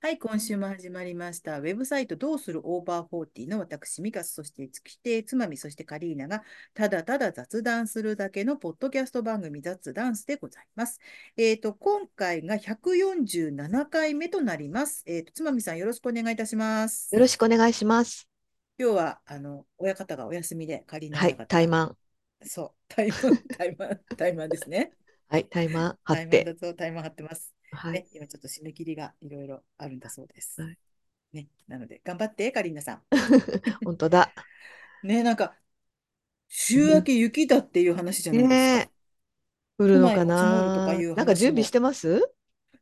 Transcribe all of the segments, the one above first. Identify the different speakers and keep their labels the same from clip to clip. Speaker 1: はい、今週も始まりました。ウェブサイトどうするオーバーフォーティーの私、ミカス、そして月亭、つまみ、そしてカリーナが、ただただ雑談するだけのポッドキャスト番組、雑談スでございます。えっ、と、今回が147回目となります。えっ、と、つまみさん、よろしくお願いいたします。
Speaker 2: よろしくお願いします。
Speaker 1: 今日は、あの、親方がお休みで、カリーナ
Speaker 2: はい、
Speaker 1: 方が
Speaker 2: 怠慢。
Speaker 1: そう、タイマン、 タイマン、タイマンですね。
Speaker 2: はい、怠 慢張
Speaker 1: タイマ
Speaker 2: っ
Speaker 1: ンだ
Speaker 2: て。
Speaker 1: とタイマン張ってます。
Speaker 2: は
Speaker 1: ね、
Speaker 2: い。
Speaker 1: 今ちょっと締め切りがいろいろあるんだそうです。
Speaker 2: はい
Speaker 1: ね、なので、頑張って、カリーナさ
Speaker 2: 本当だ。
Speaker 1: ん。ね、なんか、週
Speaker 2: う
Speaker 1: 明
Speaker 2: ん
Speaker 1: け雪だっていう話じゃないですか。
Speaker 2: ねえ、降る
Speaker 1: 都内
Speaker 2: のか
Speaker 1: は積もるとかい
Speaker 2: な。
Speaker 1: う
Speaker 2: なんか
Speaker 1: 話
Speaker 2: 準備し
Speaker 1: も。
Speaker 2: てます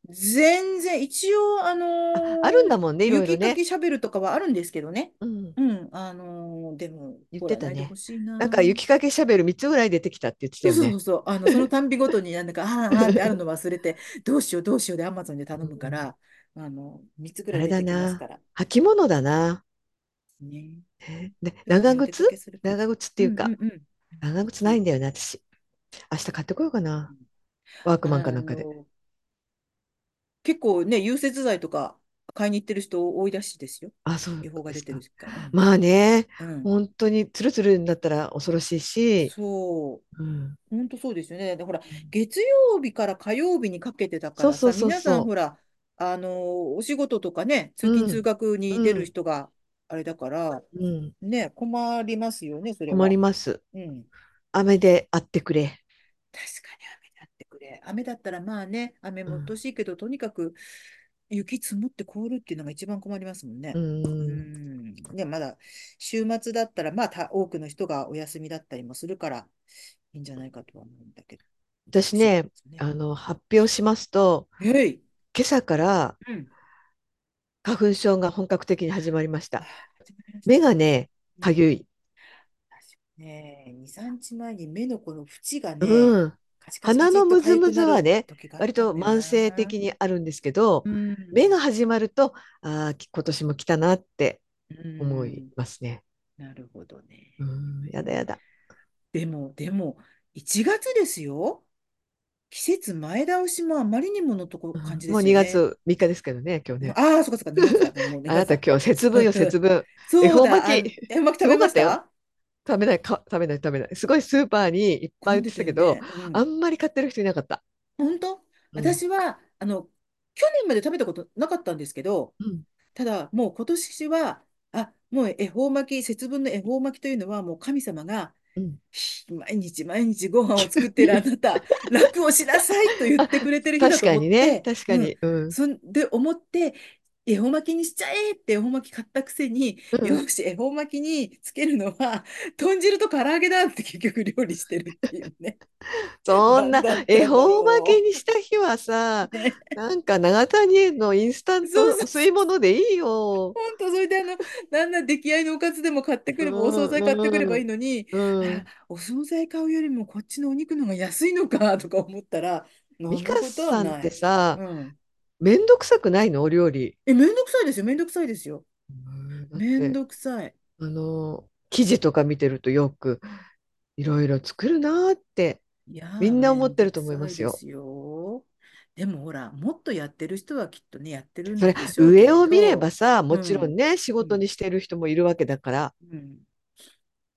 Speaker 1: 全然、一応、あの
Speaker 2: あ、あるんだ
Speaker 1: ー
Speaker 2: もんね、いろいろ
Speaker 1: 雪か
Speaker 2: ね。
Speaker 1: きシャベルとかはあるんですけどね。
Speaker 2: うん、
Speaker 1: うん、あのーでも、
Speaker 2: 言っ
Speaker 1: 凍
Speaker 2: て
Speaker 1: ら
Speaker 2: た
Speaker 1: ないで
Speaker 2: ね。
Speaker 1: ほしい
Speaker 2: なん
Speaker 1: な。
Speaker 2: か雪かきシャベル3つぐらい出てきたって言ってた
Speaker 1: そうそ
Speaker 2: よ
Speaker 1: うそう
Speaker 2: ね。
Speaker 1: そう、 あの、そのたんびごとに、なんか、あーあーってあるの忘れて、どうしよう、どうしようで、アマゾンで頼む
Speaker 2: う
Speaker 1: か
Speaker 2: ん
Speaker 1: ら、あの、3つぐ
Speaker 2: あ
Speaker 1: らい
Speaker 2: れ
Speaker 1: 出
Speaker 2: だ
Speaker 1: てきますか
Speaker 2: な。
Speaker 1: ら。
Speaker 2: 履物だな。
Speaker 1: ね。
Speaker 2: ね、で
Speaker 1: ちょっと
Speaker 2: 長
Speaker 1: ね、お出
Speaker 2: 靴
Speaker 1: かけするけ
Speaker 2: 長
Speaker 1: ど。
Speaker 2: 靴って
Speaker 1: う
Speaker 2: いうん
Speaker 1: う
Speaker 2: か、
Speaker 1: んうん。
Speaker 2: 長靴ないん
Speaker 1: 靴。
Speaker 2: だよね、私。明日買ってこようかな。
Speaker 1: うん
Speaker 2: ワークマンか
Speaker 1: あ
Speaker 2: なんかで。
Speaker 1: の、結構ね、融雪剤とか買いに行ってる人多いらしいですよ。
Speaker 2: あ、そう
Speaker 1: 予報が出
Speaker 2: です
Speaker 1: てる
Speaker 2: か。
Speaker 1: 時間。うん。
Speaker 2: まあね、
Speaker 1: うん。
Speaker 2: 本当にツルツルになったら恐ろしいし、
Speaker 1: そう。
Speaker 2: うん。
Speaker 1: 本当そうですよね。で、ほら、
Speaker 2: うん
Speaker 1: 月曜日から火曜日にかけてだか
Speaker 2: そう
Speaker 1: ら
Speaker 2: そう
Speaker 1: さ、
Speaker 2: そう
Speaker 1: 皆さん
Speaker 2: そ
Speaker 1: ほら、あのーお仕事とかね、
Speaker 2: う。
Speaker 1: 通勤
Speaker 2: う
Speaker 1: 通
Speaker 2: ん、
Speaker 1: 学に出
Speaker 2: う
Speaker 1: る
Speaker 2: ん、
Speaker 1: 人があれだから、
Speaker 2: うん。
Speaker 1: ね、困りますよね、それ
Speaker 2: 困り
Speaker 1: は。
Speaker 2: ます。
Speaker 1: うん。
Speaker 2: 雨で会ってくれ。
Speaker 1: 確かに雨だってくれ。雨だったらまあね、雨
Speaker 2: う、
Speaker 1: もうっとうんしいけど、とにかく雪積もって凍るっていうのが一番困りますもん
Speaker 2: う
Speaker 1: ね。うー
Speaker 2: ん、
Speaker 1: ん。ね、まだ週末だったら、まあた多くの人がお休みだったりもするから、いいんじゃないかとは思うんだけど、
Speaker 2: 私
Speaker 1: 心配
Speaker 2: ね、
Speaker 1: ですね。
Speaker 2: あの、発表しますと、
Speaker 1: えい、
Speaker 2: 今朝から
Speaker 1: うん。
Speaker 2: 花粉症が本格的に始まりまし
Speaker 1: あ
Speaker 2: た。
Speaker 1: ー、始まりまし
Speaker 2: 目
Speaker 1: た。
Speaker 2: がね、
Speaker 1: う
Speaker 2: か
Speaker 1: ん。
Speaker 2: ゆい。
Speaker 1: 確かにね、2、3日前に目のこの縁がね、
Speaker 2: うん。
Speaker 1: カチカチカチ
Speaker 2: 鼻
Speaker 1: っ
Speaker 2: の
Speaker 1: と
Speaker 2: ムズ
Speaker 1: 痒
Speaker 2: ム
Speaker 1: く
Speaker 2: ズ
Speaker 1: な
Speaker 2: は
Speaker 1: る
Speaker 2: ね、
Speaker 1: 時があっ
Speaker 2: 割
Speaker 1: たん
Speaker 2: と
Speaker 1: だよ
Speaker 2: 慢性
Speaker 1: な。
Speaker 2: 的にあるんですけど、
Speaker 1: う
Speaker 2: 目が
Speaker 1: ん。
Speaker 2: 始まると、ああ、き今年も来たなって
Speaker 1: う
Speaker 2: 思い
Speaker 1: ん。
Speaker 2: ますね。
Speaker 1: なるほどね。
Speaker 2: うん、やだやだ。
Speaker 1: でも、でも、1月ですよ。季節前倒しもあまりにものとこ
Speaker 2: う
Speaker 1: 感
Speaker 2: ん
Speaker 1: じで
Speaker 2: もう
Speaker 1: すよね。
Speaker 2: 2月3日ですけどね、今日ね。
Speaker 1: ああ、そっかそっか、2月だ。もう
Speaker 2: あ
Speaker 1: 2
Speaker 2: な
Speaker 1: 月
Speaker 2: た
Speaker 1: だ。
Speaker 2: 今日節
Speaker 1: う
Speaker 2: 分
Speaker 1: ん
Speaker 2: よ、
Speaker 1: う
Speaker 2: 節
Speaker 1: ん
Speaker 2: 分。恵
Speaker 1: そう
Speaker 2: 方巻
Speaker 1: だ、あ、
Speaker 2: き。
Speaker 1: え、うまく
Speaker 2: す
Speaker 1: 食べ
Speaker 2: ごか
Speaker 1: ま
Speaker 2: っ
Speaker 1: した
Speaker 2: よ。
Speaker 1: た
Speaker 2: 食べないか、食べない、食べない。すごいスーパーにいっ
Speaker 1: 混
Speaker 2: ぱい売っ
Speaker 1: んで
Speaker 2: て
Speaker 1: た
Speaker 2: た
Speaker 1: よ
Speaker 2: けど、
Speaker 1: ね。う
Speaker 2: あ
Speaker 1: ん。
Speaker 2: んまり買ってる人いなかった。
Speaker 1: 本当
Speaker 2: うん。
Speaker 1: 私は、あの、去年まで食べたことなかったんですけど、
Speaker 2: うん。
Speaker 1: ただ、もう今年は、あ、もう恵方巻き、節分の恵方巻きというのは、もう神様が、
Speaker 2: うん。
Speaker 1: 毎日毎日ご飯を作ってるあな た、楽をしなさいと言っ
Speaker 2: あ、
Speaker 1: てくれてる日だ
Speaker 2: 確
Speaker 1: と
Speaker 2: か
Speaker 1: 思っ
Speaker 2: にね。
Speaker 1: て、
Speaker 2: 確か
Speaker 1: うん、
Speaker 2: に。うん。
Speaker 1: そんで思って、恵方巻きにしちゃえって恵方巻き買ったくせに、
Speaker 2: う
Speaker 1: よ
Speaker 2: ん。
Speaker 1: し、恵方巻きにつけるのは、 豚汁と唐揚げだって結局料理してるっていう ね。
Speaker 2: そん
Speaker 1: なん
Speaker 2: な
Speaker 1: だった
Speaker 2: 恵
Speaker 1: んだ
Speaker 2: 方巻き
Speaker 1: ろ
Speaker 2: にした日はさ、
Speaker 1: う。ね、
Speaker 2: なんか長谷のインスタン
Speaker 1: そう
Speaker 2: ト
Speaker 1: そう
Speaker 2: お
Speaker 1: そう。
Speaker 2: 吸い物でいいよ。
Speaker 1: 本当、それであの、なんなら出来合いのおかずでも買ってく
Speaker 2: う
Speaker 1: れば、お惣菜買ってくればいい
Speaker 2: ん、
Speaker 1: のに、
Speaker 2: うん、う
Speaker 1: あ、
Speaker 2: ん。
Speaker 1: お惣菜買うよりもこっちのお肉の方が安いのかとか思ったら、
Speaker 2: ミ
Speaker 1: 飲む
Speaker 2: カ
Speaker 1: ことは
Speaker 2: さんっ
Speaker 1: な
Speaker 2: て
Speaker 1: い。
Speaker 2: さ、
Speaker 1: うん。
Speaker 2: めんどくさくないのお料理。
Speaker 1: え、めんどくさいですよ、めんどくさいですよ。
Speaker 2: うんだっ
Speaker 1: めん
Speaker 2: て、
Speaker 1: どくさい。
Speaker 2: あの、記事とか見てるとよくいろいろ作るなーって
Speaker 1: いや
Speaker 2: み
Speaker 1: ー、
Speaker 2: ん
Speaker 1: め
Speaker 2: な思っ
Speaker 1: ん
Speaker 2: て
Speaker 1: ど
Speaker 2: ると
Speaker 1: く
Speaker 2: 思い
Speaker 1: さ
Speaker 2: ま
Speaker 1: い
Speaker 2: す
Speaker 1: で
Speaker 2: よ。
Speaker 1: すよ。でもほら、もっとやってる人はきっとね、やってる
Speaker 2: そ
Speaker 1: ん
Speaker 2: れ
Speaker 1: でしょうけ
Speaker 2: 上
Speaker 1: れ
Speaker 2: を見れば
Speaker 1: ど、
Speaker 2: さ、も
Speaker 1: う
Speaker 2: ちろん
Speaker 1: ん、
Speaker 2: ね、仕
Speaker 1: う
Speaker 2: 事
Speaker 1: ん、
Speaker 2: にしてる人もいるわけだから、
Speaker 1: うん、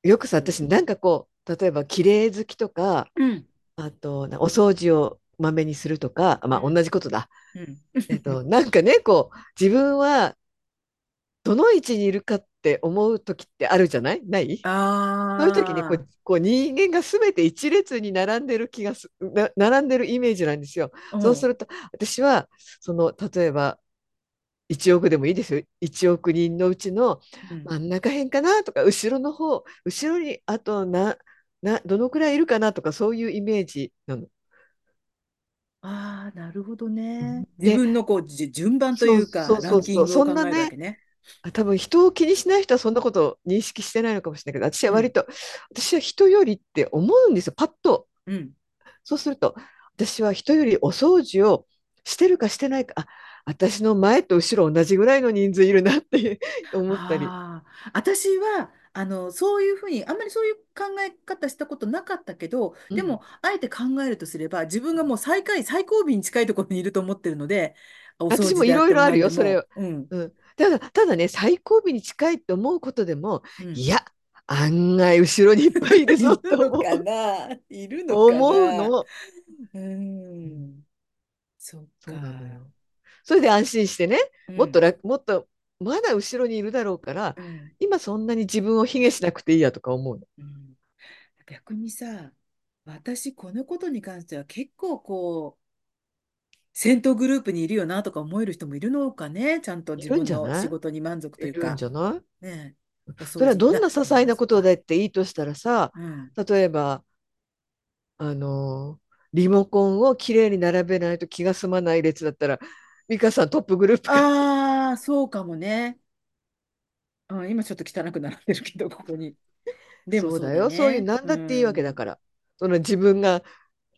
Speaker 2: よく
Speaker 1: そ
Speaker 2: さ、
Speaker 1: う
Speaker 2: 私
Speaker 1: そ
Speaker 2: なんかこう、例えば綺麗好きとか、
Speaker 1: う。うん、
Speaker 2: あと、なお掃除をまめにするとか、あ
Speaker 1: う
Speaker 2: まあ、
Speaker 1: ん、
Speaker 2: 同じこ とだ。
Speaker 1: うん。
Speaker 2: えっと、なんかね、こう、自分はどの位置にいるかって思う時ってあるじゃないないそういう時にこ
Speaker 1: あ
Speaker 2: う、こう人間が全て一列に並んでる気がす、な、並んでるイメージなんですよ。
Speaker 1: あ、う
Speaker 2: そうす
Speaker 1: ん、
Speaker 2: ると、私は、その、例えば、1億でもいいですよ。1億人のうちの
Speaker 1: うん。
Speaker 2: 真ん中辺かなとか、後ろの方、後ろに、あとな、な、どのくらいいるかなとか、そういうイメージなの。
Speaker 1: ああ、なるほど
Speaker 2: う
Speaker 1: ね。
Speaker 2: ん
Speaker 1: 自
Speaker 2: で、
Speaker 1: 分のこう、じ、順番とい
Speaker 2: そう
Speaker 1: う
Speaker 2: そ
Speaker 1: か、
Speaker 2: う
Speaker 1: ラ
Speaker 2: そ
Speaker 1: ン
Speaker 2: う
Speaker 1: キ
Speaker 2: そ
Speaker 1: ン
Speaker 2: う、
Speaker 1: グを
Speaker 2: そん
Speaker 1: 考
Speaker 2: な
Speaker 1: えるわ
Speaker 2: ね、
Speaker 1: けね。
Speaker 2: あ多分人を気にしない人はそんなことを認識してないのかもしれないけど、私は
Speaker 1: う
Speaker 2: 割
Speaker 1: ん、
Speaker 2: と、私は人よりって思うんですよ、パッと。
Speaker 1: うん。
Speaker 2: そうすると、私は人よりお掃除をしてるかしてないか、あ、私の前と後ろ同じぐらいの人数いるなって 思ったり。
Speaker 1: ああ、私は、あの、そういうふうに、あんまりそういう考え方したことなかったけど、
Speaker 2: うん
Speaker 1: でも、あえて考えるとすれば、自分がもう最下位、最後尾に近いところにいると思ってるので、お掃
Speaker 2: 私
Speaker 1: 除
Speaker 2: もい
Speaker 1: であっ
Speaker 2: ろ
Speaker 1: て
Speaker 2: い
Speaker 1: も
Speaker 2: ろあるよ
Speaker 1: 何でも
Speaker 2: それ
Speaker 1: うん、
Speaker 2: ただ、ただね、最後尾に近いと思うことでも、
Speaker 1: うん
Speaker 2: いや、案外後ろにいっぱいいるぞ
Speaker 1: い
Speaker 2: と
Speaker 1: る の
Speaker 2: 思
Speaker 1: か
Speaker 2: う
Speaker 1: ないるのか
Speaker 2: 思う
Speaker 1: な
Speaker 2: の。
Speaker 1: うん。そっ
Speaker 2: そうなの
Speaker 1: か。
Speaker 2: よ。それで安心してね、
Speaker 1: う
Speaker 2: もっと
Speaker 1: ん。
Speaker 2: 楽、もっと、まだ後ろにいるだろうから、
Speaker 1: うん。
Speaker 2: 今そんなに自分を卑下しなくていいやとか思うの。
Speaker 1: うん逆にさ、私、このことに関しては結構こう、先頭グループにいるよなとか思える人もいるのかね。ちゃんと
Speaker 2: い
Speaker 1: 自
Speaker 2: るん
Speaker 1: 分
Speaker 2: じゃ
Speaker 1: の
Speaker 2: な
Speaker 1: 仕
Speaker 2: い
Speaker 1: 事に満足と
Speaker 2: い
Speaker 1: いう
Speaker 2: るん
Speaker 1: か、
Speaker 2: じゃない
Speaker 1: ねえ、お
Speaker 2: そ
Speaker 1: 掃
Speaker 2: れは
Speaker 1: 除。
Speaker 2: どん
Speaker 1: な、
Speaker 2: な些細
Speaker 1: うん、そ
Speaker 2: な
Speaker 1: っ
Speaker 2: ことだ
Speaker 1: か。
Speaker 2: っていいとしたらさ、
Speaker 1: うん。
Speaker 2: 例えば、あのーリモコンをきれいに並べないと気が済まない列だったら、美香さんトップグループか。
Speaker 1: ああ、そうかもね。うん、今ちょっと汚くなってるけど、ここに。でも
Speaker 2: そう
Speaker 1: そう
Speaker 2: だ
Speaker 1: だ
Speaker 2: よ。そうい
Speaker 1: ね。
Speaker 2: う何
Speaker 1: う
Speaker 2: だっていいわけ
Speaker 1: ん。
Speaker 2: だから。その自分が、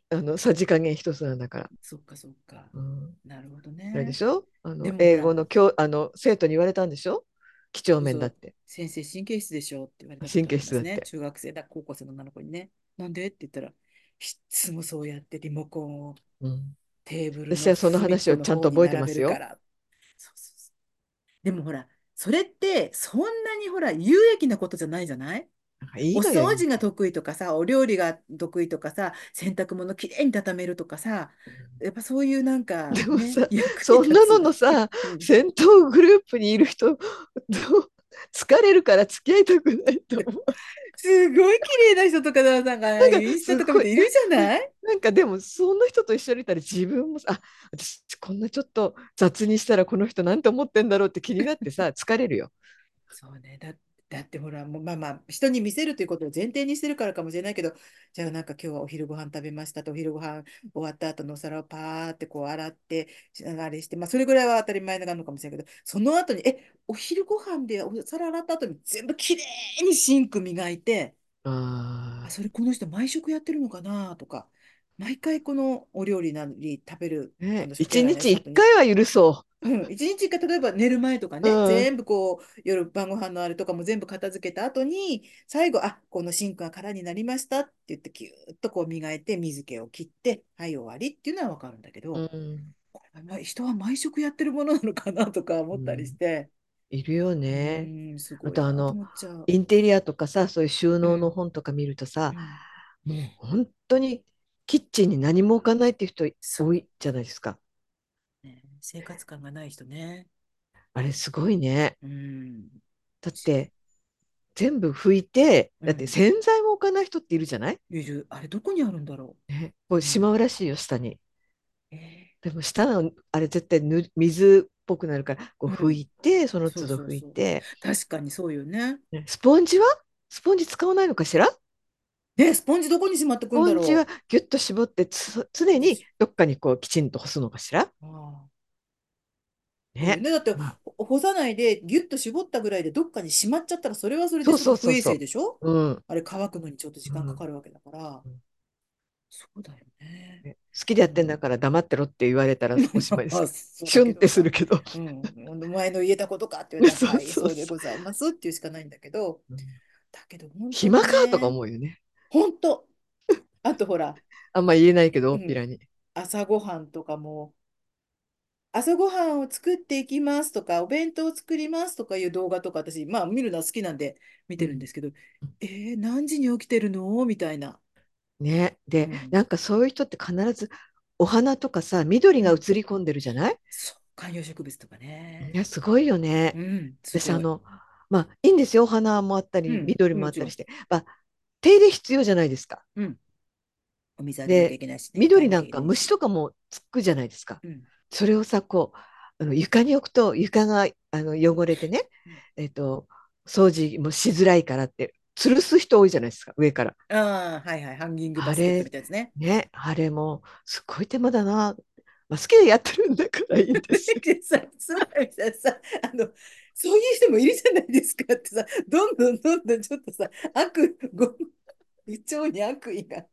Speaker 2: あの、さじ加減一つなんだから。
Speaker 1: そっかそっか。
Speaker 2: うん。
Speaker 1: なるほど
Speaker 2: あれで
Speaker 1: ね。
Speaker 2: しょあ
Speaker 1: で
Speaker 2: の、
Speaker 1: もほ
Speaker 2: 英語
Speaker 1: ら、
Speaker 2: の教、あの、生徒に言われたんでしょ几帳
Speaker 1: そう
Speaker 2: 面
Speaker 1: そ
Speaker 2: だっ
Speaker 1: う、
Speaker 2: て。
Speaker 1: 先生神経質でしょって言われたこ
Speaker 2: 神
Speaker 1: とありま
Speaker 2: 経質
Speaker 1: す
Speaker 2: だっ
Speaker 1: ね。
Speaker 2: て。
Speaker 1: 中学生だ、高校生の女の子にね。なんでって言ったら、いっつもそうやってリモコンを
Speaker 2: うん。
Speaker 1: テーブル
Speaker 2: 私
Speaker 1: の
Speaker 2: はその
Speaker 1: 隅っ
Speaker 2: 話
Speaker 1: こ
Speaker 2: を
Speaker 1: の
Speaker 2: ちゃん
Speaker 1: 方
Speaker 2: と
Speaker 1: に
Speaker 2: 覚えて
Speaker 1: 並
Speaker 2: ま
Speaker 1: べ
Speaker 2: す
Speaker 1: るか
Speaker 2: よ。
Speaker 1: ら。そうそうそうでもほら、それってそんなにほら有益なことじゃないじゃない
Speaker 2: なんかい
Speaker 1: お
Speaker 2: いのよ、
Speaker 1: 掃
Speaker 2: 今。
Speaker 1: 除が得意とかさ、お料理が得意とかさ、洗濯物きれいに畳めるとかさ、やっぱそういうなんか
Speaker 2: でも
Speaker 1: ね、
Speaker 2: さ、
Speaker 1: 役に
Speaker 2: そんな
Speaker 1: 立
Speaker 2: の
Speaker 1: つ。
Speaker 2: のさ、
Speaker 1: うん
Speaker 2: 戦闘グループにいる人と 疲れるから付き合いたくないと思う。
Speaker 1: すごい綺麗な人とかだ、なんか
Speaker 2: なんか
Speaker 1: インスタ
Speaker 2: す
Speaker 1: とか見
Speaker 2: ごい、
Speaker 1: ているじゃない
Speaker 2: なんかでもその人と一緒にいたら自分もさ、あ、私こんなちょっと雑にしたらこの人なんて思ってんだろうって気になっ てさ、疲れるよ。
Speaker 1: そうね。だ、だってほら、もうまあまあ、人に見せるということを前提にしてるからかもしれないけど、じゃあなんか今日はお昼ご飯食べましたと、お昼ご飯終わった後のお皿をパーってこう洗って、しあれして、まあそれぐらいは当たり前なのかもしれないけど、その後に、え、お昼ご飯でお皿洗った後に全部きれいにシンク磨いて、あ、
Speaker 2: あ
Speaker 1: それこの人毎食やってるのかなとか、毎回このお料理なり食べる、
Speaker 2: あ、
Speaker 1: あ
Speaker 2: ね、
Speaker 1: の食
Speaker 2: 一
Speaker 1: 洗の
Speaker 2: 日
Speaker 1: した
Speaker 2: 一
Speaker 1: 後に、
Speaker 2: 回は許そ
Speaker 1: うん、一日一回、例えば寝る前とか
Speaker 2: う。
Speaker 1: ね、
Speaker 2: うん、
Speaker 1: 全部こう、夜晩ご飯のあれとかも全部片付けた後に、最後、あ、このシンクが空になりましたって言って、キューッとこう磨いて、水気を切って、はい、終わりっていうのはわかるんだけ
Speaker 2: う
Speaker 1: ど、
Speaker 2: ん、
Speaker 1: これま人は毎食やってるものなのかなとか思
Speaker 2: う
Speaker 1: ったりし
Speaker 2: ん、
Speaker 1: て、
Speaker 2: いるよ
Speaker 1: う
Speaker 2: ね。
Speaker 1: ーん、す
Speaker 2: あ
Speaker 1: ごい
Speaker 2: とあ
Speaker 1: なと
Speaker 2: の、
Speaker 1: 思っちゃう。
Speaker 2: インテリアとかさ、そういう収
Speaker 1: う
Speaker 2: 納の
Speaker 1: ん、
Speaker 2: 本とか見るとさ、
Speaker 1: うん、
Speaker 2: もう本当にキッチンに何も置かないっていう人
Speaker 1: そ
Speaker 2: 多いじゃないですか。
Speaker 1: うね。生活感がない人ね。
Speaker 2: あれすごいね。
Speaker 1: うん、
Speaker 2: だって全部拭いて、
Speaker 1: う
Speaker 2: だって
Speaker 1: ん、
Speaker 2: 洗剤も置かない人っているじゃない
Speaker 1: いる。あれ、どこにあるんだろ
Speaker 2: ね、こう
Speaker 1: う。う
Speaker 2: し
Speaker 1: ん、
Speaker 2: まうらしいよ、下に。
Speaker 1: えー
Speaker 2: でも下のあれ絶対ぬ水っぽくなるから、こう
Speaker 1: う
Speaker 2: 拭
Speaker 1: ん。
Speaker 2: いて、その
Speaker 1: そ
Speaker 2: 都
Speaker 1: う
Speaker 2: 度
Speaker 1: そう
Speaker 2: 拭い
Speaker 1: そう。
Speaker 2: て。
Speaker 1: 確かにそうよね。
Speaker 2: ねスポンジはスポンジ使わないのかしらス
Speaker 1: ね、スポンジどこにしまってくん
Speaker 2: ポ
Speaker 1: だ
Speaker 2: ンジは
Speaker 1: ろ
Speaker 2: ギュッと絞ってつ常
Speaker 1: う。で
Speaker 2: に
Speaker 1: し
Speaker 2: どっかにこうきちんと干すのかしら
Speaker 1: ょ。ああそうよ
Speaker 2: ね。
Speaker 1: ね。だって、
Speaker 2: まあ、
Speaker 1: ほ干さないで、ギュッと絞ったぐらいで、どっかにしまっちゃったら、それはそれで
Speaker 2: そう
Speaker 1: すご
Speaker 2: そ
Speaker 1: いう
Speaker 2: そ
Speaker 1: 不衛生
Speaker 2: うそ
Speaker 1: でしょ
Speaker 2: う。うん。
Speaker 1: あれ、乾くのにちょっと時
Speaker 2: う
Speaker 1: 間か
Speaker 2: ん
Speaker 1: かるわけだから。
Speaker 2: うん
Speaker 1: そうだよね。
Speaker 2: ね好きでや
Speaker 1: う
Speaker 2: ってんだ
Speaker 1: ん。
Speaker 2: から黙ってろって言われたらおしまいで す
Speaker 1: まあ、
Speaker 2: け
Speaker 1: そ
Speaker 2: ど、
Speaker 1: う
Speaker 2: シ
Speaker 1: だ
Speaker 2: ュン
Speaker 1: け
Speaker 2: って
Speaker 1: ど
Speaker 2: す
Speaker 1: さ。
Speaker 2: るけど、
Speaker 1: うん。お前の言えたことかって言われたら、
Speaker 2: そう
Speaker 1: はい、
Speaker 2: そう
Speaker 1: そうで
Speaker 2: そ
Speaker 1: ございますっていうしかないんだけど、
Speaker 2: う。うん
Speaker 1: だけど、本当
Speaker 2: 暇
Speaker 1: に
Speaker 2: かとか
Speaker 1: ね。
Speaker 2: 思うよね。
Speaker 1: 本当。あと、ほら、
Speaker 2: あんま言えないけど、
Speaker 1: う
Speaker 2: 大っぴ
Speaker 1: ん。
Speaker 2: らに。
Speaker 1: 朝ごはんとかも、朝ごはんを作っていきますとか、お弁当を作りますとかいう動画とか、私、まあ見るのは好きなんで見
Speaker 2: う
Speaker 1: てるんで
Speaker 2: ん
Speaker 1: すけど、えー、何時に起きてるのみたいな。
Speaker 2: ね。
Speaker 1: う
Speaker 2: で、
Speaker 1: ん。
Speaker 2: なんかそういう人って必ずお花とかさ、緑
Speaker 1: う
Speaker 2: が
Speaker 1: ん。
Speaker 2: 映り込んでるじゃない
Speaker 1: そう、観葉植物とか
Speaker 2: いや、
Speaker 1: ね。
Speaker 2: すごいよね。
Speaker 1: うん、す
Speaker 2: 私、あ
Speaker 1: ごい。
Speaker 2: の、まあ、いいんですよ。お花もあった
Speaker 1: う
Speaker 2: り、
Speaker 1: ん、
Speaker 2: 緑も
Speaker 1: も
Speaker 2: あっ
Speaker 1: ち
Speaker 2: た
Speaker 1: ろ
Speaker 2: り
Speaker 1: ん。
Speaker 2: して。まあ、手入れ必要じゃないですか。
Speaker 1: うん。お水あげなきゃ
Speaker 2: で、
Speaker 1: いけないしね、変え
Speaker 2: 緑
Speaker 1: なき
Speaker 2: な
Speaker 1: ゃ
Speaker 2: ん
Speaker 1: いけ
Speaker 2: か
Speaker 1: ない
Speaker 2: 虫
Speaker 1: し。
Speaker 2: とかもつくじゃないですか。
Speaker 1: うん。
Speaker 2: それをさ、こう、あの床に置くと床があの汚れてね、
Speaker 1: うん
Speaker 2: えっと、掃除もしづらいからって、吊るす人多いじゃないですか、上から。
Speaker 1: ああ、はいはい、ハンギングバ
Speaker 2: あ
Speaker 1: スケット
Speaker 2: れ、
Speaker 1: みたいですね。
Speaker 2: ね、あれも、すっごい手間だな。まあ、好きでやってるんだからいいんですよ。
Speaker 1: でさ、つまみさんさ、あの、そういう人もいるじゃないですかってさ、どんどんどんどんちょっとさ、悪、ご、不調に悪意が。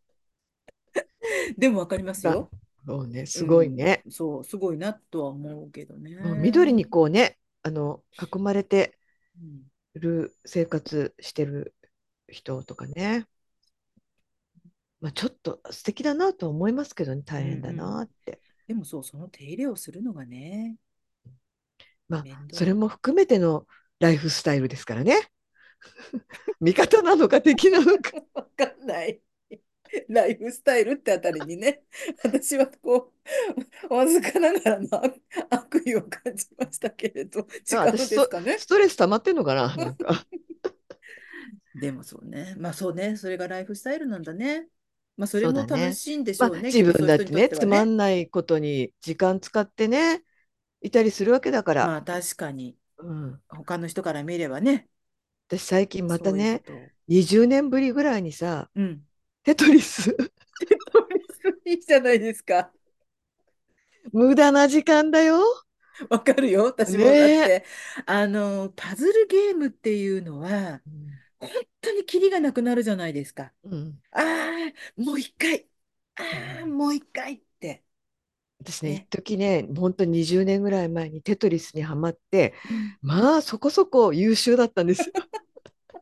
Speaker 1: でも分かります
Speaker 2: だ
Speaker 1: よ。
Speaker 2: そうね、す
Speaker 1: う
Speaker 2: ごい
Speaker 1: ん、
Speaker 2: ね。
Speaker 1: そう、すごいなとは思うけどね。
Speaker 2: うん緑に
Speaker 1: う
Speaker 2: こうね、あの、囲まれて、
Speaker 1: ん
Speaker 2: る生活してる人とかね、まあ、ちょっと素敵だなとは思いますけどね大変だなって。
Speaker 1: でもそう、その手入れをするのがね、
Speaker 2: まあ
Speaker 1: 面倒
Speaker 2: それも含めてのライフスタイルですからね。 味方なのか敵なのか。
Speaker 1: わかんない。ライフスタイルってあたりにね、私はこう、わずかながらの悪悪意を感じましたけれど、違
Speaker 2: まあ
Speaker 1: うんですか ね。
Speaker 2: ストレス溜まってんのかななん か。
Speaker 1: でもそうね、まあそうね、それがライフスタイルなんだね。まあそれ
Speaker 2: そう
Speaker 1: も
Speaker 2: だね
Speaker 1: 楽しいんでし
Speaker 2: ま
Speaker 1: ょう
Speaker 2: あ、
Speaker 1: ね。
Speaker 2: 自分だってね
Speaker 1: きっと
Speaker 2: つ
Speaker 1: そういう人にとって
Speaker 2: ま
Speaker 1: はね
Speaker 2: んないことに時間使ってねいたりするわけだから、
Speaker 1: まあ確かに、
Speaker 2: うん、
Speaker 1: 他の人から見ればね、
Speaker 2: 私最近また
Speaker 1: そういう
Speaker 2: ね
Speaker 1: ことを。
Speaker 2: 20年ぶりぐらいにさ
Speaker 1: うん。
Speaker 2: テトリス
Speaker 1: いいじゃないですか。
Speaker 2: 無駄な時間だよ。
Speaker 1: わかるよ、私もだっ
Speaker 2: ねえ
Speaker 1: て、あの、パズルゲームっていうのは、本当にキリがなくなるじゃないですか。
Speaker 2: うん、
Speaker 1: ああ、もう一回。ああ、
Speaker 2: うん
Speaker 1: もう一回って。
Speaker 2: 私ね
Speaker 1: ね
Speaker 2: 一時ね本当に20年ぐらい前にテトリスにはまって
Speaker 1: うん
Speaker 2: まあそこそこ優秀だった んですよ。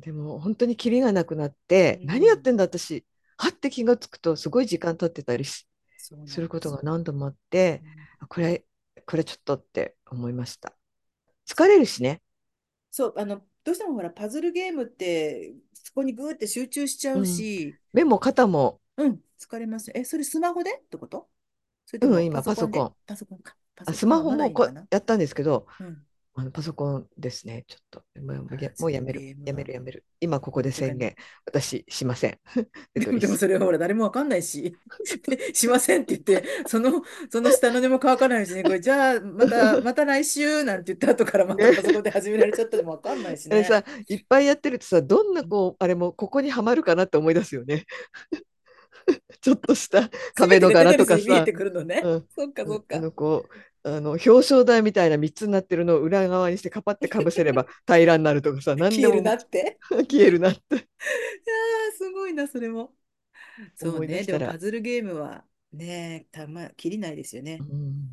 Speaker 2: でも本当にキリがなくなって、
Speaker 1: うん
Speaker 2: 何やってんだ私はって気がつくとすごい時間経ってたりし
Speaker 1: そうなんです
Speaker 2: ることが何度もあって。あこれ、これちょっとって思いました。疲れるしね。
Speaker 1: そう、あの、どうしてもほら、パズルゲームって、そこにグーって集中しちゃうし、
Speaker 2: 目も肩も、
Speaker 1: うん、疲れますよ。え、それスマホでってことそれと
Speaker 2: う
Speaker 1: も
Speaker 2: ん、今パソコン
Speaker 1: で。パソコンか。パ
Speaker 2: あ
Speaker 1: ソ
Speaker 2: ス
Speaker 1: コン
Speaker 2: マ
Speaker 1: は
Speaker 2: ホ
Speaker 1: まだいい
Speaker 2: も
Speaker 1: の
Speaker 2: こ
Speaker 1: かな。
Speaker 2: やったんですけど、
Speaker 1: うん。
Speaker 2: あのパソコンですね。ちょっと、もうもうや
Speaker 1: あ
Speaker 2: もうやめ
Speaker 1: そのゲー
Speaker 2: る
Speaker 1: ム。は
Speaker 2: やめるやめる。今ここで宣言。私、しませ ん。 テ
Speaker 1: で
Speaker 2: ト
Speaker 1: も
Speaker 2: リ
Speaker 1: でも
Speaker 2: ス
Speaker 1: それはほら誰もわかんないし、 でしませんって言って、その、その下の根も乾かないうちに、これじゃあま た、また来週なんて言った後からまた
Speaker 2: ね
Speaker 1: パソコンで始められちゃったでもわかんないし
Speaker 2: あれ
Speaker 1: ね。
Speaker 2: さ、いっぱいやってるとさ、どんなこう、あれもここにはまるかなって思い出すよね。 ちょっとした壁の柄とか
Speaker 1: 全てがテトリスに見え
Speaker 2: さ
Speaker 1: て。くるのね。
Speaker 2: うん
Speaker 1: そっかそっ
Speaker 2: あ
Speaker 1: か。
Speaker 2: のこうあの表彰台みたいな3つになってるのを裏側にしてカパってかぶせれ ば平らになるとかさ何
Speaker 1: 消え
Speaker 2: でも
Speaker 1: るなって。
Speaker 2: 消えるなって
Speaker 1: ああ、すごいな、それも。そう
Speaker 2: 思い出
Speaker 1: ね、
Speaker 2: し
Speaker 1: で
Speaker 2: た
Speaker 1: も
Speaker 2: ら、
Speaker 1: パズルゲームはね、たま、きりないですよね
Speaker 2: う。ん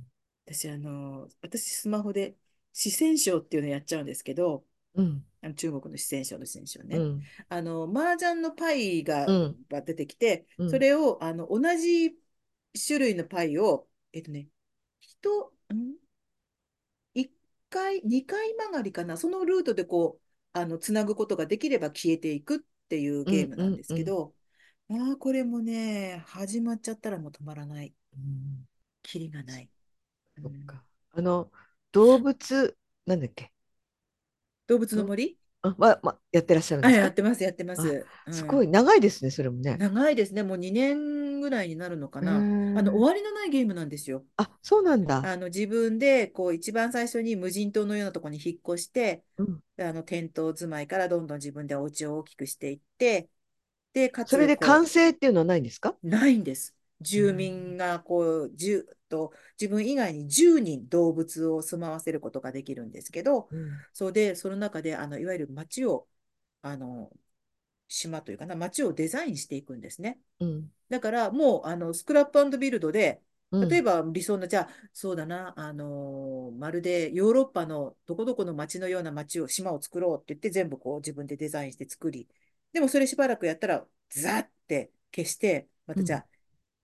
Speaker 1: 私、あの、私スマホで四川省っていうのやっちゃうんですけど、
Speaker 2: うん
Speaker 1: あの中国の四川省の四川省
Speaker 2: う
Speaker 1: ね。
Speaker 2: ん
Speaker 1: あの、麻雀のパイが、
Speaker 2: うん
Speaker 1: が出てきて、
Speaker 2: うん
Speaker 1: それを、あの、同じ種類のパイを、えっとね、一、ん一回、二回曲がりかな、そのルートでこう、あの、つなぐことができれば消えていくっていうゲームなんですけど、ああ、これもね、始まっちゃったらもう止まらない。
Speaker 2: うん
Speaker 1: キリがない。うん
Speaker 2: そっかあの動物なんだっけ
Speaker 1: 動物の森
Speaker 2: あ、まま、やってらっしゃるん
Speaker 1: あ、
Speaker 2: です
Speaker 1: や
Speaker 2: か
Speaker 1: ってます、やってます。うん
Speaker 2: すごい長いですねそれもね。
Speaker 1: 長いですね。もう2年ぐらいになるのかな。あの、終わりのないゲームなんですよ。
Speaker 2: あそうなんだ。
Speaker 1: あの、自分で、こう、一番最初に無人島のようなところに引っ越して、
Speaker 2: うん
Speaker 1: あの、テント住まいからどんどん自分でお家を大きくしていって、で、かつ、
Speaker 2: それで
Speaker 1: こう
Speaker 2: 完成っていうのはないんですか
Speaker 1: ないんです。住民が、こう、10と、自分以外に10人動物を住まわせることができるんですけど、
Speaker 2: うん
Speaker 1: そうで、その中で、あの、いわゆる町を、あの、島というかな、町をデザインしていくんですね。
Speaker 2: うん
Speaker 1: だからもうあのスクラップビルドで、
Speaker 2: うん
Speaker 1: 例えば理想の、じゃあ、そうだな、あのーまるでヨーロッパのどこどこの町のような町を、島を作ろうって言って、全部こう自分でデザインして作り、でもそれしばらくやったら、ザって消して、またじゃあ、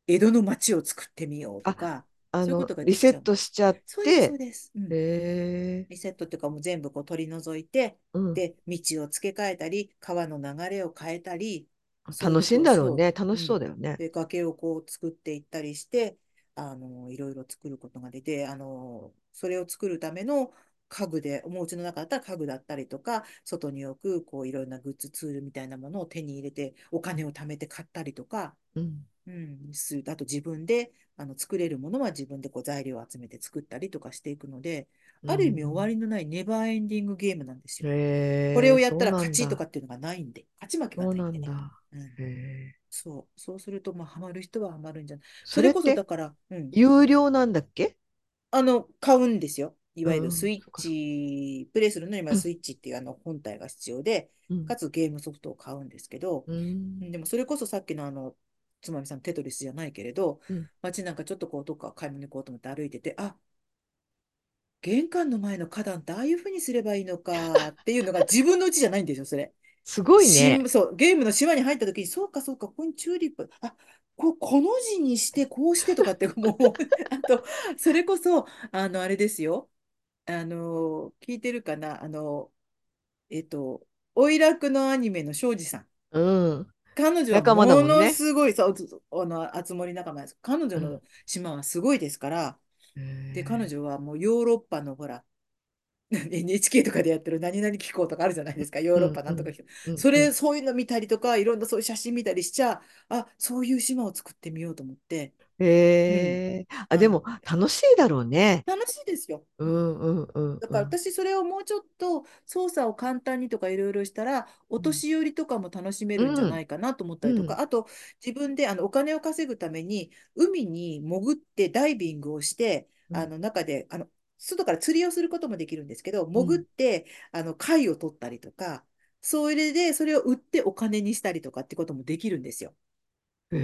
Speaker 1: 江戸の町を作ってみようとか、
Speaker 2: あ
Speaker 1: そういうこ
Speaker 2: の
Speaker 1: とがで
Speaker 2: リ
Speaker 1: きちゃ
Speaker 2: セ
Speaker 1: う
Speaker 2: ットしちゃっ
Speaker 1: そうです、そう
Speaker 2: て
Speaker 1: です。うん
Speaker 2: へえ
Speaker 1: リセットっていうか、もう全部こう取り除いて、
Speaker 2: うん
Speaker 1: で、道を付け替えたり、川の流れを変えたり、そういうこ
Speaker 2: 楽
Speaker 1: とを
Speaker 2: しいんだろう
Speaker 1: そ
Speaker 2: ね。楽しそうだよね。
Speaker 1: で、崖をこう作っていったりして、あの、いろいろ作ることができて、あの、それを作るための家具で、おもうちの中だったら家具だったりとか、外に置く、こう、いろんなグッズ、ツールみたいなものを手に入れて、お金を貯めて買ったりとか、
Speaker 2: うん
Speaker 1: うん、する。あと自分で、あの、作れるものは自分でこう材料を集めて作ったりとかしていくので、ある意味終わりのないネバーエンディングゲームなんですよ。
Speaker 2: へえ
Speaker 1: これをやったら勝ちとかっていうのがないんで、勝ち負けが
Speaker 2: そう
Speaker 1: ない
Speaker 2: なんん
Speaker 1: でね。
Speaker 2: だ。
Speaker 1: うん
Speaker 2: へえ
Speaker 1: そう、そうすると、まあ、ハマる人はハマるんじゃない。そ
Speaker 2: そ
Speaker 1: れ
Speaker 2: れっ
Speaker 1: こそ、だ
Speaker 2: て
Speaker 1: から、うん、
Speaker 2: 有料なんだっけ
Speaker 1: あの、買うんですよ。いわゆ
Speaker 2: う
Speaker 1: る
Speaker 2: ん
Speaker 1: スイ
Speaker 2: そっ
Speaker 1: ッ
Speaker 2: か
Speaker 1: チ、プレイするのにはスイッチっていうあの本体が必要で、
Speaker 2: うん
Speaker 1: かつゲームソフトを買うんですけど、
Speaker 2: うん
Speaker 1: うんでもそれこそさっきのあの、つまみさんテトリスじゃないけれど、
Speaker 2: うん
Speaker 1: 街なんかちょっとこう、どっか買い物に行こうと思って歩いてて、あ、玄関の前の花壇ってああいうふうにすればいいのかっていうのが自分の家じゃないんですよ、それ。
Speaker 2: すごいね。
Speaker 1: 新そう、ゲームの島に入った時に、そうかそうか、ここにチューリップ、あ、こ、この字にして、こうしてとかって、 もう、あと、それこそ、あの、あれですよ。あの、聞いてるかな、あの、えっと、花落のアニメの庄司さん。
Speaker 2: うん。
Speaker 1: 彼女は
Speaker 2: 仲間だもんね
Speaker 1: ものすごい、そう、ずあの、熱森仲間です。彼女
Speaker 2: う
Speaker 1: の島はすごいですから、で、彼
Speaker 2: へ
Speaker 1: 女はもうヨーロッパのほら、NHK とかでやってる何々機構とかあるじゃないですか、ヨー
Speaker 2: ー
Speaker 1: ロッパなんとか機構。
Speaker 2: うん
Speaker 1: そ
Speaker 2: うん
Speaker 1: れ、そういうの見たりとか、いろんなそういう写真見たりしちゃ、あ、そういう島を作ってみようと思って、うん、
Speaker 2: へえ。あ、
Speaker 1: あ
Speaker 2: で
Speaker 1: の、
Speaker 2: も楽しいだろうね。
Speaker 1: 楽しいですよ。
Speaker 2: う
Speaker 1: うん
Speaker 2: んうんうん
Speaker 1: だ
Speaker 2: う
Speaker 1: から
Speaker 2: ん。
Speaker 1: 私、それをもうちょっと操作を簡単にとかいろいろしたら、お
Speaker 2: うん
Speaker 1: 年寄りとかも楽しめ
Speaker 2: う
Speaker 1: るんじゃなんいかなと思ったり
Speaker 2: う
Speaker 1: とか、
Speaker 2: ん
Speaker 1: あと自分であのお金を稼ぐために、海に潜ってダイビングをして、
Speaker 2: う
Speaker 1: あ
Speaker 2: ん
Speaker 1: の中で、あの外から釣りをすることもできるんですけど、
Speaker 2: う
Speaker 1: 潜っ
Speaker 2: ん
Speaker 1: てあの貝を取ったりとか、それでそれを売ってお金にしたりとかってこともできるんですよ。うん、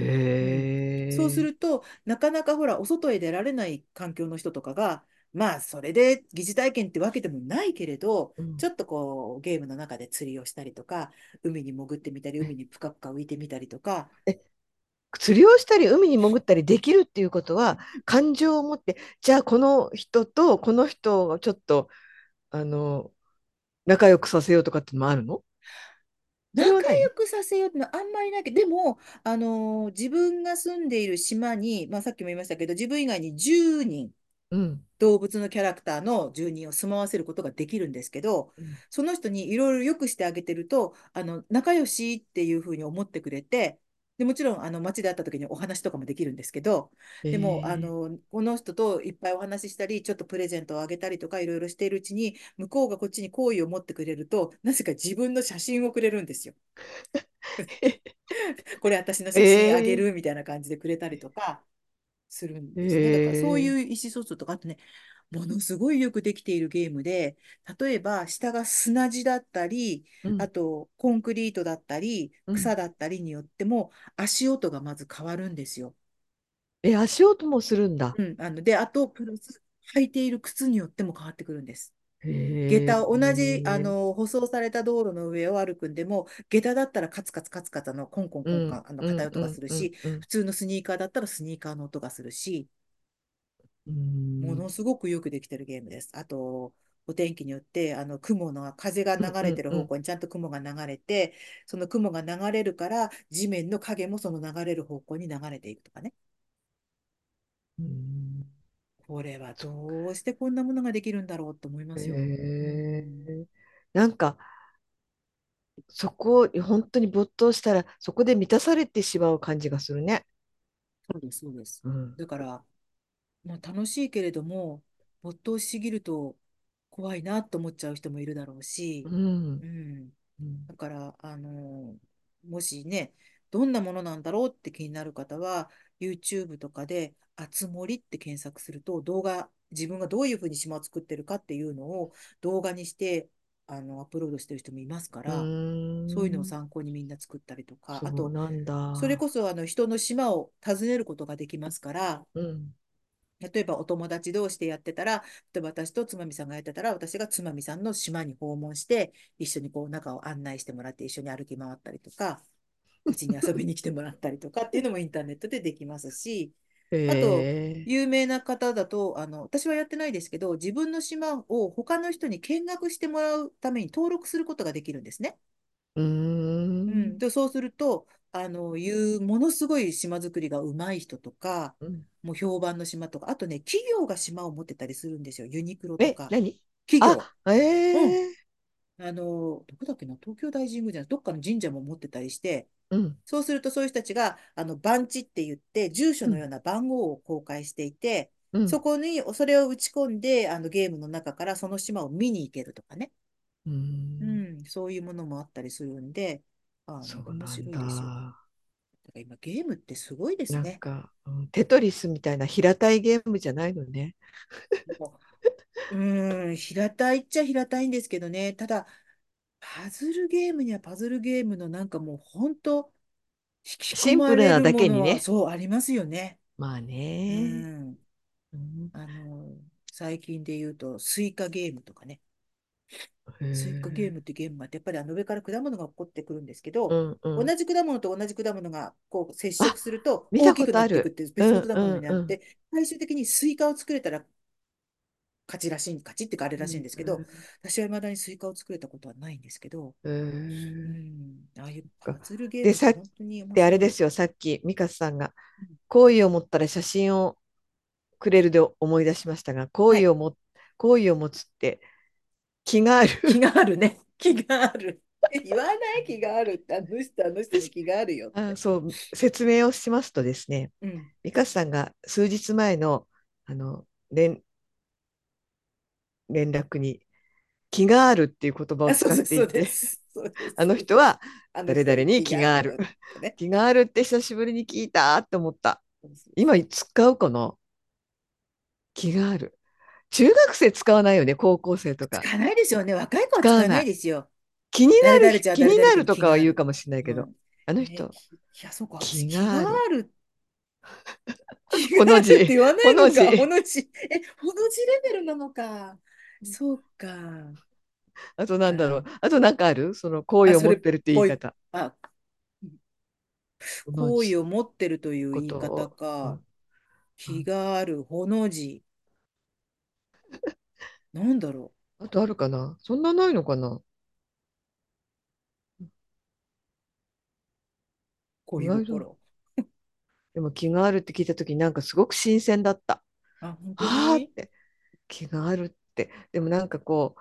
Speaker 1: そうす
Speaker 2: へえ。
Speaker 1: ると、なかなかほら、お外へ出られない環境の人とかが、まあ、それで疑似体験ってわけでもないけれど、
Speaker 2: う
Speaker 1: ち
Speaker 2: ん
Speaker 1: ょっとこう、ゲームの中で釣りをしたりとか、海に潜ってみたり、海にぷかぷか浮いてみたりとか、
Speaker 2: え釣りをしたり海に潜ったりできるっていうことは感情を持ってじゃあこの人とこの人をちょっとあの仲良くさせようとかってのもあるのそ
Speaker 1: 仲
Speaker 2: れはないの
Speaker 1: 良くさせようってのはあんまりないけど、でも、あのー自分が住んでいる島に、まあ、さっきも言いましたけど、自分以外に10人、
Speaker 2: うん
Speaker 1: 動物のキャラクターの住人を住まわせることができるんですけど、
Speaker 2: うん
Speaker 1: その人にいろいろ良くしてあげてると、あの、仲良しっていうふうに思ってくれて、で、もちろん、あの、街で会った時にお話とかもできるんですけど、でも、あ
Speaker 2: ええ
Speaker 1: の、この人といっぱいお話ししたり、ちょっとプレゼントをあげたりとか、いろいろしているうちに、向こうがこっちに好意を持ってくれると、なぜか自分の写真をくれるん ですよ。 これ私の写真あげ
Speaker 2: ええ
Speaker 1: るみたいな感じでくれたりとかするんですね。だからそう
Speaker 2: え
Speaker 1: い
Speaker 2: え
Speaker 1: う意思疎通とか、あとね、ものすごいよくできているゲームで、例えば下が砂地だったり、
Speaker 2: う
Speaker 1: あ
Speaker 2: ん
Speaker 1: とコンクリートだったり、
Speaker 2: うん
Speaker 1: 草だったりによっても足音がまず変わるんですよ。
Speaker 2: え足音もするんだ
Speaker 1: うん、あの、で、あと、プラス履いている靴によっても変わってくるんです。下
Speaker 2: へ
Speaker 1: 駄を同じあ
Speaker 2: え
Speaker 1: の舗装された道路の上を歩くんでも下駄だったらカツカツカツカツあのコンコン
Speaker 2: う
Speaker 1: コン
Speaker 2: ん
Speaker 1: カンあの
Speaker 2: う
Speaker 1: 硬い
Speaker 2: ん
Speaker 1: 音
Speaker 2: う
Speaker 1: がす
Speaker 2: ん
Speaker 1: る
Speaker 2: うん
Speaker 1: し
Speaker 2: うん
Speaker 1: 普通のスニーカーだったらスニーカーの音がするし
Speaker 2: う
Speaker 1: もの
Speaker 2: ん
Speaker 1: すごくよくできてるゲームです。あとお天気によってあの雲の風が
Speaker 2: うん
Speaker 1: 流
Speaker 2: う
Speaker 1: れて
Speaker 2: ん
Speaker 1: る
Speaker 2: う
Speaker 1: 方
Speaker 2: ん
Speaker 1: 向にちゃんと雲が流れてその雲が流れるから地面の影もその流れる方向に流れていくとかね。
Speaker 2: うん
Speaker 1: これはどうしてこんなものができるんだろうと思いま
Speaker 2: へ
Speaker 1: すよ。う
Speaker 2: え
Speaker 1: ん
Speaker 2: なんかそこを本当に没頭したらそこで満たされてしまう感じがするね。
Speaker 1: そうです、そうです。
Speaker 2: うん
Speaker 1: だから、まあ、楽しいけれども、没頭しすぎると怖いなと思っちゃう人もいるだろう
Speaker 2: う
Speaker 1: し、
Speaker 2: ん
Speaker 1: うん。
Speaker 2: うん
Speaker 1: だから、あのもしね、どんなものなんだろうって気になる方は、YouTube とかで、あつ森って検索すると、動画、自分がどういうふうに島を作ってるかっていうのを動画にして、あの、アップロードしてる人もいますか
Speaker 2: う
Speaker 1: ら、そういうのを
Speaker 2: ーん
Speaker 1: 参考にみんな作ったりとか、あ
Speaker 2: そう
Speaker 1: と、
Speaker 2: なん
Speaker 1: それ
Speaker 2: だ。
Speaker 1: こそあの人の島を訪ねることができますから、
Speaker 2: うん
Speaker 1: 例えばお友達同士でやってたら、例えば私とつまみさんがやってたら、私がつまみさんの島に訪問して、一緒にこう中を案内してもらって、一緒に歩き回ったりとか、うちに遊びに来てもらったりとかって いうのもインターネットでできますし、あと、
Speaker 2: へえ
Speaker 1: 有名な方だと、あの、私はやってないですけど、自分の島を他の人に見学してもらうために登録することができるんですね。
Speaker 2: うー
Speaker 1: うん、
Speaker 2: ん
Speaker 1: で、そうすると、あの、いう、ものすごい島づくりがうまい人とか、
Speaker 2: うん
Speaker 1: もう評判の島とか、あとね、企業が島を持ってたりするんですよ。ユニクロと
Speaker 2: え
Speaker 1: か、
Speaker 2: 何
Speaker 1: 企
Speaker 2: あ
Speaker 1: 業。うん。
Speaker 2: ええ
Speaker 1: あの、どこだっけな、東京大神宮じゃない、どっかの神社も持ってたりして、
Speaker 2: うん
Speaker 1: そうするとそういう人たちが、あの、番地って言って、住所
Speaker 2: う
Speaker 1: のよ
Speaker 2: ん
Speaker 1: うな番号を公開していて、
Speaker 2: う
Speaker 1: そ
Speaker 2: ん
Speaker 1: こに、それを打ち込んで、あの、ゲームの中からその島を見に行けるとかね。
Speaker 2: うー
Speaker 1: うんん、そういうものもあったりするんで、あ
Speaker 2: そ
Speaker 1: の、
Speaker 2: う
Speaker 1: 面
Speaker 2: なん
Speaker 1: 白いですよ。
Speaker 2: だ。
Speaker 1: だから今ゲームってすごいです
Speaker 2: なん
Speaker 1: ね。
Speaker 2: か、うんテトリスみたいな平たいゲームじゃないのね。
Speaker 1: もう、 うーん、平たいっちゃ平たいんですけどね。ただ、パズルゲームにはパズルゲームのなんかもう本当、引き込
Speaker 2: シン
Speaker 1: ま
Speaker 2: プル
Speaker 1: れ
Speaker 2: な
Speaker 1: る
Speaker 2: だ
Speaker 1: も
Speaker 2: け
Speaker 1: の
Speaker 2: に
Speaker 1: は
Speaker 2: ね。
Speaker 1: そうありますよね。
Speaker 2: まあ
Speaker 1: う
Speaker 2: ね。
Speaker 1: ん。
Speaker 2: うん
Speaker 1: あの、最近で言うと、スイカゲームとかね。
Speaker 2: へえ
Speaker 1: スイカゲームってゲームがあって、やっぱりあの上から果物が落っこってくるんですけど、
Speaker 2: うんうん。
Speaker 1: 同じ果物と同じ果物がこう接触すると
Speaker 2: 見た
Speaker 1: 大
Speaker 2: こ
Speaker 1: きく
Speaker 2: と
Speaker 1: な
Speaker 2: あ
Speaker 1: って
Speaker 2: る
Speaker 1: いくっていう別の果物になって、最終的にスイカを作れたら勝ちらしい、勝ちっていうかあれらしいんですけど、私は未だにスイカを作れたことはないんですけど、
Speaker 2: うんうんう。
Speaker 1: うんん、ああいうパズルゲーム
Speaker 2: で
Speaker 1: って
Speaker 2: さ
Speaker 1: 本当に面
Speaker 2: で、あ
Speaker 1: 白
Speaker 2: れ
Speaker 1: い。
Speaker 2: ですよ、さっき、美香さんが
Speaker 1: うん、
Speaker 2: 好意を持ったら写真をくれるで思い出しましたが、好
Speaker 1: は
Speaker 2: 意
Speaker 1: い。
Speaker 2: をも、好意を持つって 気がある。
Speaker 1: 気があるね。気があ る。言わない気があるって、あの人、あの人に気があるよっ
Speaker 2: あ、
Speaker 1: て。
Speaker 2: そう、説明をしますとですね、
Speaker 1: うん。
Speaker 2: 美香さんが数日前の、あの、連、連絡に、気があるっていう言葉 を
Speaker 1: あ、そう
Speaker 2: 使っ
Speaker 1: そう、そう
Speaker 2: てい
Speaker 1: で
Speaker 2: て、
Speaker 1: す。そうです、
Speaker 2: あの
Speaker 1: そう
Speaker 2: 人
Speaker 1: です。
Speaker 2: は
Speaker 1: あの
Speaker 2: 誰
Speaker 1: 人
Speaker 2: 々
Speaker 1: に
Speaker 2: に
Speaker 1: 気
Speaker 2: 気
Speaker 1: があ
Speaker 2: があ
Speaker 1: る
Speaker 2: る。
Speaker 1: よってね。
Speaker 2: 気があるって久しぶりに聞いたって思った。
Speaker 1: そうそう
Speaker 2: 今使うかな気がある。中学生使わないよね、高校生とか。
Speaker 1: 使わないでしょうね。若い子は
Speaker 2: 使
Speaker 1: 使
Speaker 2: わ
Speaker 1: わな
Speaker 2: ないい。
Speaker 1: ですよ。
Speaker 2: 気に
Speaker 1: 誰
Speaker 2: なる
Speaker 1: 々
Speaker 2: ひ、
Speaker 1: ちゃん、
Speaker 2: 気
Speaker 1: 誰
Speaker 2: に
Speaker 1: 々
Speaker 2: な
Speaker 1: 君
Speaker 2: ると
Speaker 1: 気
Speaker 2: かは
Speaker 1: があ
Speaker 2: 言う
Speaker 1: る。
Speaker 2: かもしれないけ
Speaker 1: う
Speaker 2: ど、
Speaker 1: ん。
Speaker 2: あの
Speaker 1: ね、
Speaker 2: 人、
Speaker 1: きいや、そうか。私、
Speaker 2: 気
Speaker 1: 気
Speaker 2: が
Speaker 1: が
Speaker 2: ある。
Speaker 1: あ る。気があ
Speaker 2: ほの
Speaker 1: るって
Speaker 2: 字、
Speaker 1: 言わな
Speaker 2: ほ
Speaker 1: い
Speaker 2: の
Speaker 1: の
Speaker 2: 字。
Speaker 1: が、ほの字。え、ほの字レベルなのか。そうか。
Speaker 2: あとなんだろ
Speaker 1: あ、
Speaker 2: う。あとなんかあるその好意
Speaker 1: あ、
Speaker 2: を
Speaker 1: そ
Speaker 2: 持
Speaker 1: れ
Speaker 2: っ
Speaker 1: って
Speaker 2: るって言い
Speaker 1: ぽい。
Speaker 2: 方。
Speaker 1: あ、
Speaker 2: ほの
Speaker 1: 好意
Speaker 2: 字
Speaker 1: を持ってるという
Speaker 2: こ
Speaker 1: 言い
Speaker 2: と
Speaker 1: 方
Speaker 2: を。う
Speaker 1: か。
Speaker 2: んう
Speaker 1: 気
Speaker 2: ん
Speaker 1: がある、ほの字。なんだろ
Speaker 2: あとあるかなそんなないのかな
Speaker 1: う。恋
Speaker 2: 意外と。
Speaker 1: 心。
Speaker 2: でも気があるって聞いた時なんかすごく新鮮だった。
Speaker 1: あ、本当
Speaker 2: はあっ
Speaker 1: に
Speaker 2: て気があるって。でもなんかこ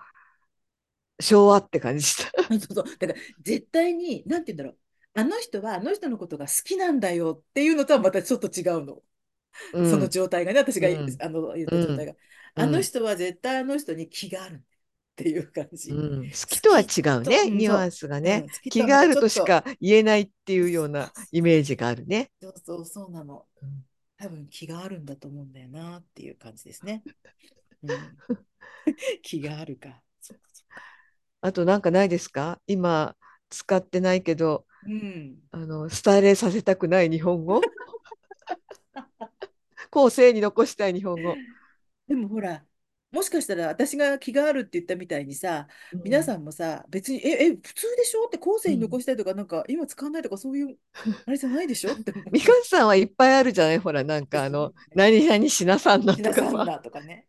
Speaker 2: う昭和って感じした。
Speaker 1: そうそう。だから絶対に、なんて言うんだろう。あの人はあの人のことが好きなんだよっていうのとはまたちょっと違うの。
Speaker 2: う
Speaker 1: その
Speaker 2: ん
Speaker 1: 状態がね、私
Speaker 2: う
Speaker 1: が
Speaker 2: ん
Speaker 1: あの言っ
Speaker 2: う
Speaker 1: た状態
Speaker 2: ん
Speaker 1: が。
Speaker 2: う
Speaker 1: あの
Speaker 2: ん
Speaker 1: 人は絶対あの人に気があるんだよっていう感
Speaker 2: う
Speaker 1: じ。
Speaker 2: ん。好
Speaker 1: 好
Speaker 2: きとは
Speaker 1: き
Speaker 2: 違う
Speaker 1: と、
Speaker 2: ね
Speaker 1: うん、
Speaker 2: ニュアン
Speaker 1: そ
Speaker 2: スが
Speaker 1: う。う
Speaker 2: ね。
Speaker 1: ん、好きと
Speaker 2: 気
Speaker 1: はま
Speaker 2: があ
Speaker 1: た
Speaker 2: る
Speaker 1: ちょ
Speaker 2: と
Speaker 1: っ
Speaker 2: し
Speaker 1: と、
Speaker 2: か言えないっていうよう
Speaker 1: そ
Speaker 2: な
Speaker 1: うそ
Speaker 2: イメージがあるね。
Speaker 1: う、そうそうなの。
Speaker 2: うん
Speaker 1: 多分気があるんだと思うんだよなっていう感じです ね。うん、 気があるか。そっかそっか。
Speaker 2: あとなんかないですか今使ってないけど
Speaker 1: うん。
Speaker 2: あの伝えさせたくない日本 語後世に残したい日本語。
Speaker 1: でもほら、もしかしたら私が気があるって言ったみたいにさ、
Speaker 2: う
Speaker 1: 皆
Speaker 2: ん
Speaker 1: さんもさ、別に、え、え、普通でしょって後
Speaker 2: う
Speaker 1: 世に
Speaker 2: ん
Speaker 1: 残したいとか、なんか今使わないとか、そういう、あれじゃないでしょって思
Speaker 2: み
Speaker 1: う
Speaker 2: か
Speaker 1: の。
Speaker 2: んさん はいっぱいあるじゃないほら、 なん
Speaker 1: で
Speaker 2: かあ
Speaker 1: す
Speaker 2: の、
Speaker 1: ね。
Speaker 2: 何々しなさんな
Speaker 1: し
Speaker 2: と
Speaker 1: な
Speaker 2: か
Speaker 1: さん
Speaker 2: さ、
Speaker 1: だとかね。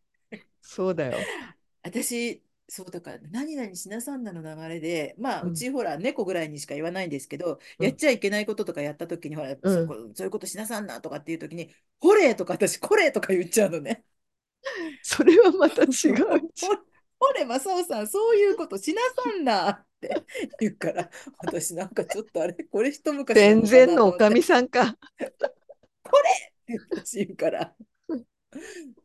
Speaker 2: そうだよ。
Speaker 1: 私、そうだから、何々しなさんなの流れで、まあ、
Speaker 2: う、
Speaker 1: うんちほら、猫ぐらいにしか言わないんですけど、
Speaker 2: う
Speaker 1: やっ
Speaker 2: ん、
Speaker 1: ちゃいけないこととかやったときに、ほら、
Speaker 2: う
Speaker 1: そ
Speaker 2: ん。
Speaker 1: こ、そういうことしなさんなとかっていうときに、ほれとか、私、これとか言っちゃうのね。
Speaker 2: それはまた違う
Speaker 1: ほ
Speaker 2: じ
Speaker 1: れ、ほれ、マサオさん、そういうことしなさんなって 言うから、私なんかちょっとあれ、これ一昔
Speaker 2: ゃ。
Speaker 1: なんのか
Speaker 2: 全然
Speaker 1: な
Speaker 2: の
Speaker 1: と
Speaker 2: お
Speaker 1: 思っ
Speaker 2: かみ
Speaker 1: て、
Speaker 2: さんか。
Speaker 1: これって私言うから。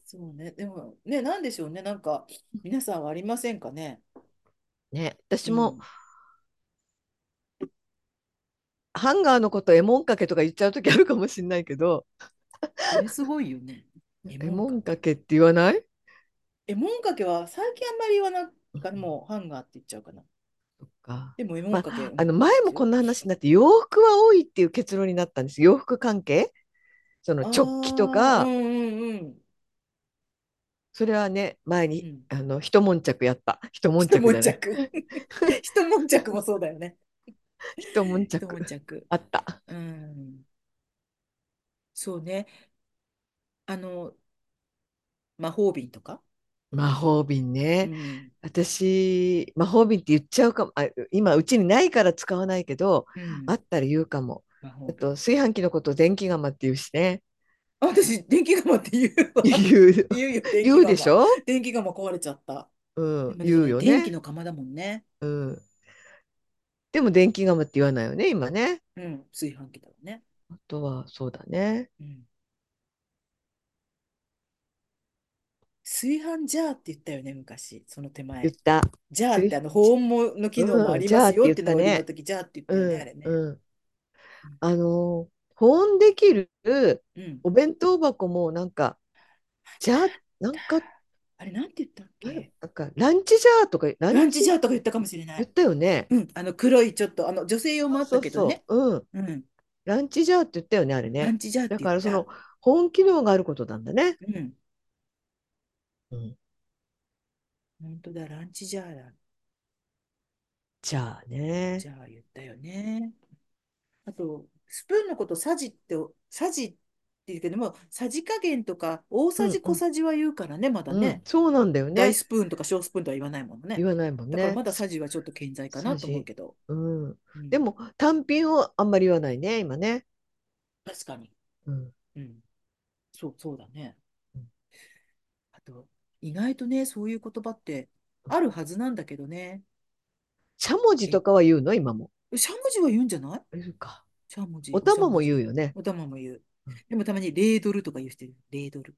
Speaker 1: そうね、でもね、なんでしょうね、なんか、皆さんはありませんかね。
Speaker 2: ね、
Speaker 1: う
Speaker 2: 私も
Speaker 1: ん。
Speaker 2: ハンガーのことエモンかけとか言っちゃうときあるかもしれないけど、
Speaker 1: それすごいよね。え
Speaker 2: エ
Speaker 1: もん
Speaker 2: モ
Speaker 1: か
Speaker 2: ン
Speaker 1: け。
Speaker 2: かけって言わない
Speaker 1: えもんかけは最近あんまり言わな
Speaker 2: う
Speaker 1: いから、
Speaker 2: ん
Speaker 1: もうハンガーって言っちゃうかな。
Speaker 2: そっか。
Speaker 1: でもえもん
Speaker 2: ま
Speaker 1: かけ、
Speaker 2: あ、
Speaker 1: う
Speaker 2: あ
Speaker 1: ん、
Speaker 2: の前
Speaker 1: で
Speaker 2: も
Speaker 1: しょ
Speaker 2: こんな話になって洋服は多いっていう結論になったんです。洋服関係その
Speaker 1: ああ
Speaker 2: 直帰と
Speaker 1: ー、う
Speaker 2: か、
Speaker 1: んうん
Speaker 2: それはね、
Speaker 1: う
Speaker 2: 前に、
Speaker 1: ん。
Speaker 2: あの、一悶着やった。一悶
Speaker 1: 一
Speaker 2: 着じ
Speaker 1: 悶
Speaker 2: ゃない。
Speaker 1: 着。一悶着もそうだよね。
Speaker 2: 一悶
Speaker 1: 一
Speaker 2: 着。
Speaker 1: 悶着。
Speaker 2: あった。
Speaker 1: うん。そうね。あの、魔法瓶とか。
Speaker 2: 魔法瓶
Speaker 1: う
Speaker 2: ね。
Speaker 1: ん。
Speaker 2: 私、魔法瓶って言っちゃうかも。あ、今、うちにないから使わないけど、
Speaker 1: うん。
Speaker 2: あったら言うかも。
Speaker 1: 魔
Speaker 2: あ
Speaker 1: 法
Speaker 2: と、
Speaker 1: 瓶。
Speaker 2: 炊飯器のことを電気釜って言うし ね。
Speaker 1: あ、私、電気釜って言 うわ。
Speaker 2: 言う、
Speaker 1: 言うよ、電
Speaker 2: 言
Speaker 1: 気
Speaker 2: うでし
Speaker 1: 釜。
Speaker 2: ょ
Speaker 1: 電気釜壊れちゃった。
Speaker 2: う
Speaker 1: で
Speaker 2: ん、
Speaker 1: もだけ
Speaker 2: 言
Speaker 1: ど
Speaker 2: う
Speaker 1: ね、
Speaker 2: よ
Speaker 1: 電気
Speaker 2: ね。
Speaker 1: の釜だもんね。
Speaker 2: うん。でも、電気釜って言わないよね、今ね。
Speaker 1: うん、炊飯器だもんね。
Speaker 2: あとは、そうだね。
Speaker 1: うん。炊飯ジャーって言ったよね、昔、その手
Speaker 2: 言っ
Speaker 1: 前。
Speaker 2: た。
Speaker 1: ジャーっ
Speaker 2: 炊
Speaker 1: てあの
Speaker 2: 飯
Speaker 1: 保
Speaker 2: 器。
Speaker 1: 温もの機能もあ
Speaker 2: うん、
Speaker 1: り
Speaker 2: じ
Speaker 1: ま
Speaker 2: ゃあ
Speaker 1: す
Speaker 2: って
Speaker 1: よっ
Speaker 2: 言って
Speaker 1: 名
Speaker 2: た
Speaker 1: 残の
Speaker 2: ね。
Speaker 1: 時、ジャーって言ったよ
Speaker 2: う
Speaker 1: ね、あ
Speaker 2: ん、
Speaker 1: れね。
Speaker 2: うん。あの、保温できる
Speaker 1: うん。
Speaker 2: お弁当箱もなんか、じゃあ、なんか、
Speaker 1: あれ、なんて言ったっ
Speaker 2: なん
Speaker 1: け
Speaker 2: なんかランチジャーとか、ラ
Speaker 1: ラ
Speaker 2: ン
Speaker 1: ンチジ
Speaker 2: チ
Speaker 1: ャーとか言ったかもしれな
Speaker 2: 言っ
Speaker 1: い。
Speaker 2: たよね。
Speaker 1: うん。あの黒い、ちょっと、あの女性用
Speaker 2: そ
Speaker 1: も
Speaker 2: う
Speaker 1: あっ
Speaker 2: そ
Speaker 1: た
Speaker 2: う
Speaker 1: けどね。
Speaker 2: そう。うん。
Speaker 1: うん。
Speaker 2: ランチジャーって言ったよね、あれ
Speaker 1: ラ
Speaker 2: ね。
Speaker 1: ンチジャーって
Speaker 2: だ
Speaker 1: 言っ
Speaker 2: からその
Speaker 1: た。
Speaker 2: 保温機能があることなんだね。
Speaker 1: うん。
Speaker 2: うん
Speaker 1: 本当だ、ランチジャーだ。
Speaker 2: じゃあね。
Speaker 1: じゃあ言ったよね。あと、スプーンのことさじって、さじって言うけども、さじ加減とか、大
Speaker 2: う
Speaker 1: さ
Speaker 2: ん
Speaker 1: じ
Speaker 2: う
Speaker 1: 小
Speaker 2: ん。
Speaker 1: さじは言うからね、まだ
Speaker 2: うん、
Speaker 1: ね。
Speaker 2: そうなんだよ
Speaker 1: 大
Speaker 2: ね。
Speaker 1: スプーンとか小スプーンとは言わないもんね。
Speaker 2: 言わないもん
Speaker 1: だから
Speaker 2: ね。
Speaker 1: まださじはちょっと健在か
Speaker 2: さ
Speaker 1: なと思う
Speaker 2: じ。
Speaker 1: けど。
Speaker 2: うん。
Speaker 1: う
Speaker 2: で
Speaker 1: ん、
Speaker 2: も、単品をあんまり言わないね、今ね。
Speaker 1: 確かに。
Speaker 2: うん。
Speaker 1: うん、そう、そうだね。
Speaker 2: うん
Speaker 1: あと、意外とね、そういう言葉ってあるはずなんだけどね。
Speaker 2: しゃもじ
Speaker 1: え、
Speaker 2: とかは言うの今も。
Speaker 1: しゃもじは言うんじゃない
Speaker 2: 言うか。
Speaker 1: しゃもじ、
Speaker 2: お
Speaker 1: おしゃ
Speaker 2: 玉
Speaker 1: も
Speaker 2: も言
Speaker 1: じ。
Speaker 2: うよね。
Speaker 1: お玉も言う。
Speaker 2: うん
Speaker 1: でもたまに0ドルとか言う人いる。0ドル。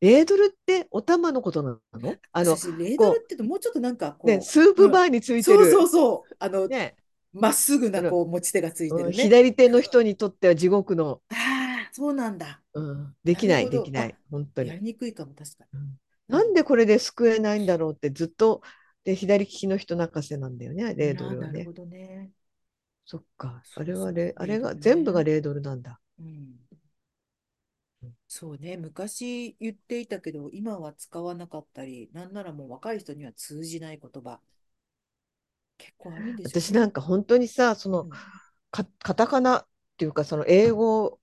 Speaker 2: レードルってお玉のことなのあの、
Speaker 1: 私、レードルっ
Speaker 2: こ
Speaker 1: て言うともうちょっとなんか
Speaker 2: う、ね、
Speaker 1: こ
Speaker 2: スー
Speaker 1: う、う
Speaker 2: プ
Speaker 1: ん、
Speaker 2: バーについて
Speaker 1: そうそう
Speaker 2: る、
Speaker 1: そう、あの、
Speaker 2: ね、
Speaker 1: まっすぐ
Speaker 2: あ
Speaker 1: な
Speaker 2: の、
Speaker 1: こう持ち手がついて
Speaker 2: うん
Speaker 1: るね。
Speaker 2: 左手の人にとっては地獄の、
Speaker 1: ああ、そうなんだ。
Speaker 2: うん、で
Speaker 1: な
Speaker 2: き
Speaker 1: る
Speaker 2: ない、
Speaker 1: ほ
Speaker 2: で
Speaker 1: ど。
Speaker 2: きな
Speaker 1: あ、
Speaker 2: い、本当
Speaker 1: や
Speaker 2: に。
Speaker 1: りにくいかも、確か
Speaker 2: うん
Speaker 1: に。う
Speaker 2: なん
Speaker 1: ん。
Speaker 2: でこれで救えないんだろうってずっと、で、左利きの人泣かせなんだよね、レード
Speaker 1: ああ、
Speaker 2: ルは
Speaker 1: なる
Speaker 2: ね。
Speaker 1: ほどね。
Speaker 2: そっか、あ
Speaker 1: そう
Speaker 2: れ
Speaker 1: そ
Speaker 2: は
Speaker 1: う、
Speaker 2: レ、あ
Speaker 1: レー
Speaker 2: れ
Speaker 1: ド
Speaker 2: が、
Speaker 1: ル
Speaker 2: 全部が
Speaker 1: ね。
Speaker 2: レードルなんだ。
Speaker 1: うん。
Speaker 2: うん
Speaker 1: そうね、昔言っていたけど、今は使わなかったり、なんならもう若い人には通じない言葉、結構あるんでしょう
Speaker 2: 私な
Speaker 1: ね。
Speaker 2: んか本当にさ、そうの、
Speaker 1: ん。
Speaker 2: か、カタカナっていうか、その英語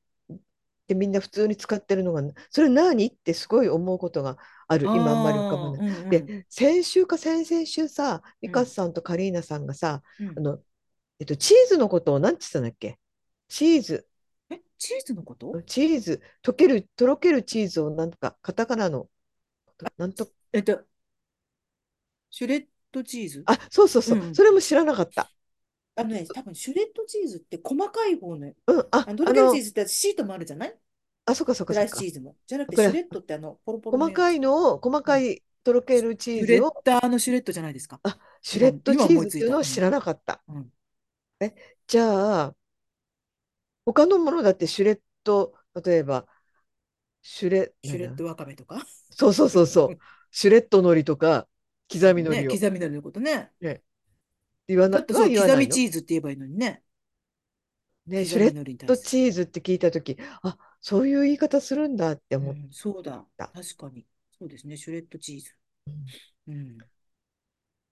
Speaker 2: でみんな普通に使ってるのが、それ何ってすごい思うことがある。今あんまり浮かば
Speaker 1: ああ、
Speaker 2: ない。
Speaker 1: うんう
Speaker 2: で、
Speaker 1: ん、
Speaker 2: 先週か先々週さ、
Speaker 1: う
Speaker 2: ミカ
Speaker 1: ん、
Speaker 2: さんとカリーナさんがさ、
Speaker 1: う
Speaker 2: あ
Speaker 1: ん。
Speaker 2: の、えっと、チーズのことを何て言ってたんだっけチーズ、
Speaker 1: え、チーズのこと
Speaker 2: チーズ、溶ける、とろけるチーズをなんか、カタカナの、なんと、
Speaker 1: えっと、シュレッドチーズ
Speaker 2: あ、そうそう
Speaker 1: う
Speaker 2: そう、そ
Speaker 1: ん。
Speaker 2: れも知らなかった。
Speaker 1: あのね、多分シュレッドチーズって細かい方の、
Speaker 2: うん、あ、
Speaker 1: あの、とろ
Speaker 2: あ
Speaker 1: けるチー
Speaker 2: の、
Speaker 1: ズってシートもあるじゃない
Speaker 2: あ、そっかそ
Speaker 1: ス
Speaker 2: っか
Speaker 1: ラ
Speaker 2: そ
Speaker 1: イスチ
Speaker 2: っか。
Speaker 1: ーズも。じゃなく
Speaker 2: だ
Speaker 1: て、シ
Speaker 2: か
Speaker 1: ュ
Speaker 2: ら、
Speaker 1: レッドってあの、ポロポロの
Speaker 2: 細
Speaker 1: や
Speaker 2: か
Speaker 1: つ。
Speaker 2: いのを、細
Speaker 1: う
Speaker 2: か
Speaker 1: ん。
Speaker 2: いとろけ
Speaker 1: シ
Speaker 2: るチ
Speaker 1: ュ
Speaker 2: ー
Speaker 1: レ
Speaker 2: ズ
Speaker 1: ッ
Speaker 2: を、
Speaker 1: ダーのシュレッドじゃないですか。
Speaker 2: あ、シュレ
Speaker 1: 今、
Speaker 2: ッド
Speaker 1: 今
Speaker 2: チー
Speaker 1: 思い
Speaker 2: ズっ
Speaker 1: つ
Speaker 2: て
Speaker 1: い
Speaker 2: いう
Speaker 1: た。
Speaker 2: のを
Speaker 1: う
Speaker 2: 知
Speaker 1: ん。
Speaker 2: らなかった。
Speaker 1: うん。
Speaker 2: え、じゃあ、他のものだってシュレッド、例えば、シュレ、
Speaker 1: シ
Speaker 2: な
Speaker 1: ュ
Speaker 2: ん
Speaker 1: レッド
Speaker 2: だ、
Speaker 1: わかめとか。
Speaker 2: そうそうそ うそう、シュレッドのりとか、刻みの
Speaker 1: ね、
Speaker 2: りを、
Speaker 1: 刻みのりのことね。
Speaker 2: ね、言わ
Speaker 1: だ
Speaker 2: な、
Speaker 1: ってそ
Speaker 2: は
Speaker 1: う、
Speaker 2: 言わ
Speaker 1: 刻
Speaker 2: ない
Speaker 1: み
Speaker 2: の。
Speaker 1: チーズって言えばいいのにね。
Speaker 2: ね、シ
Speaker 1: 刻
Speaker 2: ュ
Speaker 1: み
Speaker 2: レッ
Speaker 1: のりに対
Speaker 2: ド
Speaker 1: する。
Speaker 2: チーズって聞いたとき、あ、そういう言い方するんだって
Speaker 1: う
Speaker 2: 思っ
Speaker 1: ん、そうだ。
Speaker 2: た。
Speaker 1: 確かに。そうですね、シュレッドチーズ。
Speaker 2: うん
Speaker 1: うん。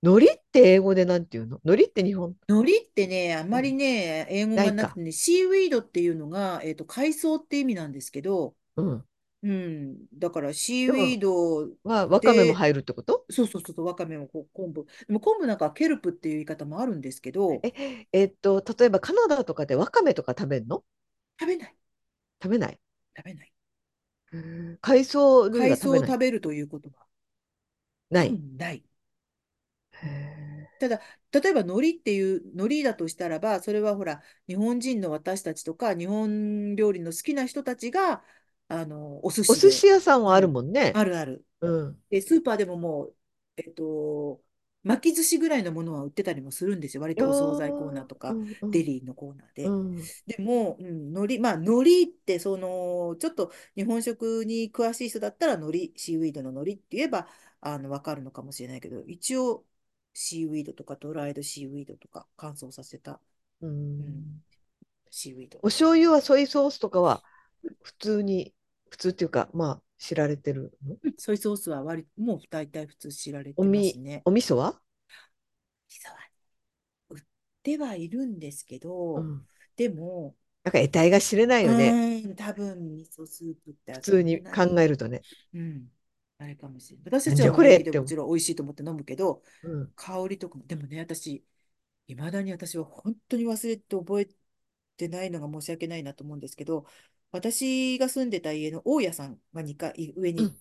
Speaker 2: のりって英語でなんて言うののりって日本、
Speaker 1: 海苔ってね、あ
Speaker 2: う
Speaker 1: まり
Speaker 2: ん、
Speaker 1: ね、英語
Speaker 2: な
Speaker 1: が
Speaker 2: い
Speaker 1: なく
Speaker 2: か。
Speaker 1: てね、シーウィードっていうのが、えっと、海藻って意味なんですけど、
Speaker 2: うん。
Speaker 1: うん、だからシー
Speaker 2: で
Speaker 1: ウィー
Speaker 2: も、
Speaker 1: ド
Speaker 2: は、わかめも
Speaker 1: で、
Speaker 2: 入るってこと
Speaker 1: そうそうそうそう、わかめもこう昆布。でも昆布なんかはケルプっていう言い方もあるんですけど、
Speaker 2: え、えっと、例えばカナダとかでわかめとか食べるの
Speaker 1: 食べない、
Speaker 2: 食べない。
Speaker 1: 食べない。
Speaker 2: へー海藻類
Speaker 1: 海
Speaker 2: は食
Speaker 1: 藻を
Speaker 2: べない。
Speaker 1: 食べるということは、
Speaker 2: な
Speaker 1: う
Speaker 2: い。
Speaker 1: ん、ない。う
Speaker 2: へ
Speaker 1: ん
Speaker 2: ー
Speaker 1: ただ、例えば海苔っていう、海苔だとしたらば、それはほら、日本人の私たちとか、日本料理の好きな人たちが、あの、お寿
Speaker 2: お
Speaker 1: 司
Speaker 2: 寿
Speaker 1: で、
Speaker 2: 司屋さんは
Speaker 1: う
Speaker 2: ある
Speaker 1: ん、
Speaker 2: もんね。
Speaker 1: あるある。
Speaker 2: うん。
Speaker 1: で、スーパーでももう、えっと、巻き寿司ぐらいのものは売ってたりもするんですよ。割
Speaker 2: いや
Speaker 1: とお惣菜コーナー
Speaker 2: ー
Speaker 1: と
Speaker 2: う
Speaker 1: か、
Speaker 2: んう
Speaker 1: デ
Speaker 2: ん
Speaker 1: リーのコーナー
Speaker 2: う
Speaker 1: で。
Speaker 2: ん
Speaker 1: でも、うん、海苔、まあ、海苔ってその、ちょっと日本食に詳しい人だったら、海苔、シーウィードの海苔って言えば、あの、わかるのかもしれないけど、一応、シーウィードとか、ドライドシーウィードとか、乾燥させた、
Speaker 2: う
Speaker 1: うん、
Speaker 2: ん。
Speaker 1: シーウィード。
Speaker 2: お醤油はソイソースとかは普通に、普通っていうか、まあ、知られてるの
Speaker 1: うんソイソースは割、もう大体普通知られ
Speaker 2: お
Speaker 1: てます
Speaker 2: み、
Speaker 1: ね。
Speaker 2: お味噌は
Speaker 1: 実は売ってはいるんですけ
Speaker 2: う
Speaker 1: ど、
Speaker 2: ん。
Speaker 1: でも、
Speaker 2: なんか得体が知れないうよね。
Speaker 1: ーん、多分味噌スープって
Speaker 2: 普
Speaker 1: あ
Speaker 2: 通
Speaker 1: んま
Speaker 2: に
Speaker 1: ない
Speaker 2: 考えるとね。
Speaker 1: うん、あれかもしれない。私た
Speaker 2: なん
Speaker 1: ち
Speaker 2: じ
Speaker 1: は
Speaker 2: ゃ
Speaker 1: もう
Speaker 2: こ
Speaker 1: 平
Speaker 2: れ
Speaker 1: 気
Speaker 2: っ
Speaker 1: で
Speaker 2: て
Speaker 1: も
Speaker 2: 思
Speaker 1: ちろん美味しいと思って飲むけど、
Speaker 2: う。うん。
Speaker 1: 香りとかも、でもね、私、いまだに私は本当に忘れて覚えてないのが申し訳ないなと思うんですけど、私が住んでた家の大家さんが2階、上
Speaker 2: う
Speaker 1: に、
Speaker 2: ん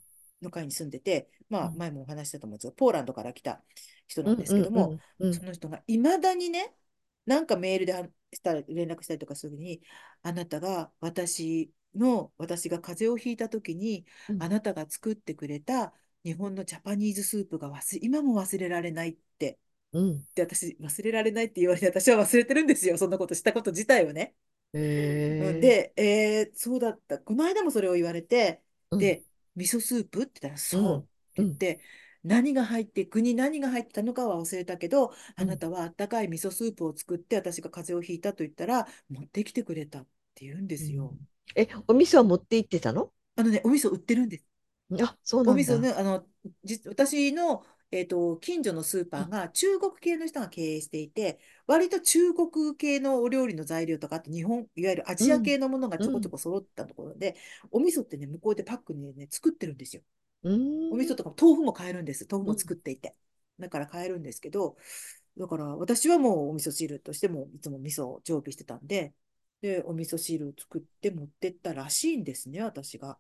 Speaker 1: の階に住んでて、ま
Speaker 2: う
Speaker 1: あ
Speaker 2: ん
Speaker 1: 前もお話ししたと思うんですが、ポーランドから来た人
Speaker 2: う
Speaker 1: なん
Speaker 2: ん
Speaker 1: です
Speaker 2: う
Speaker 1: け
Speaker 2: ん
Speaker 1: ど
Speaker 2: う
Speaker 1: も、
Speaker 2: んう
Speaker 1: そ
Speaker 2: ん。
Speaker 1: の人がいまだにね、なんかメールではしたら連絡したりとかするに、あなたが私の、私が風邪をひいた時に、
Speaker 2: うん
Speaker 1: あなたが作ってくれた日本のジャパニーズスープが忘れ、今も忘れられないって。
Speaker 2: うん
Speaker 1: で、私、忘れられないって言われて、私は忘れてるんですよ。そんなことしたこと自体をね。うん、
Speaker 2: へえ。
Speaker 1: で、えーそうだった。この間もそれを言われて、
Speaker 2: うん
Speaker 1: で、味噌スープって言ったら、
Speaker 2: う
Speaker 1: そうっ
Speaker 2: んう
Speaker 1: て言っ
Speaker 2: ん
Speaker 1: て、何が入って、具に何が入ってたのかは忘れたけど、
Speaker 2: う。
Speaker 1: あなんたはあったかい味噌スープを作って、私が風邪をひいたと言ったら、持ってきてくれたって言うんで
Speaker 2: う
Speaker 1: す
Speaker 2: ん
Speaker 1: よ。
Speaker 2: え、お味噌は持って行ってたの
Speaker 1: あのね、お味噌売ってるんです。
Speaker 2: あ、そう
Speaker 1: お
Speaker 2: なん
Speaker 1: 店を
Speaker 2: だ。
Speaker 1: ね、あの、じ、私の、えっと、近所のスーパ
Speaker 2: う
Speaker 1: ー
Speaker 2: ん
Speaker 1: が中国系の人が経営していて、割と中国系のお料理の材料とか、あと日本、いわゆるア
Speaker 2: う
Speaker 1: ジア
Speaker 2: ん、
Speaker 1: 系のものがちょ
Speaker 2: う
Speaker 1: こちょ
Speaker 2: ん、
Speaker 1: こ揃ったところで、お味噌ってね、向こうでパックにね、作ってるんですよ。
Speaker 2: う
Speaker 1: お味
Speaker 2: ん、
Speaker 1: 噌とか豆腐も買えるんです。豆腐
Speaker 2: う
Speaker 1: も作っ
Speaker 2: ん、
Speaker 1: ていて。だから買えるんですけど、だから私はもうお味噌汁としてもいつも味噌を常備してたんで、で、お味噌汁を作って持ってったらしいんですね、私が。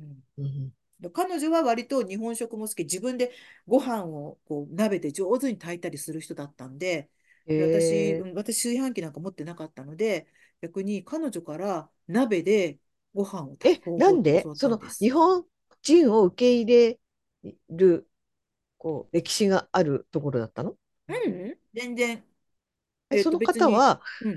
Speaker 1: うん
Speaker 2: うん。
Speaker 1: で彼女は割と日本食も好き、自分でご飯をこう鍋で上手に炊いたりする人だったんで、で私、
Speaker 2: え
Speaker 1: うん私炊飯器なんか持ってなかったので、逆に彼女から鍋でご飯を
Speaker 2: ー、
Speaker 1: 炊
Speaker 2: え、
Speaker 1: く方
Speaker 2: な
Speaker 1: 法っ
Speaker 2: ん
Speaker 1: て
Speaker 2: で
Speaker 1: 教わった
Speaker 2: そ
Speaker 1: ん
Speaker 2: の
Speaker 1: です。
Speaker 2: 日本人を受け入れる、こう、歴史があるところだったの
Speaker 1: うん全然、
Speaker 2: え、
Speaker 1: えっ
Speaker 2: そ
Speaker 1: と
Speaker 2: の
Speaker 1: 別
Speaker 2: 方
Speaker 1: に、
Speaker 2: は
Speaker 1: うん。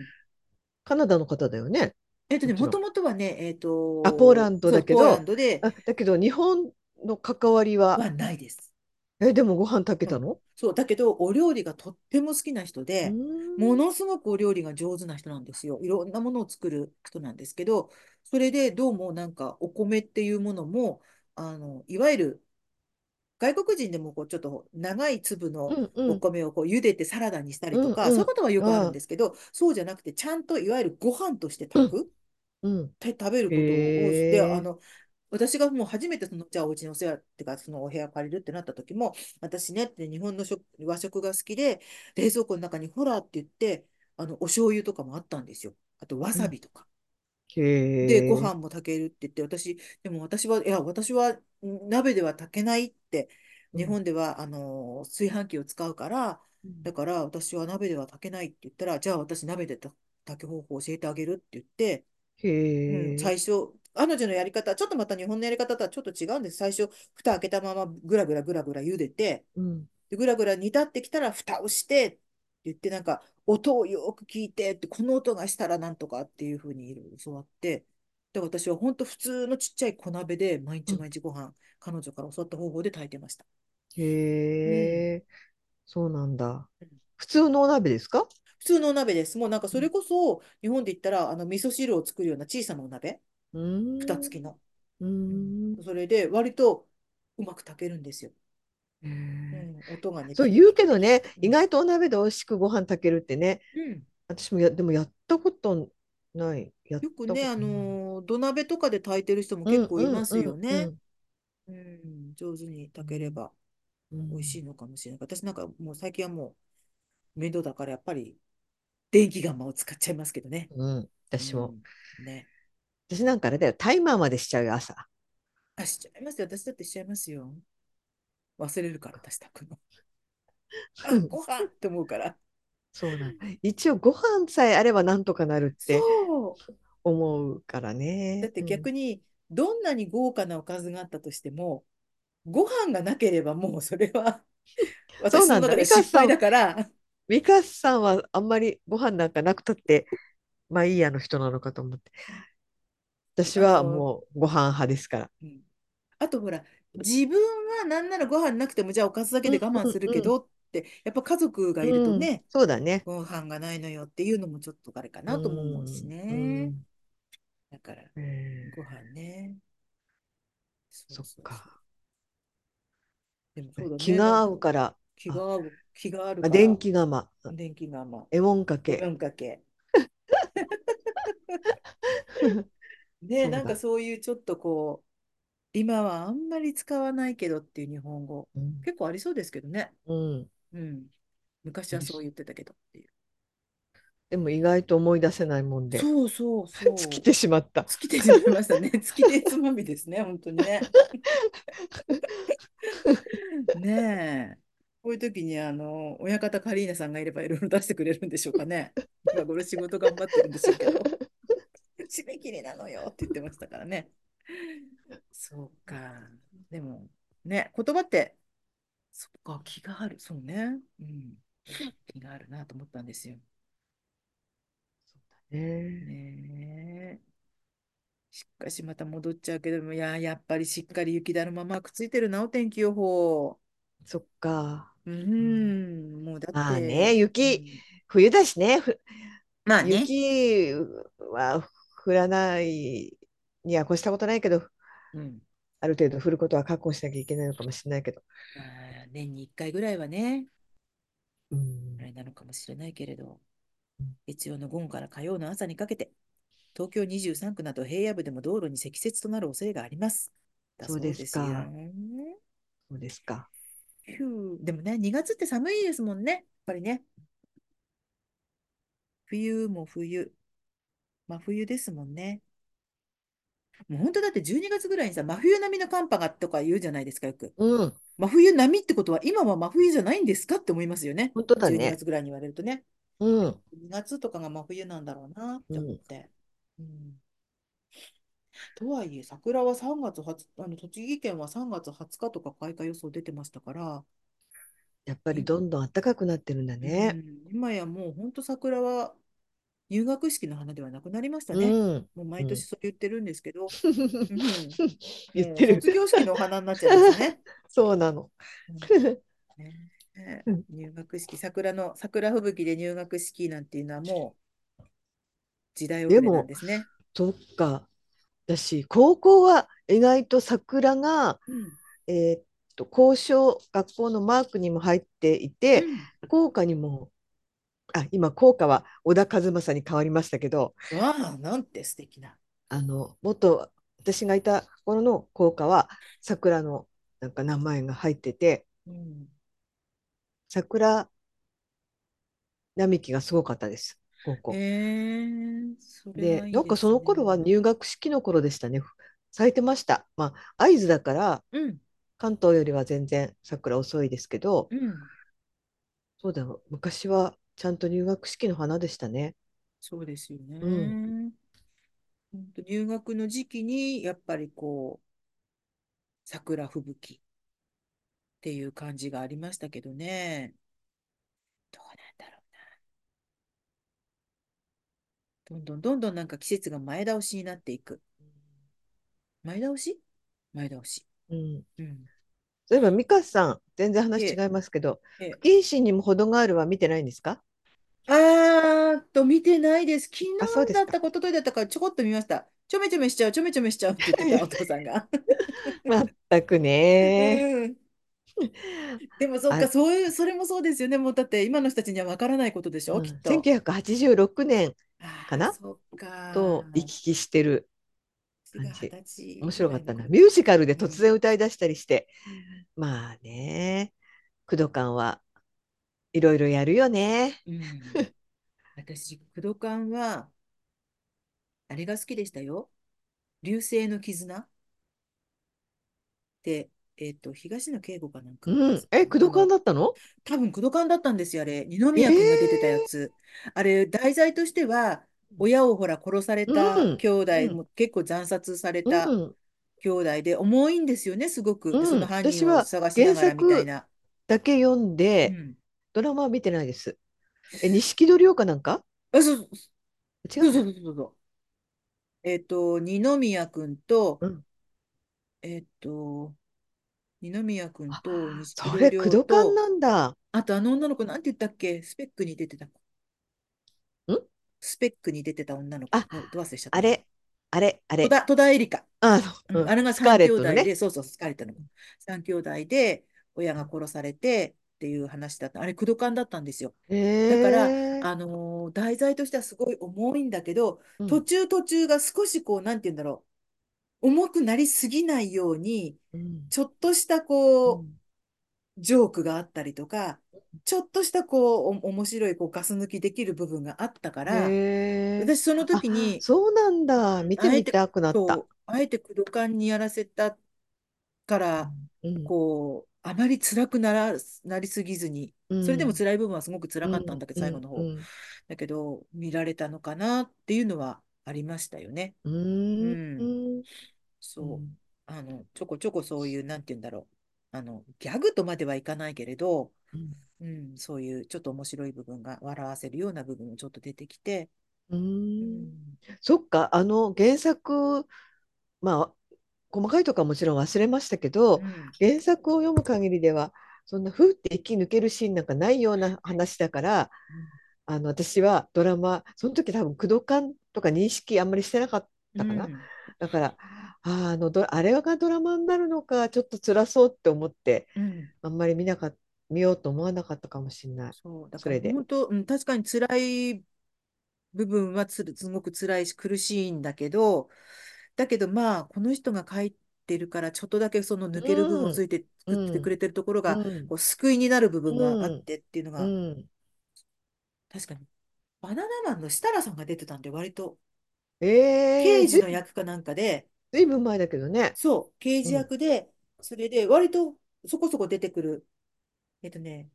Speaker 2: カナダの方だよね。
Speaker 1: えっと
Speaker 2: も
Speaker 1: ね、
Speaker 2: ち
Speaker 1: も
Speaker 2: ろ
Speaker 1: と
Speaker 2: ん。
Speaker 1: もとはね、えっ
Speaker 2: あ、ポーラ
Speaker 1: と、
Speaker 2: ンド
Speaker 1: そ
Speaker 2: だ
Speaker 1: う、
Speaker 2: け
Speaker 1: ポーラン
Speaker 2: ど、
Speaker 1: ドで
Speaker 2: あ、だけど日本の関わりは、
Speaker 1: はないです。
Speaker 2: え、でもご飯炊け
Speaker 1: う
Speaker 2: た
Speaker 1: ん、
Speaker 2: の
Speaker 1: そう、だけど、お料理がとっても好きな人
Speaker 2: うー
Speaker 1: で、も
Speaker 2: ん。
Speaker 1: のすごくお料理が上手な人なんですよ。いろんなものを作る人なんですけど、それでどうもなんかお米っていうものも、あの、いわゆる外国人でもこうちょっと長い粒
Speaker 2: う
Speaker 1: の
Speaker 2: んう
Speaker 1: お
Speaker 2: ん
Speaker 1: 米をこう茹でてサラダにしたり
Speaker 2: う
Speaker 1: と
Speaker 2: ん
Speaker 1: か、
Speaker 2: う。
Speaker 1: そういうんことはよくあるん
Speaker 2: あ
Speaker 1: ですけど、そうじゃなくて、ちゃんといわゆるご飯として
Speaker 2: あ、う
Speaker 1: 炊
Speaker 2: ん
Speaker 1: く。
Speaker 2: うん。
Speaker 1: て食べることをして、
Speaker 2: へ
Speaker 1: あ
Speaker 2: え。
Speaker 1: の、私がもう初めてその、じゃあお家にお世話っていうか、そのお部屋借りるってなった時も、私ねって日本の食、和食が好きで、冷蔵庫の中にほらって言って、あの、お醤油とかもあったんですよ。あと、わ
Speaker 2: う
Speaker 1: さ
Speaker 2: ん。
Speaker 1: びとか。で、ご
Speaker 2: へえ。
Speaker 1: 飯も炊けるって言って、私、でも私は、いや、私はん鍋では炊けないって、
Speaker 2: う
Speaker 1: 日
Speaker 2: ん。
Speaker 1: 本では、あの、炊飯器を使うから、
Speaker 2: うん
Speaker 1: だから私は鍋では炊けないって言ったら、じゃあ私鍋で炊炊く方法を教えてあげるって言って、うん、
Speaker 2: へ
Speaker 1: 最
Speaker 2: え。
Speaker 1: 初、彼女のやり方、ちょっとまた日本のやり方とはちょっと違うんです。最初、蓋開けたままぐらぐらぐらぐら茹でて、
Speaker 2: うん。
Speaker 1: で、ぐらぐら煮立ってきたら蓋をしてって言って、なんか音をよく聞いてって、この音がしたらなんとかっていうふうに教わって、で、私は本当普通のちっちゃい小鍋で毎
Speaker 2: う
Speaker 1: 日
Speaker 2: ん。
Speaker 1: 毎日ご飯、彼女から教わった方法で炊いてました。うん。
Speaker 2: へえ。そうなんだ。
Speaker 1: うん
Speaker 2: 普通のお鍋ですか
Speaker 1: 普通のお鍋です。もうなんか
Speaker 2: う
Speaker 1: それ
Speaker 2: ん。
Speaker 1: こそ、日本で言ったら、あの、味噌汁を作るような小さなお鍋。
Speaker 2: う
Speaker 1: 蓋
Speaker 2: ーん。
Speaker 1: 付きの。
Speaker 2: うー
Speaker 1: うん。
Speaker 2: ん。
Speaker 1: それで割とうまく炊けるんですよ。
Speaker 2: へ
Speaker 1: うん。
Speaker 2: え。
Speaker 1: 音がね、
Speaker 2: そ
Speaker 1: ピ
Speaker 2: う
Speaker 1: ピピ
Speaker 2: 言う
Speaker 1: ピ
Speaker 2: け
Speaker 1: ピ
Speaker 2: ど
Speaker 1: ピ。
Speaker 2: ね、
Speaker 1: う
Speaker 2: 意
Speaker 1: ん。
Speaker 2: 外とお鍋で美味しくご飯炊けるってね、
Speaker 1: うん。
Speaker 2: 私もや、でもやったことない。やっ
Speaker 1: よく
Speaker 2: た
Speaker 1: ね、
Speaker 2: こ
Speaker 1: あ
Speaker 2: とない。
Speaker 1: のー土鍋とかで炊いてる人も
Speaker 2: う
Speaker 1: 結
Speaker 2: ん
Speaker 1: 構
Speaker 2: う
Speaker 1: いま
Speaker 2: ん
Speaker 1: す
Speaker 2: う
Speaker 1: よ
Speaker 2: んう
Speaker 1: ね。
Speaker 2: ん。
Speaker 1: うん。上手に
Speaker 2: う
Speaker 1: 炊けれ
Speaker 2: ん
Speaker 1: ば
Speaker 2: う
Speaker 1: 美味し
Speaker 2: ん
Speaker 1: いのかもしれない。私なんかもう最近はもう面倒だからやっぱり電気釜を使っちゃいますけどね。
Speaker 2: うん、
Speaker 1: う
Speaker 2: 私も。
Speaker 1: ん。ね。
Speaker 2: 私なんかあれだよ、タイマーまでしちゃうよ、朝。
Speaker 1: あ、しちゃいますよ。私だってしちゃいますよ。忘れるから、私炊くの。あ、 ご飯って思うから。
Speaker 2: そうなんだ。一応、ご飯さえあればなんとかなるって
Speaker 1: そう。
Speaker 2: 思うから
Speaker 1: だっ
Speaker 2: ね。
Speaker 1: て
Speaker 2: うん、
Speaker 1: 逆にどんなに豪華なおかずがあったとしてもご飯がなければもうそれは
Speaker 2: そう
Speaker 1: 私の
Speaker 2: なんだ。
Speaker 1: 中では
Speaker 2: 美香
Speaker 1: 失敗
Speaker 2: さん、
Speaker 1: だから
Speaker 2: 美香さんはあんまりご飯なんかなくたって、まあいいやの人なのかと思って。私
Speaker 1: あ
Speaker 2: は
Speaker 1: の、
Speaker 2: もうご飯派ですから。
Speaker 1: うんあとほら自分はなんならご飯なくてもじゃあおかずだけ
Speaker 2: う
Speaker 1: で
Speaker 2: ん
Speaker 1: 我慢
Speaker 2: う
Speaker 1: す
Speaker 2: ん
Speaker 1: るけ
Speaker 2: うん
Speaker 1: どってやっぱ家族がいると
Speaker 2: うん、
Speaker 1: ね
Speaker 2: そうだね。
Speaker 1: ご飯がないのよっていうのもちょっとあれか
Speaker 2: う
Speaker 1: なとも思うし
Speaker 2: ん、う
Speaker 1: ね
Speaker 2: ん。
Speaker 1: だから
Speaker 2: えー
Speaker 1: ご飯ねそう
Speaker 2: そ
Speaker 1: そ
Speaker 2: っ
Speaker 1: うそう
Speaker 2: か。
Speaker 1: でもそうだ
Speaker 2: 気
Speaker 1: ねな
Speaker 2: が
Speaker 1: ん
Speaker 2: 合
Speaker 1: か
Speaker 2: うから、
Speaker 1: 気が
Speaker 2: あ、
Speaker 1: 合う気がある
Speaker 2: あ
Speaker 1: か
Speaker 2: 電
Speaker 1: ら
Speaker 2: 気釜、
Speaker 1: 電気がまあ
Speaker 2: エモンか
Speaker 1: 絵
Speaker 2: け。
Speaker 1: 文か けね
Speaker 2: そう
Speaker 1: なんか
Speaker 2: だ。
Speaker 1: そういうちょっとこう、今はあんまり使わないけどっていう日本語、
Speaker 2: うん、
Speaker 1: 結構ありそうですけどね。
Speaker 2: うん、
Speaker 1: うん。昔
Speaker 2: あ
Speaker 1: は
Speaker 2: り
Speaker 1: そう
Speaker 2: そ
Speaker 1: 言っ
Speaker 2: う。
Speaker 1: てたけどっていう。
Speaker 2: でも意外と思い出せないもんで、
Speaker 1: そうそう
Speaker 2: 尽き
Speaker 1: そ
Speaker 2: てしまった。
Speaker 1: う。尽きてしまいましたね。尽きてつまみですね、本当にね。ねえ。こういう時に、あの、親方カリーナさんがいればいろいろ出してくれるんでしょうかね。今頃仕事頑張ってるんでしょうけど、締め切りなのよって言ってましたからね。そうか。でも、ね、言葉って、そっか、気がある。そうね。うん。気があるなと思ったんですよ。
Speaker 2: ね
Speaker 1: ねえ。しかしまた戻っちゃうけども、いや、やっぱりしっかり雪だるまマークついてるな、お天気予報。
Speaker 2: えそっか。
Speaker 1: う
Speaker 2: うん、
Speaker 1: ん、もうだっ
Speaker 2: まあね、
Speaker 1: て、う
Speaker 2: 雪、
Speaker 1: ん、
Speaker 2: 冬だしね、ふ
Speaker 1: まあね。
Speaker 2: 雪は降らないには越したことないけど、
Speaker 1: うん。
Speaker 2: ある程度振ることは確保しなきゃいけないのかもしれないけど。
Speaker 1: まあ年に1回ぐらいはね、
Speaker 2: うん
Speaker 1: あれなのかもしれないけれど、月曜の午後から火曜の朝にかけて、東京23区など平野部でも道路に積雪となる恐れがあります。だ
Speaker 2: そうですか
Speaker 1: よ
Speaker 2: そうですか。
Speaker 1: ひゅーでもね、2月って寒いですもんね、やっぱりね。冬も冬、真冬ですもんね。もう本当だって12月ぐらいにさ、真冬並みの寒波がとか言うじゃないですか、よく。
Speaker 2: うん、
Speaker 1: 真冬並みってことは、今は真冬じゃないんですかって思いますよね。
Speaker 2: 本当だ
Speaker 1: 12
Speaker 2: ね。
Speaker 1: 月ぐらいに言われるとね。
Speaker 2: うん、
Speaker 1: 2月とかが真冬なんだろうなって思って。うんとはいえ、桜は3月20、あの栃木県は3月20日とか開花予想出てましたから、
Speaker 2: やっぱりどんどん暖かくなってるんだ
Speaker 1: う
Speaker 2: ね。
Speaker 1: ん今やもう本当桜は入学式の花ではなくなりました
Speaker 2: う
Speaker 1: ね。
Speaker 2: ん、
Speaker 1: もう毎年そう言ってるんですけど、うんも
Speaker 2: 言って
Speaker 1: う
Speaker 2: る
Speaker 1: 卒。業式のお花になっちゃいました ね。
Speaker 2: そうなの。
Speaker 1: うんねね
Speaker 2: うん
Speaker 1: 入学式、桜の桜吹雪で入学式なんていうのはもう時代遅れなんですね。
Speaker 2: そっか。だし、高校は意外と桜が、
Speaker 1: うん
Speaker 2: えーっと、校章、学校のマークにも入っていうて、
Speaker 1: ん
Speaker 2: 校歌にも、あ、今、校歌は小田和正に変わりましたけど、
Speaker 1: わあ、なんて素敵な。
Speaker 2: あの、元、私がいた頃の校歌は、桜のなんか名前が入ってて、
Speaker 1: うん
Speaker 2: 桜並木がすごかったです、高校。
Speaker 1: へえそれ
Speaker 2: で、
Speaker 1: はい
Speaker 2: ないんか
Speaker 1: で
Speaker 2: そ
Speaker 1: す
Speaker 2: の
Speaker 1: ね。
Speaker 2: 頃は入学式の頃でしたね。咲いてました。まあ、会津だから
Speaker 1: うん、
Speaker 2: 関東よりは全然桜遅いですけど、
Speaker 1: うん、
Speaker 2: そうだ、昔はちゃんと入学式の花でしたね。
Speaker 1: そうですよね。
Speaker 2: うん
Speaker 1: ほんと入学の時期に、やっぱりこう、桜吹雪っていう感じがありましたけどね。どうなんだろうな。どんどんどんどんなんか季節が前倒しになっていく。前倒し前倒し。
Speaker 2: うん。
Speaker 1: うん。
Speaker 2: そういえば、美香さん、全然話
Speaker 1: え
Speaker 2: 違いますけど、
Speaker 1: ええ
Speaker 2: 不謹慎にも程があるは見てないんですか
Speaker 1: あーっと、見てないです。昨
Speaker 2: あそう
Speaker 1: 日
Speaker 2: で
Speaker 1: だ
Speaker 2: す
Speaker 1: っ
Speaker 2: か
Speaker 1: たことといだったからちょこっと見ました。ちょめちょめしちゃう、ちょめちょめしちゃうって言ってた、お父さんが。
Speaker 2: まった くね。
Speaker 1: うんでもそっか、
Speaker 2: あ
Speaker 1: そういう、それもそうですよね。もうだって今の人たちには分からないことでしょ、
Speaker 2: う
Speaker 1: きっ
Speaker 2: ん、
Speaker 1: と。
Speaker 2: 1986年
Speaker 1: あ
Speaker 2: か
Speaker 1: あ、
Speaker 2: な
Speaker 1: そっか。
Speaker 2: と行き来してる
Speaker 1: 私が
Speaker 2: 感
Speaker 1: 二十歳
Speaker 2: じ面
Speaker 1: ぐ
Speaker 2: 白から
Speaker 1: い
Speaker 2: っ
Speaker 1: の
Speaker 2: たな。
Speaker 1: 頃
Speaker 2: ミュージカルで
Speaker 1: う
Speaker 2: 突
Speaker 1: ん
Speaker 2: 然歌い出したりして、まあね、工藤館はいろいろやるよね。
Speaker 1: うん私、クドカンは、あれが好きでしたよ。流星の絆って、えっと、東野圭吾かなんか
Speaker 2: う
Speaker 1: が
Speaker 2: ん。え、工藤
Speaker 1: あ
Speaker 2: 館
Speaker 1: の
Speaker 2: だったの
Speaker 1: 多分クドカンだったんですよ、あれ。二
Speaker 2: え
Speaker 1: 宮君が出てたやつ。あれ、題材としては、親をほら殺され
Speaker 2: ー、
Speaker 1: た
Speaker 2: うん
Speaker 1: 兄弟、
Speaker 2: う
Speaker 1: も
Speaker 2: ん
Speaker 1: う結構惨殺された
Speaker 2: うん
Speaker 1: 兄弟で、重いんですよね、すごく。で、そ
Speaker 2: うん。
Speaker 1: の犯
Speaker 2: 私
Speaker 1: 人を
Speaker 2: は
Speaker 1: 探しながら
Speaker 2: 原
Speaker 1: みたい
Speaker 2: 作
Speaker 1: な。
Speaker 2: だけ読ん
Speaker 1: う
Speaker 2: で、
Speaker 1: ん。
Speaker 2: ドラマは見てないです。え、錦戸亮かなんか
Speaker 1: あ、そうそう
Speaker 2: 違
Speaker 1: そうそう
Speaker 2: うか。
Speaker 1: そうそうそう。えっと、二宮君と、
Speaker 2: うん。
Speaker 1: えっと、二宮君
Speaker 2: あ、
Speaker 1: と錦
Speaker 2: そ
Speaker 1: 戸
Speaker 2: れ工
Speaker 1: 亮
Speaker 2: 藤館
Speaker 1: と、
Speaker 2: なんだ。
Speaker 1: あとあの女の子、なんて言ったっけスペックに出てた子。
Speaker 2: ん
Speaker 1: スペックに出てた女の子。
Speaker 2: あ、
Speaker 1: もうど忘れしちゃったな。
Speaker 2: あれ、あれ、あ
Speaker 1: 戸
Speaker 2: れ。
Speaker 1: 田、戸田恵梨香。
Speaker 2: あ
Speaker 1: う、
Speaker 2: の、うんん、
Speaker 1: あれが
Speaker 2: スカー
Speaker 1: 三
Speaker 2: レ
Speaker 1: 兄
Speaker 2: ットの
Speaker 1: 弟
Speaker 2: ね。
Speaker 1: で、そうそう、好かれたの。三兄弟で、親が殺されてっていう話だった。あれ、工藤館だったんですよ。だから、
Speaker 2: へえ。
Speaker 1: あのー題材としてはすごい重いんだけど、
Speaker 2: う
Speaker 1: 途
Speaker 2: ん。
Speaker 1: 中途中が少しこう、なんて言うんだろう、重くなりすぎないように、
Speaker 2: うん
Speaker 1: ちょっとした
Speaker 2: う
Speaker 1: こう、
Speaker 2: ん
Speaker 1: ジョークがあったりとか、ちょっとしたこう、お、面白いこう、ガス抜きできる部分があったから、
Speaker 2: へえ。
Speaker 1: 私その時
Speaker 2: あ、
Speaker 1: に、
Speaker 2: そうなんだ。見て
Speaker 1: あえ
Speaker 2: み
Speaker 1: て、
Speaker 2: たくなった。
Speaker 1: そうあえて工藤館にやらせたか
Speaker 2: う
Speaker 1: ら、
Speaker 2: ん。うん
Speaker 1: こう、あまり辛くなら、なりすぎずに、
Speaker 2: う
Speaker 1: それでも
Speaker 2: ん
Speaker 1: 辛い部分はすごく辛
Speaker 2: う
Speaker 1: かったん
Speaker 2: ん
Speaker 1: だけど、
Speaker 2: う
Speaker 1: 最後
Speaker 2: ん
Speaker 1: の
Speaker 2: う
Speaker 1: 方。
Speaker 2: ん
Speaker 1: だけど、見られたのかなっていうのはありましたよね。
Speaker 2: う
Speaker 1: うんん、
Speaker 2: うんう
Speaker 1: そう。
Speaker 2: ん
Speaker 1: あの、ちょこちょこそういう、なんて言うんだろう。あの、ギャグとまではいかないけれど、うん、そういうちょっと面白い部分が、笑わせるような部分もちょっと出てきて、
Speaker 2: う
Speaker 1: うんん、
Speaker 2: そっかあの原作まあ細かいとかもちろん忘れましたけ
Speaker 1: う
Speaker 2: ど
Speaker 1: ん、
Speaker 2: 原作を読む限りではそんなふって息抜けるシーンなんかないような話だからあの私はドラマその時多分工藤館とか認識あんまりしてなかっ
Speaker 1: う、
Speaker 2: たかなんだからあーあのドあれがドラマになるのか、ちょっと辛そうって思って、
Speaker 1: うん
Speaker 2: あんまり見なかっ見ようと思わなかったかもしれない。
Speaker 1: そう、だ
Speaker 2: そ
Speaker 1: から
Speaker 2: れで。
Speaker 1: 本当、うん、確かに辛い部分はつる、すごく辛いし苦しいんだけど、だけどまあ、この人が書いてるから、ちょっとだけその抜ける部分を
Speaker 2: う
Speaker 1: つ
Speaker 2: ん、
Speaker 1: いて作
Speaker 2: う
Speaker 1: ってく
Speaker 2: ん、
Speaker 1: れてるところ
Speaker 2: う
Speaker 1: が、
Speaker 2: ん、
Speaker 1: こう救いになる部分があっ
Speaker 2: うん、
Speaker 1: てっていうの
Speaker 2: う
Speaker 1: が、
Speaker 2: ん。
Speaker 1: 確かに、バナナマンの設楽さんが出てたんで、割と、
Speaker 2: ええ
Speaker 1: 刑
Speaker 2: ず
Speaker 1: 事
Speaker 2: い
Speaker 1: の役かなんかで、
Speaker 2: ずいぶん前だけどね。
Speaker 1: そう、刑
Speaker 2: う
Speaker 1: 事
Speaker 2: ん。
Speaker 1: 役で、それで、割とそこそこ出てくる、えっとね、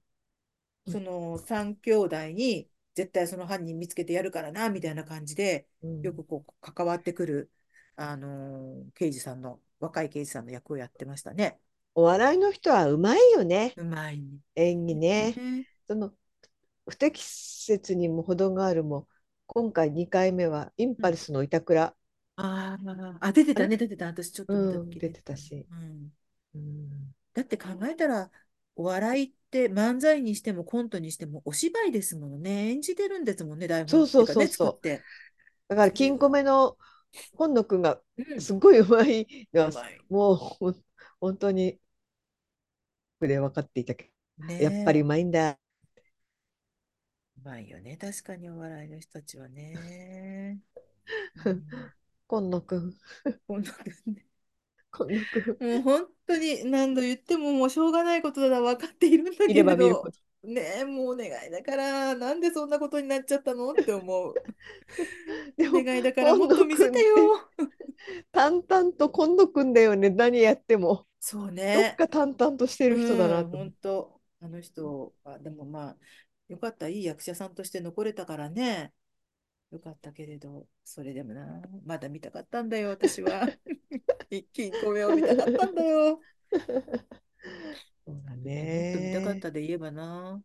Speaker 2: う
Speaker 1: そ
Speaker 2: ん。
Speaker 1: の三兄弟に絶対その犯人見つけてやるからなみたいな感じで
Speaker 2: う
Speaker 1: よ
Speaker 2: ん
Speaker 1: くこう関わってくる、あのー刑事さんの若い刑事さんの役をやってましたね。
Speaker 2: お笑いの人はうまいよね。
Speaker 1: うまいね。
Speaker 2: 演技ね。
Speaker 1: ね
Speaker 2: その不適切にも程があるも、今回2回目はイン
Speaker 1: う
Speaker 2: パル
Speaker 1: ん、
Speaker 2: スの板倉。
Speaker 1: あーあ、出て
Speaker 2: あ
Speaker 1: た
Speaker 2: れ
Speaker 1: ね、出てた。私ちょっと見た
Speaker 2: う
Speaker 1: と
Speaker 2: ん、
Speaker 1: き
Speaker 2: 出
Speaker 1: 出て
Speaker 2: て
Speaker 1: た
Speaker 2: た
Speaker 1: ね。
Speaker 2: し。
Speaker 1: うん、
Speaker 2: うん、
Speaker 1: だって考えたら、お笑いって漫才にしてもコントにしてもお芝居ですものね。演じてるんですもんね、台本
Speaker 2: そ
Speaker 1: っ
Speaker 2: う
Speaker 1: ていか
Speaker 2: そううそう
Speaker 1: ね、作っ
Speaker 2: そう。
Speaker 1: て。
Speaker 2: だから
Speaker 1: それ
Speaker 2: 金
Speaker 1: は、
Speaker 2: 庫目の本野くんが
Speaker 1: うん、
Speaker 2: すごいうまいうのは
Speaker 1: まい。
Speaker 2: もうほん本当にで分かっていたけどやっぱり
Speaker 1: ね
Speaker 2: うまいんだ。
Speaker 1: うまいよね。確かにお笑いの人たちは ね。うん、
Speaker 2: 今野くん、
Speaker 1: こんな感じ
Speaker 2: 今野くん、
Speaker 1: もう本当に何度言ってももうしょうがないことだな分かっているんだ
Speaker 2: 見
Speaker 1: け
Speaker 2: れ
Speaker 1: れ
Speaker 2: ば見るほ
Speaker 1: ど、
Speaker 2: ど。
Speaker 1: ねえ、もうお願いだから、なんでそんなことになっちゃったのって思う。
Speaker 2: で
Speaker 1: お
Speaker 2: も
Speaker 1: 願いだから
Speaker 2: 今
Speaker 1: もっと
Speaker 2: 野
Speaker 1: 見せ
Speaker 2: くんって
Speaker 1: よ。
Speaker 2: 淡々と今野くんだよね。何やっても
Speaker 1: そう
Speaker 2: どっ
Speaker 1: ね。
Speaker 2: か淡々としてる人だ
Speaker 1: う、
Speaker 2: なんと思
Speaker 1: 本当。あの人は、でもまあ、よかった。いい役者さんとして残れたからね。よかったけれど、それでもな、まだ見たかったんだよ、私 は。一気に目を見たかったんだ
Speaker 2: う。
Speaker 1: よ。
Speaker 2: そうだ
Speaker 1: ね、もっと見たかっ
Speaker 2: ね。
Speaker 1: たで言えばな、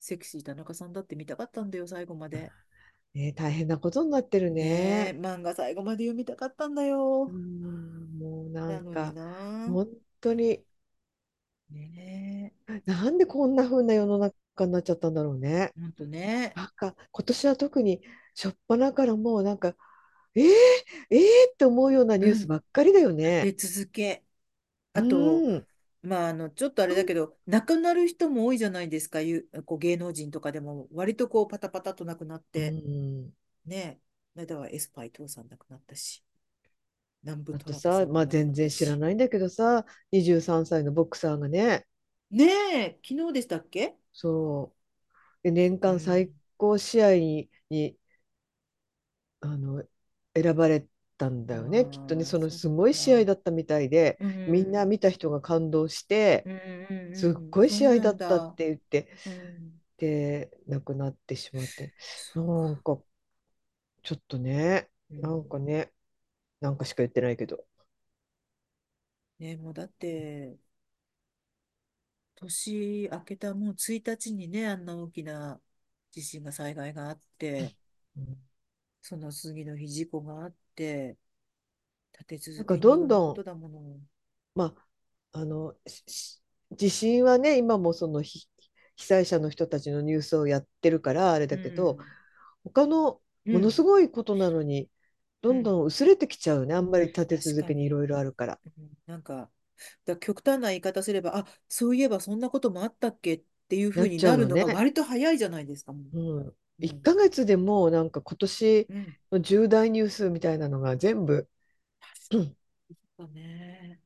Speaker 1: セクシー田中さんだって見たかったんだよ、最後まで。
Speaker 2: ね、大変なことになってる
Speaker 1: ねえ、
Speaker 2: ね。
Speaker 1: 漫画最後まで読みたかったんだ
Speaker 2: う
Speaker 1: よ。
Speaker 2: ん、もうな
Speaker 1: なんのに
Speaker 2: か
Speaker 1: な、
Speaker 2: 本当に。
Speaker 1: ね
Speaker 2: なんでこんな風な世の中になっちゃったんだろうね。
Speaker 1: え、ほんとね、
Speaker 2: なんか今年は特に初っ端からもうなんか、えー、えーって思うようなニ
Speaker 1: う
Speaker 2: ュース
Speaker 1: ん、
Speaker 2: ばっかりだよ
Speaker 1: 出
Speaker 2: ね。
Speaker 1: 続け。
Speaker 2: う
Speaker 1: あと、
Speaker 2: ん、
Speaker 1: まあ、あの、ちょっとあれだけど、亡くなる人も多いじゃないですか、ゆこう芸能人とかでも、割とこう、パタパタと亡くなっ
Speaker 2: う
Speaker 1: て、
Speaker 2: ん。
Speaker 1: ねえ、この間はエスパイ父さん亡くなったし、南部
Speaker 2: あ
Speaker 1: ト
Speaker 2: と
Speaker 1: ラ子さ
Speaker 2: さ、
Speaker 1: ん
Speaker 2: ま
Speaker 1: も
Speaker 2: あ
Speaker 1: 亡くな
Speaker 2: 全
Speaker 1: っ
Speaker 2: 然
Speaker 1: た
Speaker 2: 知ら
Speaker 1: し。
Speaker 2: ないんだけどさ、23歳のボクサーがね、
Speaker 1: ねえ、昨日でしたっけ
Speaker 2: そう、で年
Speaker 1: う
Speaker 2: 間最
Speaker 1: ん
Speaker 2: 高試合に、にあの選ばれたんだよね。きっと
Speaker 1: あ
Speaker 2: ね、
Speaker 1: あ、
Speaker 2: そ
Speaker 1: そ
Speaker 2: の
Speaker 1: っ
Speaker 2: すごい試合
Speaker 1: か。
Speaker 2: だったみたいで、
Speaker 1: う、
Speaker 2: みんなん見た人が感動して、
Speaker 1: うん、うん、
Speaker 2: すっ
Speaker 1: うん、
Speaker 2: ごい
Speaker 1: そ
Speaker 2: 試
Speaker 1: う
Speaker 2: 合
Speaker 1: な
Speaker 2: だ
Speaker 1: ん
Speaker 2: ったっ
Speaker 1: だ。
Speaker 2: て言って、
Speaker 1: うん、
Speaker 2: で亡くなってしまって
Speaker 1: そ
Speaker 2: な
Speaker 1: っか。
Speaker 2: んかちょっとね
Speaker 1: う
Speaker 2: なん
Speaker 1: ん、
Speaker 2: かねなんかしか言ってないけど
Speaker 1: ねもうだって、年明けたもう1日にね、あんな大きな地震が災害があって、
Speaker 2: うん
Speaker 1: その次の日事故があって、立て
Speaker 2: な
Speaker 1: 続
Speaker 2: ん
Speaker 1: け
Speaker 2: か
Speaker 1: にい
Speaker 2: ど
Speaker 1: ろ
Speaker 2: ん
Speaker 1: んな
Speaker 2: ど
Speaker 1: こと
Speaker 2: ん
Speaker 1: だもの。
Speaker 2: まああのしし地震はね今もそのひ被災者の人たちのニュースをやってるからあれ
Speaker 1: う
Speaker 2: だけど
Speaker 1: ん、
Speaker 2: 他の
Speaker 1: う
Speaker 2: ものす
Speaker 1: ん、
Speaker 2: ごいことなのに
Speaker 1: う
Speaker 2: どん
Speaker 1: ん。
Speaker 2: どん薄れてきちゃうねあんまり立て
Speaker 1: 確
Speaker 2: 続
Speaker 1: か
Speaker 2: けにい
Speaker 1: に。
Speaker 2: ろいろあるから。
Speaker 1: うんなんか、だ極端な言い方すれば、あ、そういえばそんなこともあったっけっていうふ
Speaker 2: な
Speaker 1: う
Speaker 2: っ
Speaker 1: に
Speaker 2: ちゃ
Speaker 1: な
Speaker 2: う
Speaker 1: るの
Speaker 2: よ
Speaker 1: が
Speaker 2: ね。
Speaker 1: 割と早いじゃないですか、も
Speaker 2: うん、
Speaker 1: う。う
Speaker 2: 1
Speaker 1: ん。
Speaker 2: ヶ月でもうなんか今年
Speaker 1: うん。
Speaker 2: の重大ニュースみたいなのが 全部、うん、
Speaker 1: 確かにね。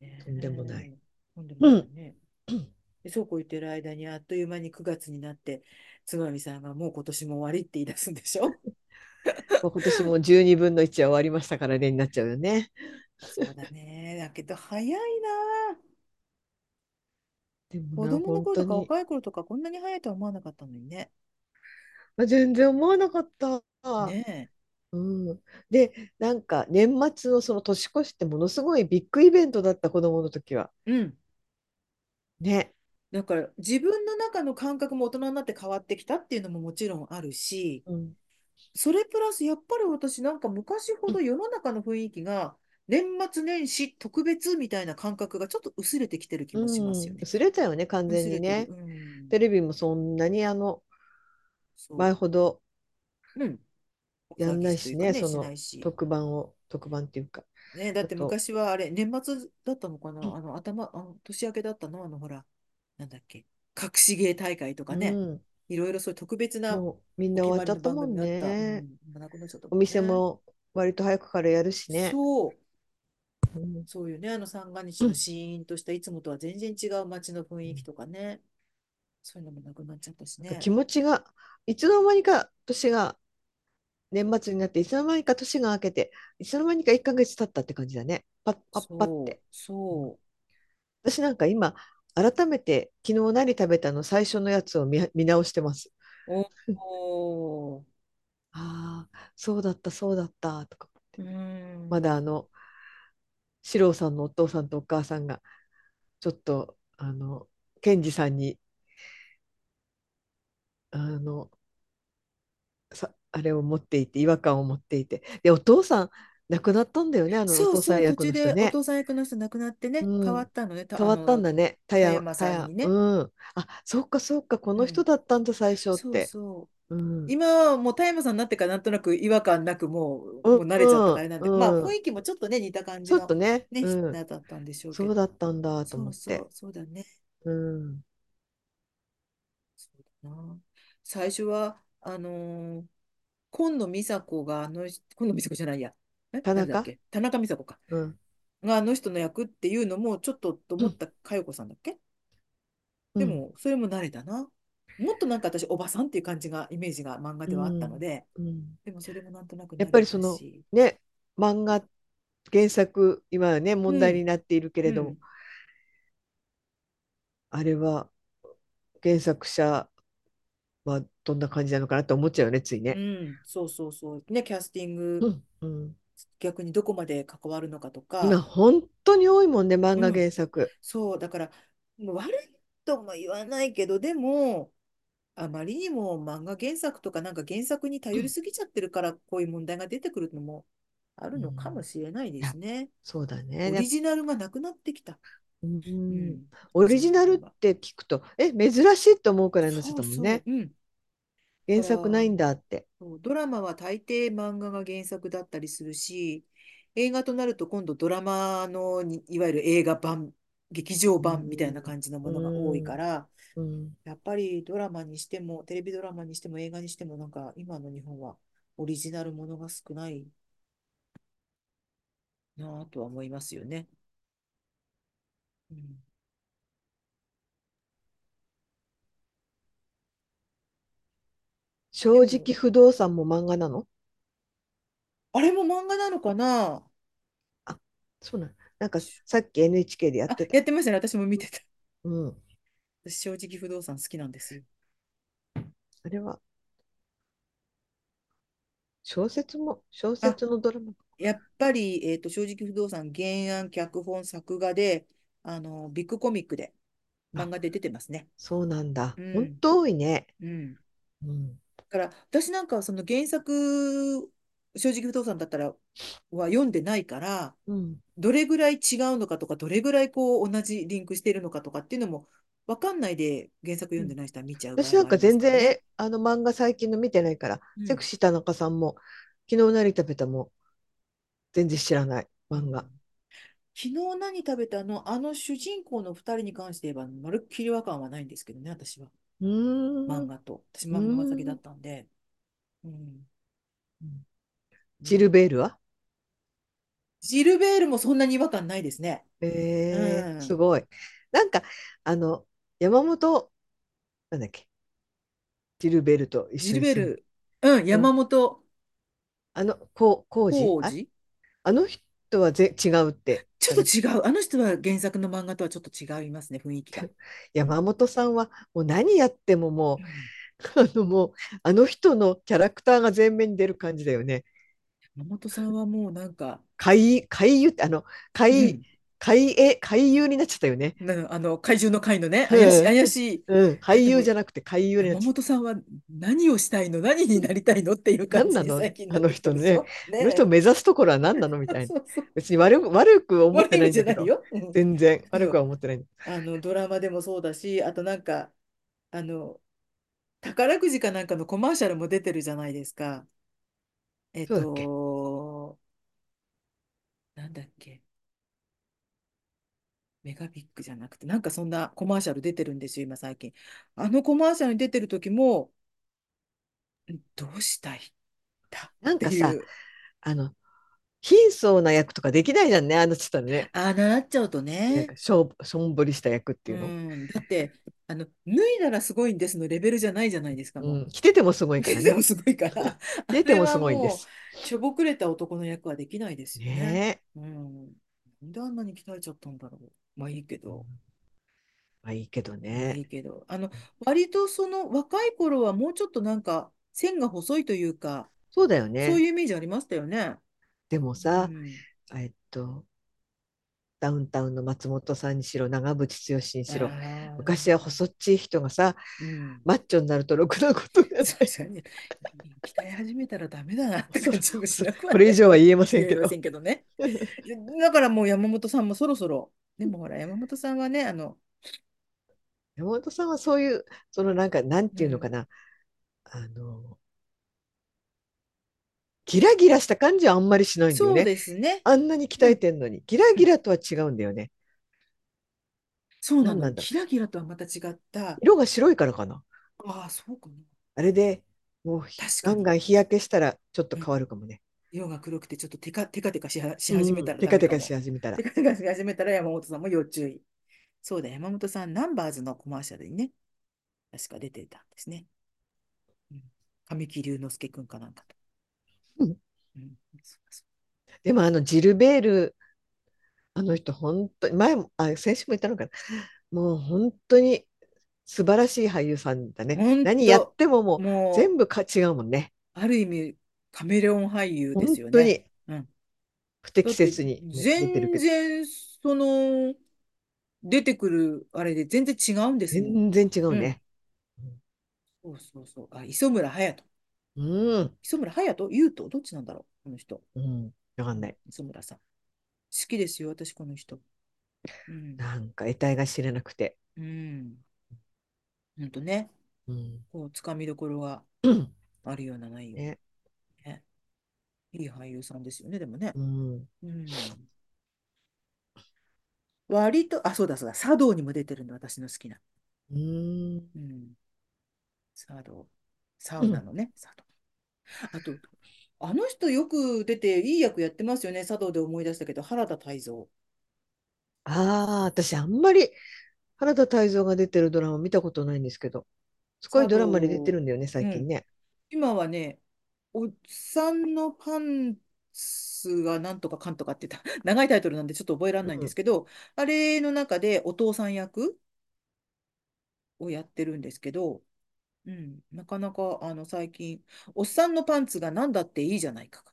Speaker 1: ね
Speaker 2: とんでもない。
Speaker 1: え、とんでも
Speaker 2: う
Speaker 1: ない
Speaker 2: ん、
Speaker 1: ね。
Speaker 2: うん
Speaker 1: で、そうこう言ってる間に、あっという間に9月になって、つまみさんがもう今年も終わりって言い出すんでしょ
Speaker 2: まあ、今年も12分の1は終わりましたからねになっちゃうよね。
Speaker 1: そうだね。だけど早 いなあ。
Speaker 2: でも
Speaker 1: 子
Speaker 2: な、
Speaker 1: 供の
Speaker 2: 本
Speaker 1: 頃
Speaker 2: 当
Speaker 1: とか
Speaker 2: に、
Speaker 1: 若い頃とかこんなに早いとは思わなかったのにね。
Speaker 2: まあ、全然思わなかった。
Speaker 1: ね
Speaker 2: うん、で、なんか年末のその年越しってものすごいビッグイベントだった子供の時は。
Speaker 1: え。うん。
Speaker 2: ね。
Speaker 1: だから自分の中の感覚も大人になって変わってきたっていうのももちろんあるし、
Speaker 2: うん、
Speaker 1: それプラスやっぱり私なんか昔ほど世の中の雰囲気が年末年始特別みたいな感覚がちょっと薄れてきてる気もしま
Speaker 2: う
Speaker 1: すよ
Speaker 2: ん、
Speaker 1: ね。
Speaker 2: 薄れたよね、完全
Speaker 1: 薄れ
Speaker 2: に
Speaker 1: てる。
Speaker 2: ね。
Speaker 1: うん。
Speaker 2: テレビもそんなにあの、前
Speaker 1: そ
Speaker 2: ほど、
Speaker 1: う。うん。
Speaker 2: やんないしね
Speaker 1: お騒ぎというか
Speaker 2: その
Speaker 1: しないし
Speaker 2: 特番を特番っていうか
Speaker 1: ね、だって
Speaker 2: あと
Speaker 1: 昔はあれ、年末だったのかな、
Speaker 2: うん
Speaker 1: あの頭、あの年明けだったの、あのほら、なんだっけ、隠し芸大会とかね、
Speaker 2: うん、
Speaker 1: いろいろそういう特別な
Speaker 2: もうみん
Speaker 1: お
Speaker 2: な
Speaker 1: 決
Speaker 2: 終わ
Speaker 1: ま
Speaker 2: っ
Speaker 1: り
Speaker 2: ち
Speaker 1: の
Speaker 2: ゃ
Speaker 1: 番組
Speaker 2: ったも
Speaker 1: だっ
Speaker 2: ん
Speaker 1: た。う
Speaker 2: ね
Speaker 1: ん、なくなっちゃったも
Speaker 2: お
Speaker 1: ん
Speaker 2: 店
Speaker 1: ね。
Speaker 2: も割と早くからやるしね
Speaker 1: そう、
Speaker 2: うん
Speaker 1: そうよね、あの三が日のシーンとしたいつもとは全然違う街の雰囲気とかね、そういうのもなくなっちゃったしね。
Speaker 2: 気持ちがいつの間にか年が年末になっていつの間にか年が明けていつの間にか1ヶ月経ったって感じだねパッパッパっ
Speaker 1: そう
Speaker 2: て、
Speaker 1: そう。
Speaker 2: 私なんか今改めて昨日何食べたの最初のやつを見見直してます
Speaker 1: おお、
Speaker 2: ああそうだったそうだったとか
Speaker 1: うーん、
Speaker 2: まだあの四郎さんのお父さんとお母さんがちょっとあの賢治さんにあのさあれを持っていて違和感を持っていてでお父さん亡くなったんだよねあのお
Speaker 1: そう
Speaker 2: 父さ
Speaker 1: そ
Speaker 2: ん
Speaker 1: う、途中
Speaker 2: 役の人
Speaker 1: でお
Speaker 2: ね
Speaker 1: 父さん役の人亡くなってね、
Speaker 2: う
Speaker 1: 変
Speaker 2: ん
Speaker 1: わったのね、た
Speaker 2: 変
Speaker 1: あ
Speaker 2: わった
Speaker 1: の、
Speaker 2: んだねた
Speaker 1: 田
Speaker 2: や
Speaker 1: 山
Speaker 2: た
Speaker 1: さんに
Speaker 2: や
Speaker 1: ね。
Speaker 2: うんあそっかそっかこ
Speaker 1: う
Speaker 2: の人
Speaker 1: ん、
Speaker 2: だったんだ最初っ
Speaker 1: そう
Speaker 2: て
Speaker 1: そう。
Speaker 2: うん
Speaker 1: 今はもう田山さんになってからなんとなく違和感なくもう、
Speaker 2: う
Speaker 1: もう慣れちゃったからあ
Speaker 2: ん
Speaker 1: れなんで、まあ
Speaker 2: う
Speaker 1: 雰
Speaker 2: ん
Speaker 1: 囲気もちょっとね、似た感じ
Speaker 2: ちょっ
Speaker 1: の
Speaker 2: とね
Speaker 1: ね、
Speaker 2: う
Speaker 1: 人
Speaker 2: ん
Speaker 1: だったんでしょうけ
Speaker 2: そう
Speaker 1: ど。
Speaker 2: だったんだと
Speaker 1: そ
Speaker 2: 思
Speaker 1: う
Speaker 2: っ
Speaker 1: そう
Speaker 2: て、
Speaker 1: そうだね。
Speaker 2: うん
Speaker 1: そうだな。最初は、あのー紺野美沙子があの人、紺野美沙子じゃないや。え、
Speaker 2: 田
Speaker 1: 誰だっ
Speaker 2: 中
Speaker 1: け田中美沙子か。
Speaker 2: うん
Speaker 1: があの人の役っていうのも、ちょっとと
Speaker 2: う
Speaker 1: 思っ
Speaker 2: ん
Speaker 1: た佳代子さんだっけ
Speaker 2: う
Speaker 1: で
Speaker 2: ん
Speaker 1: も、それも慣れたな。もっとなんか私、おばさんっていう感じが、イメージが漫画
Speaker 2: う
Speaker 1: ではあったの
Speaker 2: ん
Speaker 1: で、
Speaker 2: うん
Speaker 1: でもそれもなんとなく
Speaker 2: やっ
Speaker 1: 慣
Speaker 2: ぱ
Speaker 1: れ
Speaker 2: りそ
Speaker 1: た
Speaker 2: の
Speaker 1: し。
Speaker 2: ね漫画原作今はね問
Speaker 1: う
Speaker 2: 題
Speaker 1: ん、
Speaker 2: になっているけれ
Speaker 1: う
Speaker 2: ども
Speaker 1: ん、
Speaker 2: あれは原作者はどんな感じなのかなって思っちゃうよねついうね。
Speaker 1: ん、そうそうそう。ね、キャスティング、
Speaker 2: うんうん
Speaker 1: 逆にどこまで関わるのかと
Speaker 2: 今
Speaker 1: か、
Speaker 2: 本当に多いもんね漫
Speaker 1: う
Speaker 2: 画
Speaker 1: ん、
Speaker 2: 原作。
Speaker 1: そう、だから、もう悪いとも言わないけど、でも、あまりにも漫画原作とか、なんか原作に
Speaker 2: う
Speaker 1: 頼り
Speaker 2: ん
Speaker 1: すぎちゃってるから、こういう問題が出てくるのもあ
Speaker 2: う
Speaker 1: るのかも
Speaker 2: ん
Speaker 1: しれないで
Speaker 2: いや
Speaker 1: すね。
Speaker 2: そうだね。
Speaker 1: オ
Speaker 2: や
Speaker 1: リ
Speaker 2: っ
Speaker 1: ジナルがなくなってきた。
Speaker 2: う、
Speaker 1: うんん、
Speaker 2: オリ
Speaker 1: そう
Speaker 2: ジ
Speaker 1: いう
Speaker 2: ナ
Speaker 1: 点
Speaker 2: ル
Speaker 1: は。
Speaker 2: って聞くとえ珍しいと思うくらいになっちゃっ
Speaker 1: そう
Speaker 2: たもん
Speaker 1: そう、
Speaker 2: ね。
Speaker 1: うん。だか
Speaker 2: 原
Speaker 1: ら、
Speaker 2: 作ないんだって。
Speaker 1: そうドラマは大抵漫画が原作だったりするし、映画となると今度ドラマのに、いわゆる映画版、劇場
Speaker 2: う
Speaker 1: 版みたいなん感じのも
Speaker 2: う
Speaker 1: のが多いか
Speaker 2: ん
Speaker 1: ら、
Speaker 2: うん
Speaker 1: やっぱりドラマにしても、テレビドラマにしても映画にしても、なんか今の日本はオリジナルものが少ないなぁとは思いますよね。うんで
Speaker 2: 正
Speaker 1: も、
Speaker 2: 直不動産も漫画なの
Speaker 1: あれも漫画なのかな
Speaker 2: あ、そうなん。なんかさっき NHK でやっ
Speaker 1: あ、
Speaker 2: てた。
Speaker 1: やってましたね。私も見てた。
Speaker 2: うん。
Speaker 1: 私、正直不動産好きなんですよ。
Speaker 2: あれは小説も、小
Speaker 1: あ
Speaker 2: 説のドラマ。
Speaker 1: やっぱり、えーと、正直不動産原案、脚本、作画で、あの、ビッグコミックで、漫
Speaker 2: あ、
Speaker 1: 画で出てますね。
Speaker 2: そうなんだ。
Speaker 1: う
Speaker 2: 本
Speaker 1: ん、
Speaker 2: 当多いね。
Speaker 1: うん。だ
Speaker 2: うん。
Speaker 1: から、私なんかはその原作、正直不動産だったら、は読んでないから、
Speaker 2: うん。
Speaker 1: どれぐらい違うのかとか、どれぐらいこう、同じリンクしているのかとかっていうのも、わかんないで原作
Speaker 2: う
Speaker 1: 読ん
Speaker 2: ん
Speaker 1: でない人は見ちゃう場
Speaker 2: 私
Speaker 1: 合
Speaker 2: なん
Speaker 1: はあ
Speaker 2: か
Speaker 1: ります
Speaker 2: 全
Speaker 1: から
Speaker 2: 然、
Speaker 1: ね。
Speaker 2: え、あの漫画最近の見てないから、
Speaker 1: う
Speaker 2: セク
Speaker 1: ん。
Speaker 2: シー田中さんも、昨日何食べたも全然知らないう漫
Speaker 1: ん
Speaker 2: 画。
Speaker 1: 昨日何食べたの、あの主人公の二人に関して言えば、まるっきり違和感はないんですけどね、私は。
Speaker 2: うー
Speaker 1: 漫
Speaker 2: ん。う
Speaker 1: 画と。私、
Speaker 2: ー
Speaker 1: 漫画が先だ
Speaker 2: ん。
Speaker 1: ったんで。うん。
Speaker 2: う
Speaker 1: う
Speaker 2: んジ
Speaker 1: ん
Speaker 2: ルベールは
Speaker 1: ジルベールもそんなに違和感ないですね。う
Speaker 2: えー、す
Speaker 1: ん。
Speaker 2: ごい。なんか、あの、山本、なんだっけ、ジルベールと一
Speaker 1: ジル
Speaker 2: 緒に
Speaker 1: ベー
Speaker 2: 住む。
Speaker 1: ル、うん、
Speaker 2: うん。
Speaker 1: 山本
Speaker 2: あの、こう、こうじ
Speaker 1: 浩
Speaker 2: あ、
Speaker 1: 二
Speaker 2: あの人はぜ違うって。
Speaker 1: ちょ
Speaker 2: あ
Speaker 1: っと
Speaker 2: の、
Speaker 1: 違う。あの人は原作の漫画とはちょっと違いますね、雰囲 気が。
Speaker 2: 山本さんはもう何やってもも
Speaker 1: う
Speaker 2: う、
Speaker 1: ん。
Speaker 2: あのもう、あの人のキャラクターが前面に出る感じだよね。
Speaker 1: 山本さんはもうなんか、
Speaker 2: 怪、怪優って、あの、
Speaker 1: う
Speaker 2: 怪、
Speaker 1: ん。
Speaker 2: 怪絵、怪優になっちゃったよね。
Speaker 1: なあの、怪獣の怪のね、怪しい、
Speaker 2: うん。
Speaker 1: 怪しい。
Speaker 2: う
Speaker 1: だ
Speaker 2: ん。
Speaker 1: っ
Speaker 2: 俳
Speaker 1: ても
Speaker 2: 優じ
Speaker 1: う、
Speaker 2: ゃなくて怪優にな
Speaker 1: 山
Speaker 2: っちゃっ
Speaker 1: 本さんは何をしたいの、何になりたいのっていう
Speaker 2: た。な
Speaker 1: 感
Speaker 2: ん
Speaker 1: じ
Speaker 2: な
Speaker 1: に
Speaker 2: の
Speaker 1: 最近
Speaker 2: あ
Speaker 1: なっ
Speaker 2: の
Speaker 1: てきて
Speaker 2: 人
Speaker 1: る
Speaker 2: の
Speaker 1: でし
Speaker 2: ね。
Speaker 1: ょ
Speaker 2: あの人を
Speaker 1: ね
Speaker 2: 目指すところは何なのみ
Speaker 1: え。
Speaker 2: たい な。
Speaker 1: そうそう。
Speaker 2: 別に悪く、悪く思っ
Speaker 1: 悪
Speaker 2: て
Speaker 1: い意
Speaker 2: な
Speaker 1: 味
Speaker 2: い
Speaker 1: じ
Speaker 2: んだ
Speaker 1: ゃ
Speaker 2: け
Speaker 1: ない
Speaker 2: ど。
Speaker 1: よ。うん。
Speaker 2: 全然
Speaker 1: だ
Speaker 2: 悪
Speaker 1: よ。
Speaker 2: くは思ってない。
Speaker 1: あのドラマでもそうだし、あとなんか、あの宝くじかなんかのコマーシャルも出てるじゃないですか。えっ
Speaker 2: そうだっけ
Speaker 1: と、なんだっけ、メガビッグじゃなくて、なんかそんなコマーシャル出てるんですよ、今最近。あのコマーシャルに出てる時も、んどうしたいんだっ
Speaker 2: なん
Speaker 1: て
Speaker 2: か
Speaker 1: い
Speaker 2: さ、
Speaker 1: う。
Speaker 2: あの、貧相な役とかできないじゃんね、あの人らね。
Speaker 1: ああ、なっちゃうと
Speaker 2: なん
Speaker 1: ね。
Speaker 2: かしょう、しょんぼりした役って
Speaker 1: う
Speaker 2: いうの。
Speaker 1: ん、だって、あの、脱いだらすごいんですのレベルじゃないじゃないですか、
Speaker 2: う
Speaker 1: も。
Speaker 2: ん、着ててもすごい うから
Speaker 1: で
Speaker 2: ね。
Speaker 1: もすごいから、あ
Speaker 2: 出て
Speaker 1: れ
Speaker 2: も
Speaker 1: は
Speaker 2: すごいんで
Speaker 1: も
Speaker 2: す。
Speaker 1: う、しょぼくれた男の役はできないですよね。
Speaker 2: ね
Speaker 1: うん。なんであんなに鍛えちゃったんだろう。まあいいけ
Speaker 2: え。うん
Speaker 1: ど。
Speaker 2: まあいいけど
Speaker 1: まあ
Speaker 2: ね。
Speaker 1: いいけど、あの、割とその若い頃はもうちょっとなんか線が細いというか、
Speaker 2: そうだよ
Speaker 1: そう
Speaker 2: ね。
Speaker 1: いうイメージありましたよね。
Speaker 2: でも
Speaker 1: う
Speaker 2: さ、
Speaker 1: ん。
Speaker 2: えっと、ダウンタウンの松本さんにしろ、長渕剛にしろ、
Speaker 1: ああ、
Speaker 2: 昔は細っちい人がさ、
Speaker 1: うん。
Speaker 2: マッチョになるとろくなことが
Speaker 1: そう
Speaker 2: ない。
Speaker 1: ですよね。鍛え始めたらダメだなって
Speaker 2: そう、
Speaker 1: 感じもし
Speaker 2: そう
Speaker 1: なくは
Speaker 2: これ以
Speaker 1: ない。
Speaker 2: 上は言えません
Speaker 1: 言え
Speaker 2: け
Speaker 1: ませ
Speaker 2: ど。
Speaker 1: んけどね。いやだからもう山本さんもそろそろ、でもほら、山本さんはね、あの、
Speaker 2: 山本さんはそういう、そのなんか、なん
Speaker 1: う
Speaker 2: ていうのか
Speaker 1: ん、
Speaker 2: な、あの、ギラギラした感じはあんまりしないんだよ
Speaker 1: そう
Speaker 2: ね。
Speaker 1: ですね。
Speaker 2: あんなに鍛
Speaker 1: う
Speaker 2: え
Speaker 1: ん、
Speaker 2: てんのに。ギラ
Speaker 1: う
Speaker 2: ギ
Speaker 1: ん
Speaker 2: ラとは違うんだよね。
Speaker 1: そうな
Speaker 2: 何
Speaker 1: の。
Speaker 2: なんだろう。
Speaker 1: キラキラとはまた違った。
Speaker 2: 色が白いからかな。
Speaker 1: ああ、そうかな。
Speaker 2: あれでもうひ
Speaker 1: 確
Speaker 2: ガ
Speaker 1: か
Speaker 2: ン
Speaker 1: に。
Speaker 2: ガン日焼けしたらちょっと
Speaker 1: う
Speaker 2: 変わ
Speaker 1: ん
Speaker 2: るかもね。
Speaker 1: 色が黒くてちょっとテカテカテカしは、し始め
Speaker 2: うん。
Speaker 1: たら
Speaker 2: テ
Speaker 1: ダ
Speaker 2: カ
Speaker 1: メ
Speaker 2: テ
Speaker 1: か
Speaker 2: カし
Speaker 1: も。
Speaker 2: 始めたら。
Speaker 1: テカテカし始めたら山本さんも要注意。そうだ、山本さん、ナンバーズのコマーシャルにね、確か出てたんですね。うん、神木隆之介くんかなんかと。
Speaker 2: うん。
Speaker 1: うん、そうかそ
Speaker 2: でもあのジルベール、あの人本当に、前も、あ、先週も言ったのかな。もう本当に素晴らしい俳優さん
Speaker 1: う
Speaker 2: だね。
Speaker 1: ほん
Speaker 2: 何やっ
Speaker 1: と、
Speaker 2: てももう
Speaker 1: も
Speaker 2: 全部か違うもんね。
Speaker 1: う、ある意味、カメレオン俳優で
Speaker 2: 本
Speaker 1: すよ
Speaker 2: 当
Speaker 1: ね。
Speaker 2: に
Speaker 1: うん。
Speaker 2: 不
Speaker 1: だ
Speaker 2: 適
Speaker 1: って、
Speaker 2: 切にね、出てる
Speaker 1: 全
Speaker 2: けど、
Speaker 1: 然、その、出てくるあれで全然違うんですもん。
Speaker 2: 全然違う
Speaker 1: うん。
Speaker 2: ね。う
Speaker 1: そ
Speaker 2: ん
Speaker 1: うそうそう。あ、磯村勇斗。
Speaker 2: うん、
Speaker 1: 磯村勇斗、優斗、どっちなんだろう、この人。
Speaker 2: うん、わか
Speaker 1: うん、
Speaker 2: なんい。
Speaker 1: 磯村さん。好きですよ、私、この人。うん。
Speaker 2: なんか得体が知れなくて。
Speaker 1: うん。ほんとね、
Speaker 2: うん。
Speaker 1: こう、つかみどころがあるような内容。
Speaker 2: ね。
Speaker 1: ね、いい俳優さんですよね、でもね。
Speaker 2: うん。
Speaker 1: うん。割と、あ、そうだそうだ、茶道にも出てるんで、私の好きな。
Speaker 2: うん。
Speaker 1: うん。茶道。サ
Speaker 2: う
Speaker 1: ウナ
Speaker 2: ん。
Speaker 1: のね、茶道。あと、あの人よく出ていい役やってますよね、茶道で思い出したけど、原田泰造。
Speaker 2: ああ、私あんまり原田泰造が出てるドラマ見たことないんですけど、すごい
Speaker 1: 茶
Speaker 2: ドラマに出て
Speaker 1: 道、
Speaker 2: るんだよね、
Speaker 1: う
Speaker 2: 最近
Speaker 1: ん。
Speaker 2: ね。
Speaker 1: 今はね、おっさんのパンツがなんとかかんとかって言った、 長いタイトルなんでちょっと覚えられないん
Speaker 2: う
Speaker 1: です
Speaker 2: ん。
Speaker 1: けど、あれの中でお父さん役をやってるんですけど、うん、なかなかあの最近、おっさんのパンツがなんだっていいじゃないか。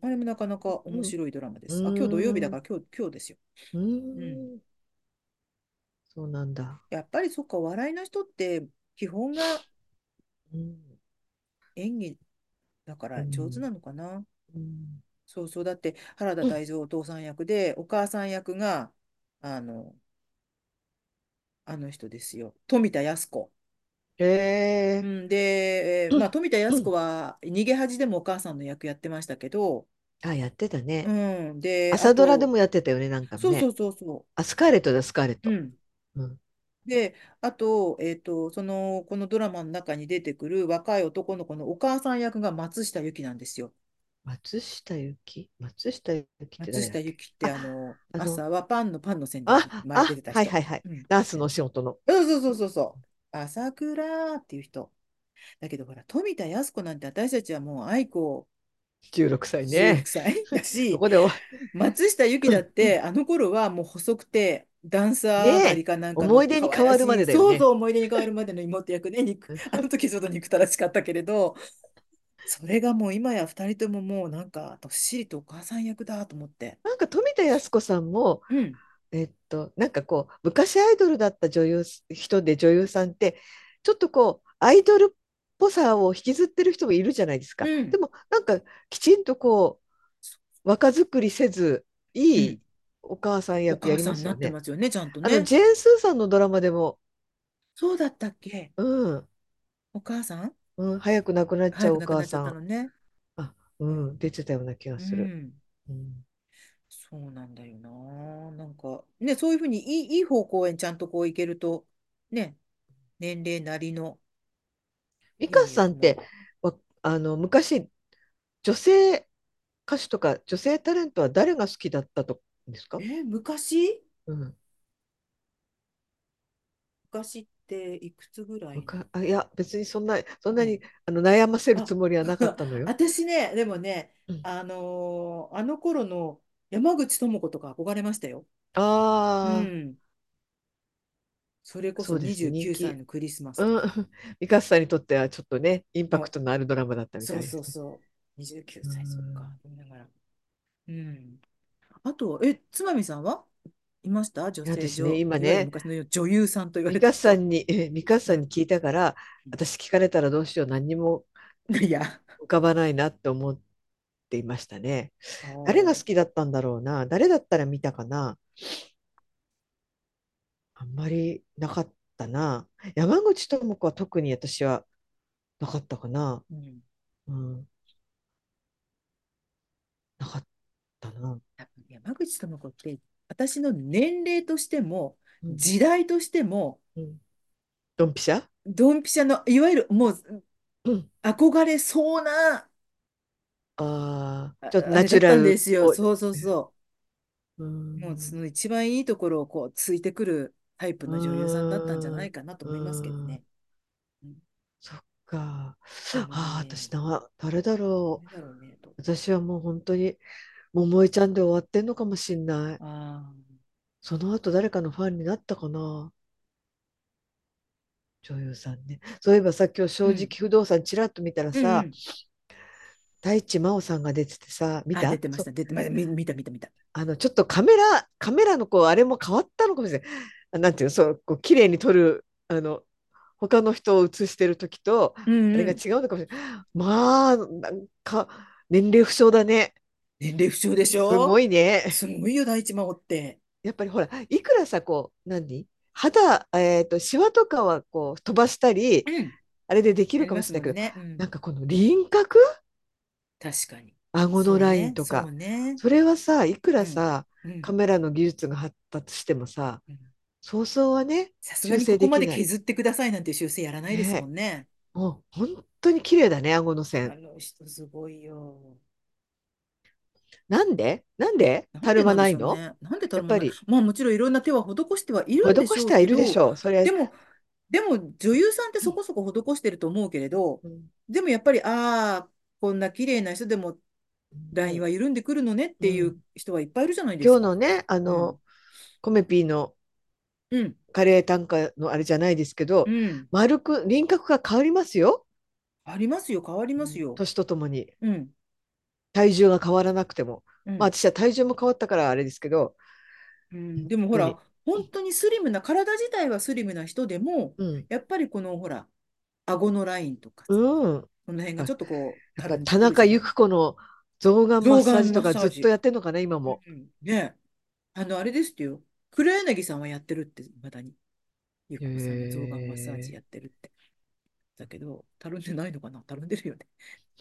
Speaker 1: あれもなかなか面白いドラマで
Speaker 2: う
Speaker 1: す。あ、今日土曜日だ
Speaker 2: ん。
Speaker 1: から今日、今日ですよ。
Speaker 2: う
Speaker 1: うん。
Speaker 2: ん。そうなんだ。
Speaker 1: やっぱりそっか、笑いの人って基本が
Speaker 2: うん。
Speaker 1: 演技だか
Speaker 2: う
Speaker 1: ら上手
Speaker 2: ん。
Speaker 1: なのかな。
Speaker 2: うん。
Speaker 1: そうそう、だって原田泰造お父さん役で、お母さん役が、あの、あの人ですよ、富田靖子。
Speaker 2: え
Speaker 1: う
Speaker 2: え。
Speaker 1: ん、で、えーまあ、富田靖子は逃げ恥でもお母さんの役やってましたけど、
Speaker 2: あ、やってた
Speaker 1: う
Speaker 2: ね。
Speaker 1: ん、で、あ
Speaker 2: 朝ドラで
Speaker 1: と、
Speaker 2: もやってたよね、なんかも
Speaker 1: そうそ
Speaker 2: ね。
Speaker 1: うそうそ
Speaker 2: あ、スカーレットだ、スカーレッ
Speaker 1: う、
Speaker 2: ト。
Speaker 1: うん。
Speaker 2: うん。
Speaker 1: で、あと、えっと、その、このドラマの中に出てくる若い男の子のお母さん役が松下由樹なんですよ。
Speaker 2: 松下由紀松下由紀っ
Speaker 1: 松
Speaker 2: て誰だ
Speaker 1: 下
Speaker 2: っ
Speaker 1: 由
Speaker 2: け
Speaker 1: 紀って
Speaker 2: あ、
Speaker 1: あの、
Speaker 2: あの、
Speaker 1: 朝はパンのパンの宣伝に
Speaker 2: あ、
Speaker 1: 前出
Speaker 2: あ、
Speaker 1: てた
Speaker 2: はい
Speaker 1: 人。
Speaker 2: はいはい。
Speaker 1: うん。
Speaker 2: ナースのお仕事の。
Speaker 1: そうそうそうそうそう。朝倉っていう人。だけどほら、富田靖子なんて私たちはもう愛子
Speaker 2: 16歳
Speaker 1: 16
Speaker 2: ね。
Speaker 1: 歳だ
Speaker 2: そ
Speaker 1: し、
Speaker 2: こで終
Speaker 1: 松下由紀だってあの頃はもう細くて、ダンサー
Speaker 2: わね
Speaker 1: 上がり
Speaker 2: え、
Speaker 1: かなんかの
Speaker 2: 思い出に
Speaker 1: 可愛
Speaker 2: 変
Speaker 1: ら
Speaker 2: わるま
Speaker 1: しい、
Speaker 2: でだよ
Speaker 1: そうそう
Speaker 2: ね。
Speaker 1: 思い出に変わるまでの妹役ね、肉、
Speaker 2: うん
Speaker 1: あの時ちょっと憎たらしかったけれど、それがもう今や二人とももうなんかどっしりとお母さん役だと思って。
Speaker 2: なんか富田靖子さんも、
Speaker 1: うん。
Speaker 2: えっと、なんかこう、昔アイドルだった女優、人で女優さんって、ちょっとこう、アイドルっぽさを引きずってる人もいるじゃないですか。
Speaker 1: う
Speaker 2: で
Speaker 1: ん。
Speaker 2: も、なんかきちんとこう、若作りせず、
Speaker 1: う
Speaker 2: い
Speaker 1: ん。
Speaker 2: いお母さん
Speaker 1: お
Speaker 2: 役
Speaker 1: 母
Speaker 2: やり
Speaker 1: さ
Speaker 2: ま
Speaker 1: んに
Speaker 2: す
Speaker 1: な
Speaker 2: よ
Speaker 1: って
Speaker 2: ね。
Speaker 1: ますよね、ちゃんと
Speaker 2: あの、
Speaker 1: ね。
Speaker 2: ジェーン・スーさんのドラマでも、
Speaker 1: そうだったっけ
Speaker 2: うん、
Speaker 1: お母さん
Speaker 2: うん、早く亡くなっちゃ
Speaker 1: 早
Speaker 2: う
Speaker 1: く
Speaker 2: お
Speaker 1: 亡くな
Speaker 2: 母
Speaker 1: っちゃった
Speaker 2: さん。
Speaker 1: のね。
Speaker 2: うん、出てたような気が
Speaker 1: う
Speaker 2: する。
Speaker 1: ん。
Speaker 2: うん
Speaker 1: そうなんだよな。なんか、ね、そういうふうにいい、いい方向へちゃんとこう行けると、ね、年齢なりの
Speaker 2: ミ
Speaker 1: い
Speaker 2: カ
Speaker 1: い
Speaker 2: さ
Speaker 1: 役
Speaker 2: んっ
Speaker 1: も。
Speaker 2: て、わあの、昔、女性歌手とか女性タレントは誰が好きだったとです
Speaker 1: え
Speaker 2: か、
Speaker 1: ー昔
Speaker 2: うん、
Speaker 1: 昔っていくつぐら
Speaker 2: む
Speaker 1: いの
Speaker 2: かあ、いや、別にそんな、そん
Speaker 1: う。
Speaker 2: なんにあの悩ませる
Speaker 1: あ、
Speaker 2: つもりはなかったのよ。
Speaker 1: 私ね、でもね、
Speaker 2: うん
Speaker 1: あのーあの頃の山口智子とか憧れましたよ。う
Speaker 2: ああ、
Speaker 1: ん。それこそ
Speaker 2: そうですね、
Speaker 1: 29
Speaker 2: 人
Speaker 1: 歳
Speaker 2: 気。
Speaker 1: のクリスマスと
Speaker 2: うん、
Speaker 1: か。
Speaker 2: ミカさんにとってはちょっとね、インパク
Speaker 1: も
Speaker 2: トのあるドラマだった
Speaker 1: う、
Speaker 2: み
Speaker 1: そ
Speaker 2: た
Speaker 1: う
Speaker 2: いで
Speaker 1: そう
Speaker 2: すね。
Speaker 1: そう。29
Speaker 2: う
Speaker 1: 歳、そっか、
Speaker 2: ん
Speaker 1: と思いながら。うん。あと、え、つまみさんはいました女
Speaker 2: いや
Speaker 1: 性
Speaker 2: 私ね、
Speaker 1: 女、
Speaker 2: 今
Speaker 1: いわゆる
Speaker 2: ね、
Speaker 1: 昔の女優さんと言わ
Speaker 2: ミ
Speaker 1: れて
Speaker 2: カ
Speaker 1: る
Speaker 2: さ
Speaker 1: 人。
Speaker 2: んに、え、ミカ
Speaker 1: う
Speaker 2: さんに
Speaker 1: ん。
Speaker 2: 聞いたから、私聞かれたらどうしよう、何にも
Speaker 1: いや、
Speaker 2: 浮かばないなって思っていましたね。誰が
Speaker 1: お
Speaker 2: 好きだったんだろうな、誰だったら見たかな、あんまりなかったな。山口智子は特に私はなかったかな。
Speaker 1: うん。
Speaker 2: うん、なかったな。
Speaker 1: 多分山口智子って、私の年齢としても、
Speaker 2: うん、
Speaker 1: 時代としても、
Speaker 2: うん、ドンピシャ
Speaker 1: ドンピシャの、いわゆるもう
Speaker 2: うん。
Speaker 1: 憧れそうな、
Speaker 2: ああ、
Speaker 1: あ、
Speaker 2: ちょっと
Speaker 1: あ
Speaker 2: ナ
Speaker 1: れ
Speaker 2: チ
Speaker 1: だっ
Speaker 2: ュラ
Speaker 1: たん
Speaker 2: ル
Speaker 1: で
Speaker 2: っ
Speaker 1: すよ。
Speaker 2: ぽい。
Speaker 1: そうそうそうう。もうそ
Speaker 2: ん、
Speaker 1: の一番いいところをこうついてくるタイプ
Speaker 2: う
Speaker 1: の女優さんだったんじゃ
Speaker 2: ん、
Speaker 1: ないかなと思いますけど
Speaker 2: うん、
Speaker 1: ね。うん
Speaker 2: そっか。
Speaker 1: あ
Speaker 2: あ
Speaker 1: の
Speaker 2: あ、
Speaker 1: ね、
Speaker 2: 私な、誰だろ
Speaker 1: 誰だろうね、と。
Speaker 2: う。私はもう本当に、桃井ちゃんで終わってんのかもしんない。
Speaker 1: あ
Speaker 2: その後誰かのファンになったかな。女優さんね。そういえばさ、今日
Speaker 1: あ、う
Speaker 2: 正直
Speaker 1: ん、
Speaker 2: 不動産ちらっと見たら
Speaker 1: うん、う
Speaker 2: さ、
Speaker 1: ん。
Speaker 2: 太一真央さんが出ててさ、見
Speaker 1: あ、出
Speaker 2: た
Speaker 1: てまし
Speaker 2: そう、
Speaker 1: た、出てました、み見た、見た、見た。
Speaker 2: あの、ちょっとカメラ、カメラのこう、あれも変わったのかもしれない。あなんていうの、そう、こう、綺麗に撮る、あの、他の人を映してる時と、
Speaker 1: う
Speaker 2: あ
Speaker 1: ん、
Speaker 2: れ
Speaker 1: う
Speaker 2: が
Speaker 1: ん。
Speaker 2: 違うのかもしれない。まあ、なんか、年齢不詳だね。
Speaker 1: 年齢不詳でし
Speaker 2: すご
Speaker 1: ょ
Speaker 2: いね。
Speaker 1: すごいよ、大地真央って。
Speaker 2: やっぱりほら、いくらさ、こう、何肌、えっと、シワとかはこう飛ばしたり、
Speaker 1: うん。
Speaker 2: あれででき
Speaker 1: や
Speaker 2: る
Speaker 1: り
Speaker 2: かも
Speaker 1: ま
Speaker 2: し
Speaker 1: す
Speaker 2: れな
Speaker 1: も
Speaker 2: いけ
Speaker 1: ん
Speaker 2: ど、
Speaker 1: ね。う
Speaker 2: なん
Speaker 1: ん。
Speaker 2: かこの輪郭
Speaker 1: 確かに。
Speaker 2: 顎の
Speaker 1: そう
Speaker 2: ライン
Speaker 1: ね、
Speaker 2: と
Speaker 1: そ
Speaker 2: か、
Speaker 1: うね。
Speaker 2: それはさ、いく
Speaker 1: う
Speaker 2: ら
Speaker 1: ん、
Speaker 2: さ、
Speaker 1: う
Speaker 2: カ
Speaker 1: ん。
Speaker 2: メラの技術が発達してもさ、
Speaker 1: うん
Speaker 2: そうそうはね、
Speaker 1: さすが
Speaker 2: 修
Speaker 1: にここ
Speaker 2: 正で
Speaker 1: ま
Speaker 2: き
Speaker 1: で
Speaker 2: ない。
Speaker 1: 削ってくださいなんて修正やらないですも
Speaker 2: ね
Speaker 1: んね。
Speaker 2: え、もう本当に綺麗だね、顎の
Speaker 1: あ
Speaker 2: 線。
Speaker 1: の人すごいよ。
Speaker 2: なんでなんで
Speaker 1: な
Speaker 2: た
Speaker 1: んで
Speaker 2: る
Speaker 1: な
Speaker 2: ま
Speaker 1: んで
Speaker 2: な
Speaker 1: し
Speaker 2: い
Speaker 1: ょう
Speaker 2: の
Speaker 1: ね。なんでた
Speaker 2: や
Speaker 1: る
Speaker 2: っ
Speaker 1: ま
Speaker 2: ぱ
Speaker 1: ない。
Speaker 2: り、
Speaker 1: まあもちろんいろんな手は施してはいるんで
Speaker 2: 施
Speaker 1: し
Speaker 2: し
Speaker 1: ょ
Speaker 2: て
Speaker 1: う
Speaker 2: はい
Speaker 1: け
Speaker 2: るでし
Speaker 1: ど、
Speaker 2: ょう。それは、
Speaker 1: でも、でも女優さんって
Speaker 2: う
Speaker 1: そ
Speaker 2: ん、
Speaker 1: こそこ施してると思うけれど、
Speaker 2: うん
Speaker 1: でもやっぱり、ああ、こんな綺麗な人でも LINE は緩んでくるのねっ
Speaker 2: う
Speaker 1: ていうん人はいっぱいいるじゃないです
Speaker 2: 今日
Speaker 1: か。
Speaker 2: のね、あ
Speaker 1: うん、
Speaker 2: の、コメピーの
Speaker 1: うん、
Speaker 2: カレー単価のあれじゃないですけ
Speaker 1: う
Speaker 2: ど、
Speaker 1: ん。
Speaker 2: 丸く輪郭が変わりますよ。
Speaker 1: ありますよ、変わり
Speaker 2: う
Speaker 1: ます
Speaker 2: ん
Speaker 1: よ。
Speaker 2: 年とともに。
Speaker 1: うん、
Speaker 2: 体重が変わらなくても。
Speaker 1: う
Speaker 2: まあ
Speaker 1: ん。
Speaker 2: 私は体重も変わったからあれですけど、
Speaker 1: う
Speaker 2: 本
Speaker 1: ん、でもほ
Speaker 2: 当
Speaker 1: ら、
Speaker 2: に。
Speaker 1: 本当にスリムな、体自体はスリムな人でも、
Speaker 2: うん。
Speaker 1: やっぱりこのほら、顎のラインとかさ、
Speaker 2: うん。
Speaker 1: この辺が
Speaker 2: あ、
Speaker 1: ちょっとこう、
Speaker 2: やったぱ
Speaker 1: る
Speaker 2: り
Speaker 1: んで
Speaker 2: 田
Speaker 1: くるじ
Speaker 2: 中
Speaker 1: ゃな
Speaker 2: 由
Speaker 1: い。
Speaker 2: 布子のゾーンガンマッ
Speaker 1: 老
Speaker 2: サー
Speaker 1: 眼
Speaker 2: ジ
Speaker 1: マ
Speaker 2: と
Speaker 1: ッ
Speaker 2: か
Speaker 1: サー
Speaker 2: ずっと
Speaker 1: ジ。
Speaker 2: やってんのかな、今も。
Speaker 1: うん、ねえあの、あれですよ。黒柳さんはやってるって、まだに、ゆっ
Speaker 2: へ
Speaker 1: こさんの象眼マッサージ
Speaker 2: え。
Speaker 1: やってるって。だけど、たるんでないのかなたるんでるよね。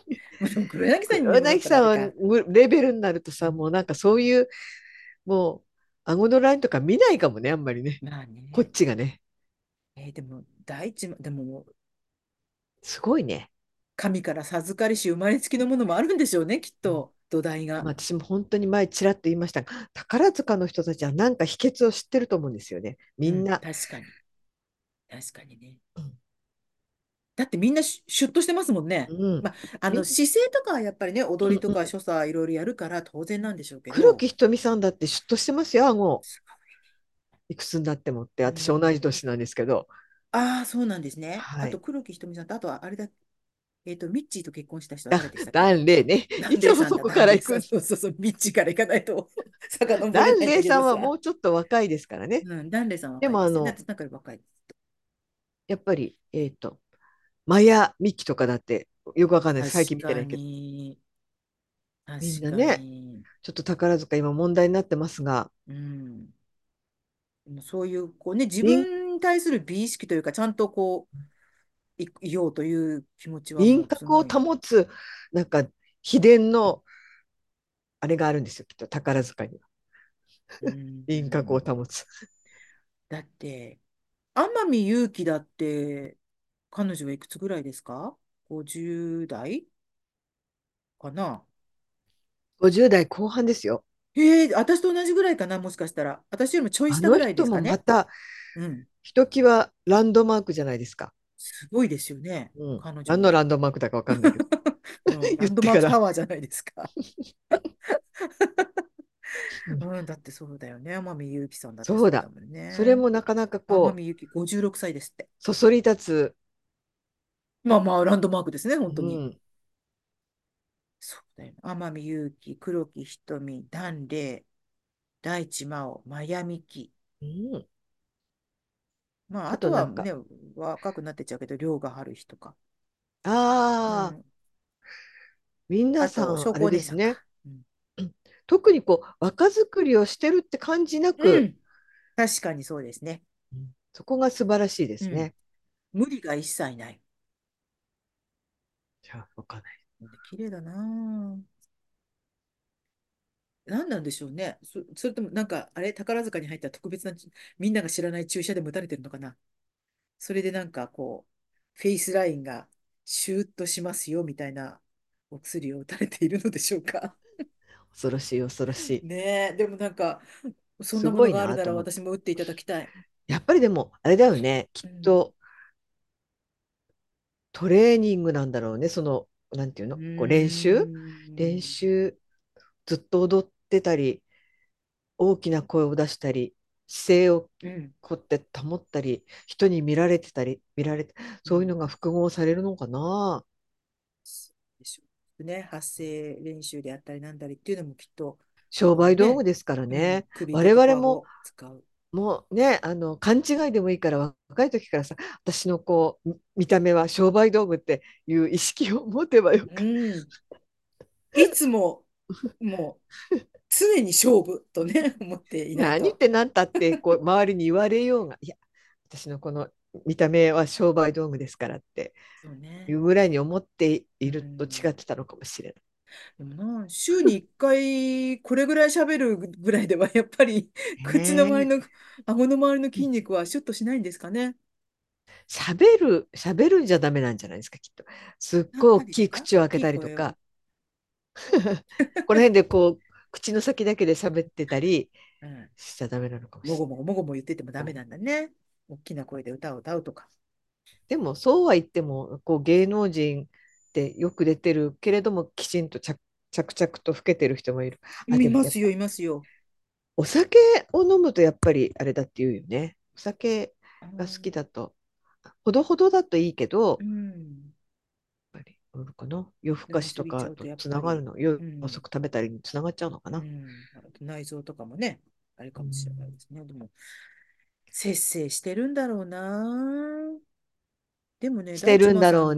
Speaker 1: まあ、でも黒柳さんに
Speaker 2: 黒
Speaker 1: でもなっ
Speaker 2: 柳
Speaker 1: たらあ
Speaker 2: さん
Speaker 1: れ
Speaker 2: は
Speaker 1: か。
Speaker 2: むレベルになると
Speaker 1: う
Speaker 2: さ、
Speaker 1: ん
Speaker 2: もうなんかそういう、もう、顎のラインとか見ないかもね、あんまりね。
Speaker 1: まあ
Speaker 2: こっ
Speaker 1: ね。
Speaker 2: ちがね。
Speaker 1: えーでも、第一、でも、
Speaker 2: すごいね。
Speaker 1: 神から授かりし生まれつきのものもあるんでしょうね、きっ
Speaker 2: うん
Speaker 1: と、土台が。
Speaker 2: まあ、私も本当に前ちらっと言いましたが宝塚の人たちはなんか秘訣を知ってると思うんですよねみ
Speaker 1: うんん、
Speaker 2: な、
Speaker 1: 確かに、確かにね。
Speaker 2: うん
Speaker 1: だってみんなシュシュッとしてますもんね。
Speaker 2: うん
Speaker 1: まあ、あ
Speaker 2: み
Speaker 1: の
Speaker 2: ん
Speaker 1: 姿勢とかはやっぱりね、
Speaker 2: う
Speaker 1: 踊り
Speaker 2: ん
Speaker 1: と
Speaker 2: うん
Speaker 1: か所作いろいろやるから当然なんでしょうけ
Speaker 2: 黒
Speaker 1: ど。
Speaker 2: 木瞳さんだってシュッとしてますよ顎
Speaker 1: す
Speaker 2: いくつになってもって
Speaker 1: ごいう
Speaker 2: 私同じ
Speaker 1: ん。
Speaker 2: 年なんですけど
Speaker 1: ああ、そうなんですね。あ
Speaker 2: は
Speaker 1: と
Speaker 2: い
Speaker 1: 黒木瞳さんと、あとはあれだ、えっと、ミッチーと結婚した人は
Speaker 2: だ
Speaker 1: 誰でしたっけ
Speaker 2: 檀れい ね
Speaker 1: ラ
Speaker 2: い
Speaker 1: ン
Speaker 2: つ
Speaker 1: レイ
Speaker 2: も
Speaker 1: さん
Speaker 2: そ
Speaker 1: だ、
Speaker 2: こ
Speaker 1: ラン
Speaker 2: から
Speaker 1: レイ
Speaker 2: 行
Speaker 1: さん。
Speaker 2: く
Speaker 1: そうそうそう、ミッチーから行かないと 遡れ
Speaker 2: 檀
Speaker 1: ないん
Speaker 2: れ
Speaker 1: だ
Speaker 2: い
Speaker 1: け
Speaker 2: さ
Speaker 1: ど
Speaker 2: んは
Speaker 1: さ。
Speaker 2: もうちょっと若いですからね
Speaker 1: うん、ランレイさんは
Speaker 2: で
Speaker 1: 若い
Speaker 2: も
Speaker 1: で
Speaker 2: あ
Speaker 1: すよね。
Speaker 2: の
Speaker 1: 私なんかより若い。
Speaker 2: やっぱりえっ、とマヤミキとかだってよくわかんない最
Speaker 1: 確
Speaker 2: 近見てな
Speaker 1: か
Speaker 2: いけど
Speaker 1: に、確
Speaker 2: みんな
Speaker 1: か
Speaker 2: ね
Speaker 1: に。
Speaker 2: ちょっと宝塚今問題になってますが
Speaker 1: うん。もうそういう、こうね、自
Speaker 2: 輪
Speaker 1: 分に対する美意識というか、ちゃんとこう、い、いようという気持ちは
Speaker 2: 輪
Speaker 1: もうす
Speaker 2: 郭を
Speaker 1: ごい。
Speaker 2: 保つなんか秘伝のあれがあるんですよ、きっと宝塚には。
Speaker 1: うん
Speaker 2: 輪郭を保つ。
Speaker 1: だって、天海祐希だって、彼女はいくつぐらいですか ?50 代かな
Speaker 2: 50代後半ですよ。
Speaker 1: ええ私と同じぐらいかな、もしかしたら。私よりもちょい
Speaker 2: あ
Speaker 1: 下ぐ
Speaker 2: の
Speaker 1: らいで
Speaker 2: 人
Speaker 1: すか
Speaker 2: もま
Speaker 1: ね。
Speaker 2: た、
Speaker 1: うん。
Speaker 2: ひときわランドマークじゃないですか。
Speaker 1: すごいですよね、
Speaker 2: うん、
Speaker 1: 彼女
Speaker 2: 何のランドマークだかわかんないけど。
Speaker 1: うんラ
Speaker 2: 言
Speaker 1: ン
Speaker 2: っ
Speaker 1: ド
Speaker 2: て
Speaker 1: マー
Speaker 2: か
Speaker 1: クタ
Speaker 2: ら。
Speaker 1: ワーじゃないですか。
Speaker 2: うん
Speaker 1: うん、だってそうだよね。天海祐希さんだって
Speaker 2: そう
Speaker 1: そうだ
Speaker 2: だ。
Speaker 1: もん ね。
Speaker 2: それもなかなか
Speaker 1: 天
Speaker 2: こう、
Speaker 1: 海祐希56歳ですって。
Speaker 2: そそり立
Speaker 1: まあまあ、ランドマークですね、
Speaker 2: つ。
Speaker 1: 本当
Speaker 2: う
Speaker 1: に。
Speaker 2: ん。
Speaker 1: そうだよね。天海祐希、黒木瞳、檀れい、大地真央、真矢ミキ。
Speaker 2: うん、
Speaker 1: まあ、
Speaker 2: あ
Speaker 1: あ
Speaker 2: と
Speaker 1: と
Speaker 2: な
Speaker 1: は
Speaker 2: んか、
Speaker 1: ね、若くなってっちゃうけど、遼河はるひとか。う
Speaker 2: ああ、
Speaker 1: ん。
Speaker 2: 皆
Speaker 1: あ
Speaker 2: さ
Speaker 1: と、
Speaker 2: ん、
Speaker 1: 商
Speaker 2: あれ
Speaker 1: 工
Speaker 2: で
Speaker 1: 姉
Speaker 2: す
Speaker 1: さん
Speaker 2: ね。
Speaker 1: か。うん
Speaker 2: 特にこう、若作りをしてるって感じな
Speaker 1: う
Speaker 2: く、
Speaker 1: ん、確かにそうですね。
Speaker 2: うんそこが素晴らしいで
Speaker 1: う
Speaker 2: す
Speaker 1: ん、
Speaker 2: ね。
Speaker 1: 無理が一切ない。
Speaker 2: じゃあ、わかんない。
Speaker 1: 綺麗だなぁ。何なんでしょうね。そ、それともなんか、あれ、宝塚に入った特別な、みんなが知らない注射でも打たれてるのかな。それでなんかこう、フェイスラインがシューッとしますよみたいなお薬を打たれているのでしょうか。
Speaker 2: 恐ろしい、恐ろしい。
Speaker 1: ねえ、でもなんか、そん
Speaker 2: す
Speaker 1: なもの
Speaker 2: ごい
Speaker 1: がある
Speaker 2: な
Speaker 1: な
Speaker 2: と
Speaker 1: ら
Speaker 2: 思って。
Speaker 1: 私も打っていただきたい。
Speaker 2: やっぱりでも、あれだよね。きっ
Speaker 1: うん、
Speaker 2: と、トレーニングなんだろうね。その、なんていう
Speaker 1: う
Speaker 2: の
Speaker 1: ー
Speaker 2: こう練習練
Speaker 1: ん
Speaker 2: 習、ずっと踊ってたり、大きな声を出したり、姿勢を
Speaker 1: うん
Speaker 2: こうやって保ったり、人に見られてたり、見られて、
Speaker 1: う
Speaker 2: そういうの
Speaker 1: ん
Speaker 2: が複合されるのかな。
Speaker 1: そうでしょうね、発声練習であったりなんだりっていうのもきっと、
Speaker 2: 商売道具
Speaker 1: ね、
Speaker 2: ですから
Speaker 1: うん、
Speaker 2: ね。
Speaker 1: 首
Speaker 2: 我
Speaker 1: と
Speaker 2: 々
Speaker 1: か
Speaker 2: も、
Speaker 1: を使う。
Speaker 2: もうね、あの、勘違いでもいいから、若い時からさ、私のこう、み見た目は商売道具っていう意識を持てば よ
Speaker 1: う
Speaker 2: かっ
Speaker 1: ん、いつも、もう、常に勝負とね、 思っていない
Speaker 2: 何っ
Speaker 1: と。
Speaker 2: てなんたってこう周りに言われようがいや私のこの見た目は商売道具ですからって
Speaker 1: そう
Speaker 2: い
Speaker 1: ね。
Speaker 2: うぐらいに思って
Speaker 1: う
Speaker 2: いると違
Speaker 1: ん
Speaker 2: ってたのかもしれない。
Speaker 1: でもな、週に1回これぐらい喋るぐらいではやっぱり口の周り
Speaker 2: ね
Speaker 1: の顎の周りの
Speaker 2: え
Speaker 1: 筋肉はシュッとしないんですかね。
Speaker 2: 喋る喋るんじゃダメなんじゃないですかきっと。すっ
Speaker 1: やっ
Speaker 2: ごい
Speaker 1: ぱ
Speaker 2: 大
Speaker 1: り
Speaker 2: きい
Speaker 1: 大
Speaker 2: 口を開け
Speaker 1: きい
Speaker 2: たりと
Speaker 1: 声を。
Speaker 2: か この辺でこう口の先だけで喋ってたり
Speaker 1: うん、
Speaker 2: しちゃダメなのかも
Speaker 1: も
Speaker 2: し
Speaker 1: ごもごもごも言っててもダ
Speaker 2: れな
Speaker 1: メ
Speaker 2: い。うん
Speaker 1: なんだね。大きな声で歌を歌うとか。
Speaker 2: でもそうは言ってもこう芸能人ってよく出てるけれどもきちんと着着々と老けてる人もいる。あ
Speaker 1: い
Speaker 2: でも
Speaker 1: ま
Speaker 2: やっ
Speaker 1: すよ、いますよ。
Speaker 2: お酒を飲むとやっぱりあれだって言うよね。お酒
Speaker 1: う
Speaker 2: が好き
Speaker 1: ん、
Speaker 2: だと、ほどほどだといいけど、
Speaker 1: う
Speaker 2: やっ
Speaker 1: ん
Speaker 2: ぱり、うんこの夜更
Speaker 1: で
Speaker 2: か
Speaker 1: も
Speaker 2: し
Speaker 1: そ
Speaker 2: と
Speaker 1: れ言っち
Speaker 2: か
Speaker 1: ゃうと
Speaker 2: と
Speaker 1: やっ
Speaker 2: つ
Speaker 1: ぱ
Speaker 2: ながる
Speaker 1: り、
Speaker 2: の、夜
Speaker 1: う
Speaker 2: 遅
Speaker 1: ん、
Speaker 2: く食べたりにつながっちゃうのか
Speaker 1: う
Speaker 2: な。
Speaker 1: ん、内臓とかもね、あれ
Speaker 2: う
Speaker 1: かもしれない
Speaker 2: ん
Speaker 1: ですね。でも、節制してるんだろうな。でもね、
Speaker 2: して
Speaker 1: 大地
Speaker 2: るん
Speaker 1: 真央
Speaker 2: だ
Speaker 1: さ、
Speaker 2: ろうん
Speaker 1: うん大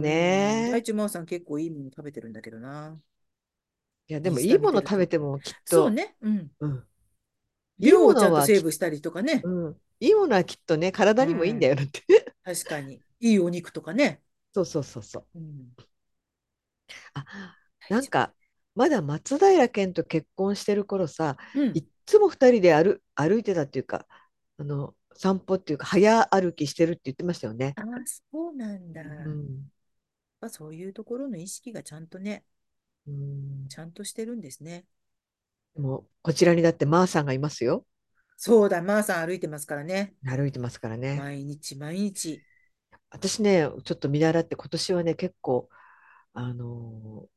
Speaker 2: ね。
Speaker 1: 地真央さん結構いいもの食べてるんだけどな。
Speaker 2: いや、で
Speaker 1: イン
Speaker 2: も
Speaker 1: ス
Speaker 2: いい
Speaker 1: タ見
Speaker 2: も
Speaker 1: て
Speaker 2: の
Speaker 1: る
Speaker 2: 食べ
Speaker 1: と。
Speaker 2: てもきっ
Speaker 1: そう
Speaker 2: と、
Speaker 1: ね、うん。
Speaker 2: うん、いい
Speaker 1: 量
Speaker 2: も
Speaker 1: をちゃ
Speaker 2: の
Speaker 1: んと
Speaker 2: は
Speaker 1: セー
Speaker 2: きっ
Speaker 1: ブしたりとかね。
Speaker 2: うん、いいものはきっとね、
Speaker 1: う
Speaker 2: 体にもいいんだ
Speaker 1: ん、
Speaker 2: よなって。
Speaker 1: 確かに。いいお肉とかね。
Speaker 2: そうそうそうそ
Speaker 1: う
Speaker 2: う。
Speaker 1: ん、
Speaker 2: あ、
Speaker 1: 大
Speaker 2: なん
Speaker 1: 丈夫。
Speaker 2: か、まだ松平健と結婚してる頃さ、
Speaker 1: う
Speaker 2: い
Speaker 1: ん、
Speaker 2: っつも二人で歩、歩いてたっていうか、あの、散歩っていうか、早歩きしてるって言ってましたよね。
Speaker 1: ああ、そうなんだ。
Speaker 2: う
Speaker 1: やっ
Speaker 2: ん。
Speaker 1: ぱそういうところの意識がちゃんとね、
Speaker 2: うん。
Speaker 1: ちゃんとしてるんですね。
Speaker 2: でも、こちらにだってマーさんがいますよ。
Speaker 1: そうだ、まーさん歩いてますからね。
Speaker 2: 歩いてますからね。
Speaker 1: 毎日毎日。
Speaker 2: 私ね、ちょっと見習って今年はね、結構、あのー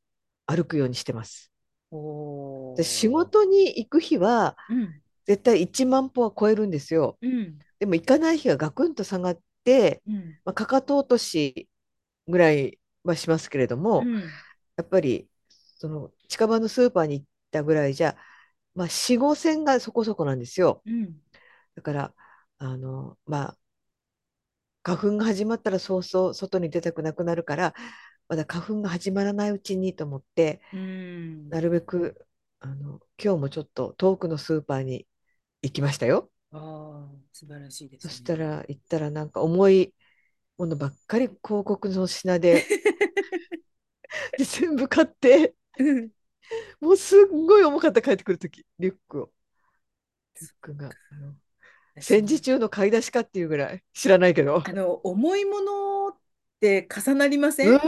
Speaker 2: 歩くようにしてます。で、仕
Speaker 1: おー。
Speaker 2: 事に行く日は、
Speaker 1: うん、
Speaker 2: 絶対1万歩は超えるんですよ。
Speaker 1: うん、
Speaker 2: でも行かない日がガクンと下がって、
Speaker 1: うん、
Speaker 2: まあ、かかと落としぐらいはしますけれど
Speaker 1: う
Speaker 2: も、
Speaker 1: ん。
Speaker 2: やっぱりその近場のスーパーに行ったぐらいじゃ、まあ、4、5千がそこそこなんですよ。
Speaker 1: うん
Speaker 2: だから、あの、まあ、花粉が始まったらそうそう外に出たくなくなるから、まだ花粉が始まらないうちにと思って、
Speaker 1: うーん。
Speaker 2: なるべく、あの、今日もちょっと遠くのスーパーに行きましたよ。
Speaker 1: ああ、素晴らしいで
Speaker 2: そ
Speaker 1: す
Speaker 2: し
Speaker 1: ね。
Speaker 2: たら行ったらなんか重い ものばっかり広告の品で、で全部買って
Speaker 1: うん
Speaker 2: もうすっごい重かった帰ってくるとき、リュックを。リュックが。あの戦時中の買い出しかっていうぐらい知らないけど。
Speaker 1: あの重いものって重なりません、
Speaker 2: う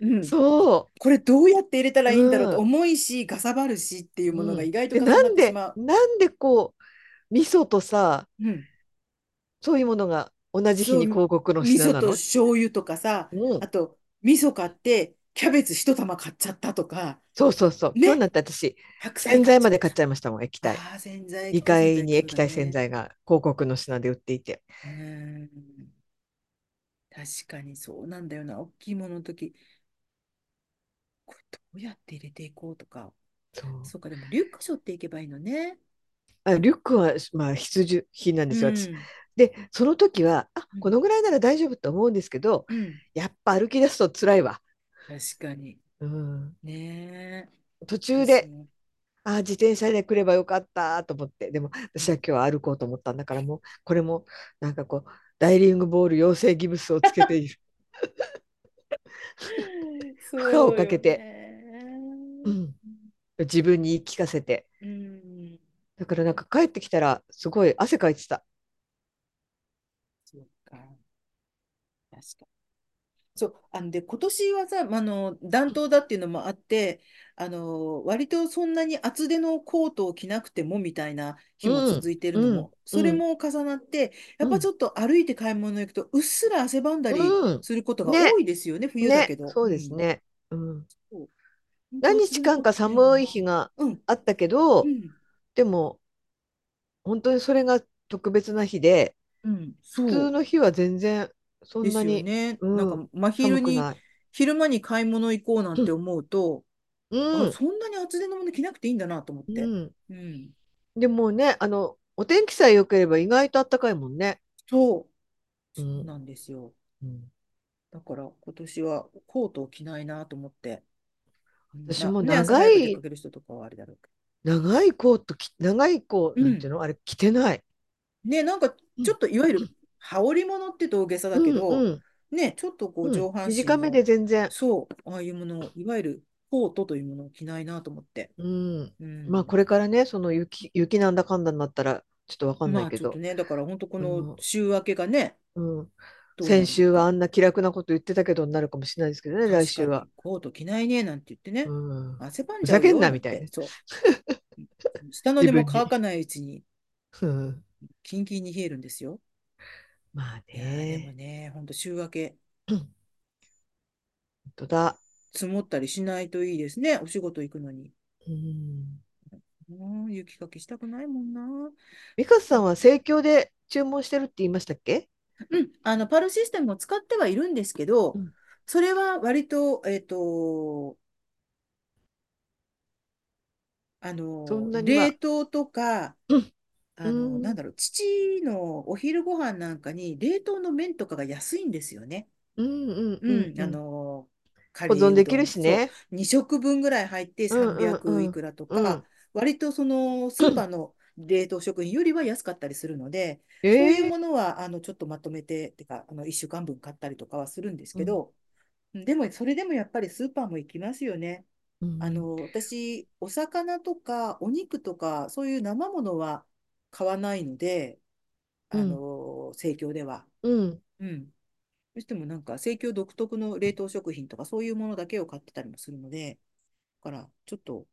Speaker 1: うん
Speaker 2: ん、そ
Speaker 1: これどうやって入れたらいいんだろうと、
Speaker 2: うん
Speaker 1: 重いしかさばるしっていうものが意外
Speaker 2: う。
Speaker 1: と
Speaker 2: で、
Speaker 1: 重な
Speaker 2: な
Speaker 1: っ
Speaker 2: ん
Speaker 1: てし
Speaker 2: で、
Speaker 1: まう。
Speaker 2: なんでこう、味噌とさ、
Speaker 1: うん、
Speaker 2: そういうものが同じ日に広告の
Speaker 1: 味
Speaker 2: 品
Speaker 1: 噌
Speaker 2: な
Speaker 1: と
Speaker 2: の
Speaker 1: 醤油とかさ、
Speaker 2: うん
Speaker 1: あ、と味噌買ってキャベツ一玉買っちゃったとか、
Speaker 2: そうそうそう。
Speaker 1: ね
Speaker 2: 今日になって私、
Speaker 1: 白菜
Speaker 2: 洗
Speaker 1: 買っち
Speaker 2: 剤
Speaker 1: ゃ
Speaker 2: ま
Speaker 1: っ
Speaker 2: で
Speaker 1: た
Speaker 2: 買っ
Speaker 1: と
Speaker 2: ちゃいましたもん、液体。
Speaker 1: か。ああ、洗剤、
Speaker 2: 2
Speaker 1: 液体洗
Speaker 2: 階
Speaker 1: 剤、そ
Speaker 2: に
Speaker 1: う
Speaker 2: 液
Speaker 1: だ
Speaker 2: 体洗
Speaker 1: ね。
Speaker 2: 剤が広告の品で売っていて。
Speaker 1: うーん、確かにそうなんだよな。大きいものの時、これどうやって入れていこうとか。
Speaker 2: そう
Speaker 1: そうか、でもリュック背負っていけばいいのね。
Speaker 2: あ、リュックは、まあ、必需品なん
Speaker 1: う
Speaker 2: ですよ、私。
Speaker 1: ん、
Speaker 2: で、その時は、あ、
Speaker 1: うん
Speaker 2: このぐらいなら大丈夫と思うんですけど、
Speaker 1: うん、
Speaker 2: やっぱ歩き出すと辛いわ。
Speaker 1: 確かに。
Speaker 2: うん、
Speaker 1: ねえ、
Speaker 2: 途中
Speaker 1: 私
Speaker 2: で、
Speaker 1: も。
Speaker 2: あー、自転車で来ればよかったと思って、でも、私は今日は歩こうと思ったんだから、もう、これも、なんかこう、ダイリングボール養成ギブスをつけて いる。 負荷を
Speaker 1: そう
Speaker 2: かけ
Speaker 1: よ
Speaker 2: て、
Speaker 1: ね。
Speaker 2: うん自分に言い聞かせて。
Speaker 1: うん、
Speaker 2: だからなんか帰ってきたら、すごい汗かいてた。
Speaker 1: そうか、確かに。そう、あので、今年はさ、まああの、暖冬だっていうのもあって、あの、割とそんなに厚手のコートを着なくてもみたいな日も
Speaker 2: うん、
Speaker 1: 続いてるの
Speaker 2: うん、
Speaker 1: も、
Speaker 2: う
Speaker 1: それ
Speaker 2: ん、
Speaker 1: も重なって、やっ
Speaker 2: う
Speaker 1: ぱち
Speaker 2: ん。
Speaker 1: ょっと歩いて買い物行くと、うっすら汗ばんだり
Speaker 2: うん。
Speaker 1: することが
Speaker 2: ね、
Speaker 1: 多いですよね、冬だ
Speaker 2: ね、
Speaker 1: けど。
Speaker 2: そううです
Speaker 1: ん。
Speaker 2: ね。うん。
Speaker 1: そう本当
Speaker 2: 何
Speaker 1: そうい
Speaker 2: 日
Speaker 1: う
Speaker 2: 間
Speaker 1: こ
Speaker 2: か
Speaker 1: とだよな。
Speaker 2: 寒い日が
Speaker 1: うん、
Speaker 2: あったけ
Speaker 1: う
Speaker 2: ど、
Speaker 1: ん、
Speaker 2: でも、本当にそれが特別な日で、
Speaker 1: うん、
Speaker 2: 普
Speaker 1: そ
Speaker 2: 通
Speaker 1: う。
Speaker 2: の日は全然、そ
Speaker 1: で
Speaker 2: ん
Speaker 1: す
Speaker 2: な
Speaker 1: よ
Speaker 2: に、
Speaker 1: ね。なん
Speaker 2: う
Speaker 1: か
Speaker 2: ん、
Speaker 1: 真昼
Speaker 2: 寒く
Speaker 1: に
Speaker 2: ない。
Speaker 1: 昼間に買い物行こうなんて思うと、
Speaker 2: う
Speaker 1: あ、
Speaker 2: ん、
Speaker 1: そんなに厚手のもの着なくていいんだなと思っ
Speaker 2: う
Speaker 1: て。
Speaker 2: ん。
Speaker 1: うん。
Speaker 2: でもね、あの、お天気さえ良ければ意外と暖かいもんね。
Speaker 1: そう。そ
Speaker 2: う、
Speaker 1: うんなんですよ。
Speaker 2: うん
Speaker 1: だから今年はコートを着ないなと思って。うん
Speaker 2: 私
Speaker 1: な、
Speaker 2: も
Speaker 1: ね、朝
Speaker 2: 長
Speaker 1: 早く出か
Speaker 2: い、
Speaker 1: ける人とかはあれだろうけ
Speaker 2: 長いコート着、長いコー
Speaker 1: ど。
Speaker 2: ト、
Speaker 1: う
Speaker 2: なんてい
Speaker 1: ん。
Speaker 2: うのあれ、着てない。
Speaker 1: ね、なんか
Speaker 2: う
Speaker 1: ちょ
Speaker 2: ん、
Speaker 1: っといわゆる羽織物って言うと大げさだけ
Speaker 2: うん、
Speaker 1: ど、
Speaker 2: うん、
Speaker 1: ね、ちょっとこう
Speaker 2: うん。
Speaker 1: 上半身
Speaker 2: 短めで
Speaker 1: の、
Speaker 2: 全然。
Speaker 1: そう、ああいうものを、いわゆるコートというものを着ないなと思って。
Speaker 2: うん、
Speaker 1: う
Speaker 2: まあ
Speaker 1: ん。
Speaker 2: これからね、その雪、雪なんだかんだになったら、ちょっとわかんない
Speaker 1: まあ
Speaker 2: け
Speaker 1: ちょっと
Speaker 2: ど、
Speaker 1: ね、だから本当こ
Speaker 2: あ
Speaker 1: の
Speaker 2: の、
Speaker 1: 週明けがね、
Speaker 2: うん、
Speaker 1: どうな
Speaker 2: 先
Speaker 1: るの
Speaker 2: 週は
Speaker 1: か。
Speaker 2: あんな気楽なこと言ってたけどになるかもしれないですけどね、来
Speaker 1: 確か
Speaker 2: 週は。
Speaker 1: に、コート着ないね、なんて言ってね、
Speaker 2: うん、
Speaker 1: 汗ばん
Speaker 2: ふ
Speaker 1: じゃ
Speaker 2: ざ
Speaker 1: う
Speaker 2: けん
Speaker 1: よ、
Speaker 2: な
Speaker 1: なん
Speaker 2: みたい
Speaker 1: て、
Speaker 2: な、
Speaker 1: そう。下の
Speaker 2: 自
Speaker 1: 根も
Speaker 2: 分
Speaker 1: 乾
Speaker 2: に。
Speaker 1: かないうちに、
Speaker 2: うん
Speaker 1: キンキンに冷えるんですよ。
Speaker 2: まあ
Speaker 1: いやー、でも
Speaker 2: ね、
Speaker 1: ね、本当週明け、
Speaker 2: うん本当だ。
Speaker 1: 積もったりしないといいですね、お仕事行くのに。
Speaker 2: うん
Speaker 1: うん、雪かきしたくないもんな。
Speaker 2: 美香さんは生協で注文してるって言いましたっけ
Speaker 1: うん、あの、パルシステムを使ってはいるんですけ
Speaker 2: う
Speaker 1: ど、
Speaker 2: ん
Speaker 1: それは割と、えっと、あ
Speaker 2: そ
Speaker 1: の、
Speaker 2: んなにま
Speaker 1: 冷
Speaker 2: あ、
Speaker 1: 凍とか、
Speaker 2: うんう
Speaker 1: あの、なん
Speaker 2: ん
Speaker 1: だろう、父のお昼ご飯なんかに冷凍の麺とかが安いんですよね。
Speaker 2: うんうんう
Speaker 1: うんん、
Speaker 2: う
Speaker 1: あ
Speaker 2: ん
Speaker 1: の、カ
Speaker 2: 保存
Speaker 1: レーう
Speaker 2: でき
Speaker 1: ど
Speaker 2: る
Speaker 1: ん、
Speaker 2: し
Speaker 1: そ
Speaker 2: ね。
Speaker 1: う、2食分ぐらい入って
Speaker 2: うんうん
Speaker 1: 300いうく
Speaker 2: ん
Speaker 1: らと
Speaker 2: う
Speaker 1: か、
Speaker 2: ん。
Speaker 1: 割とそのスーパーの冷凍食品よりは安かったりするので、そういう
Speaker 2: ええ
Speaker 1: ものはあのちょっとまとめて、てか、あの1週間分買ったりとかはするんです
Speaker 2: う
Speaker 1: け
Speaker 2: ん
Speaker 1: ど、うんでもそれでもやっぱりスーパーも行きますよね。
Speaker 2: う
Speaker 1: あ
Speaker 2: ん
Speaker 1: の、私、お魚とかお肉とか、そういう生ものは買わないので、
Speaker 2: う
Speaker 1: あ
Speaker 2: ん
Speaker 1: の、生協では。
Speaker 2: うん
Speaker 1: うん。どうしてもなんか、生協独特の冷凍食品とか、そういうものだけを買ってたりもするので、だから、ちょっと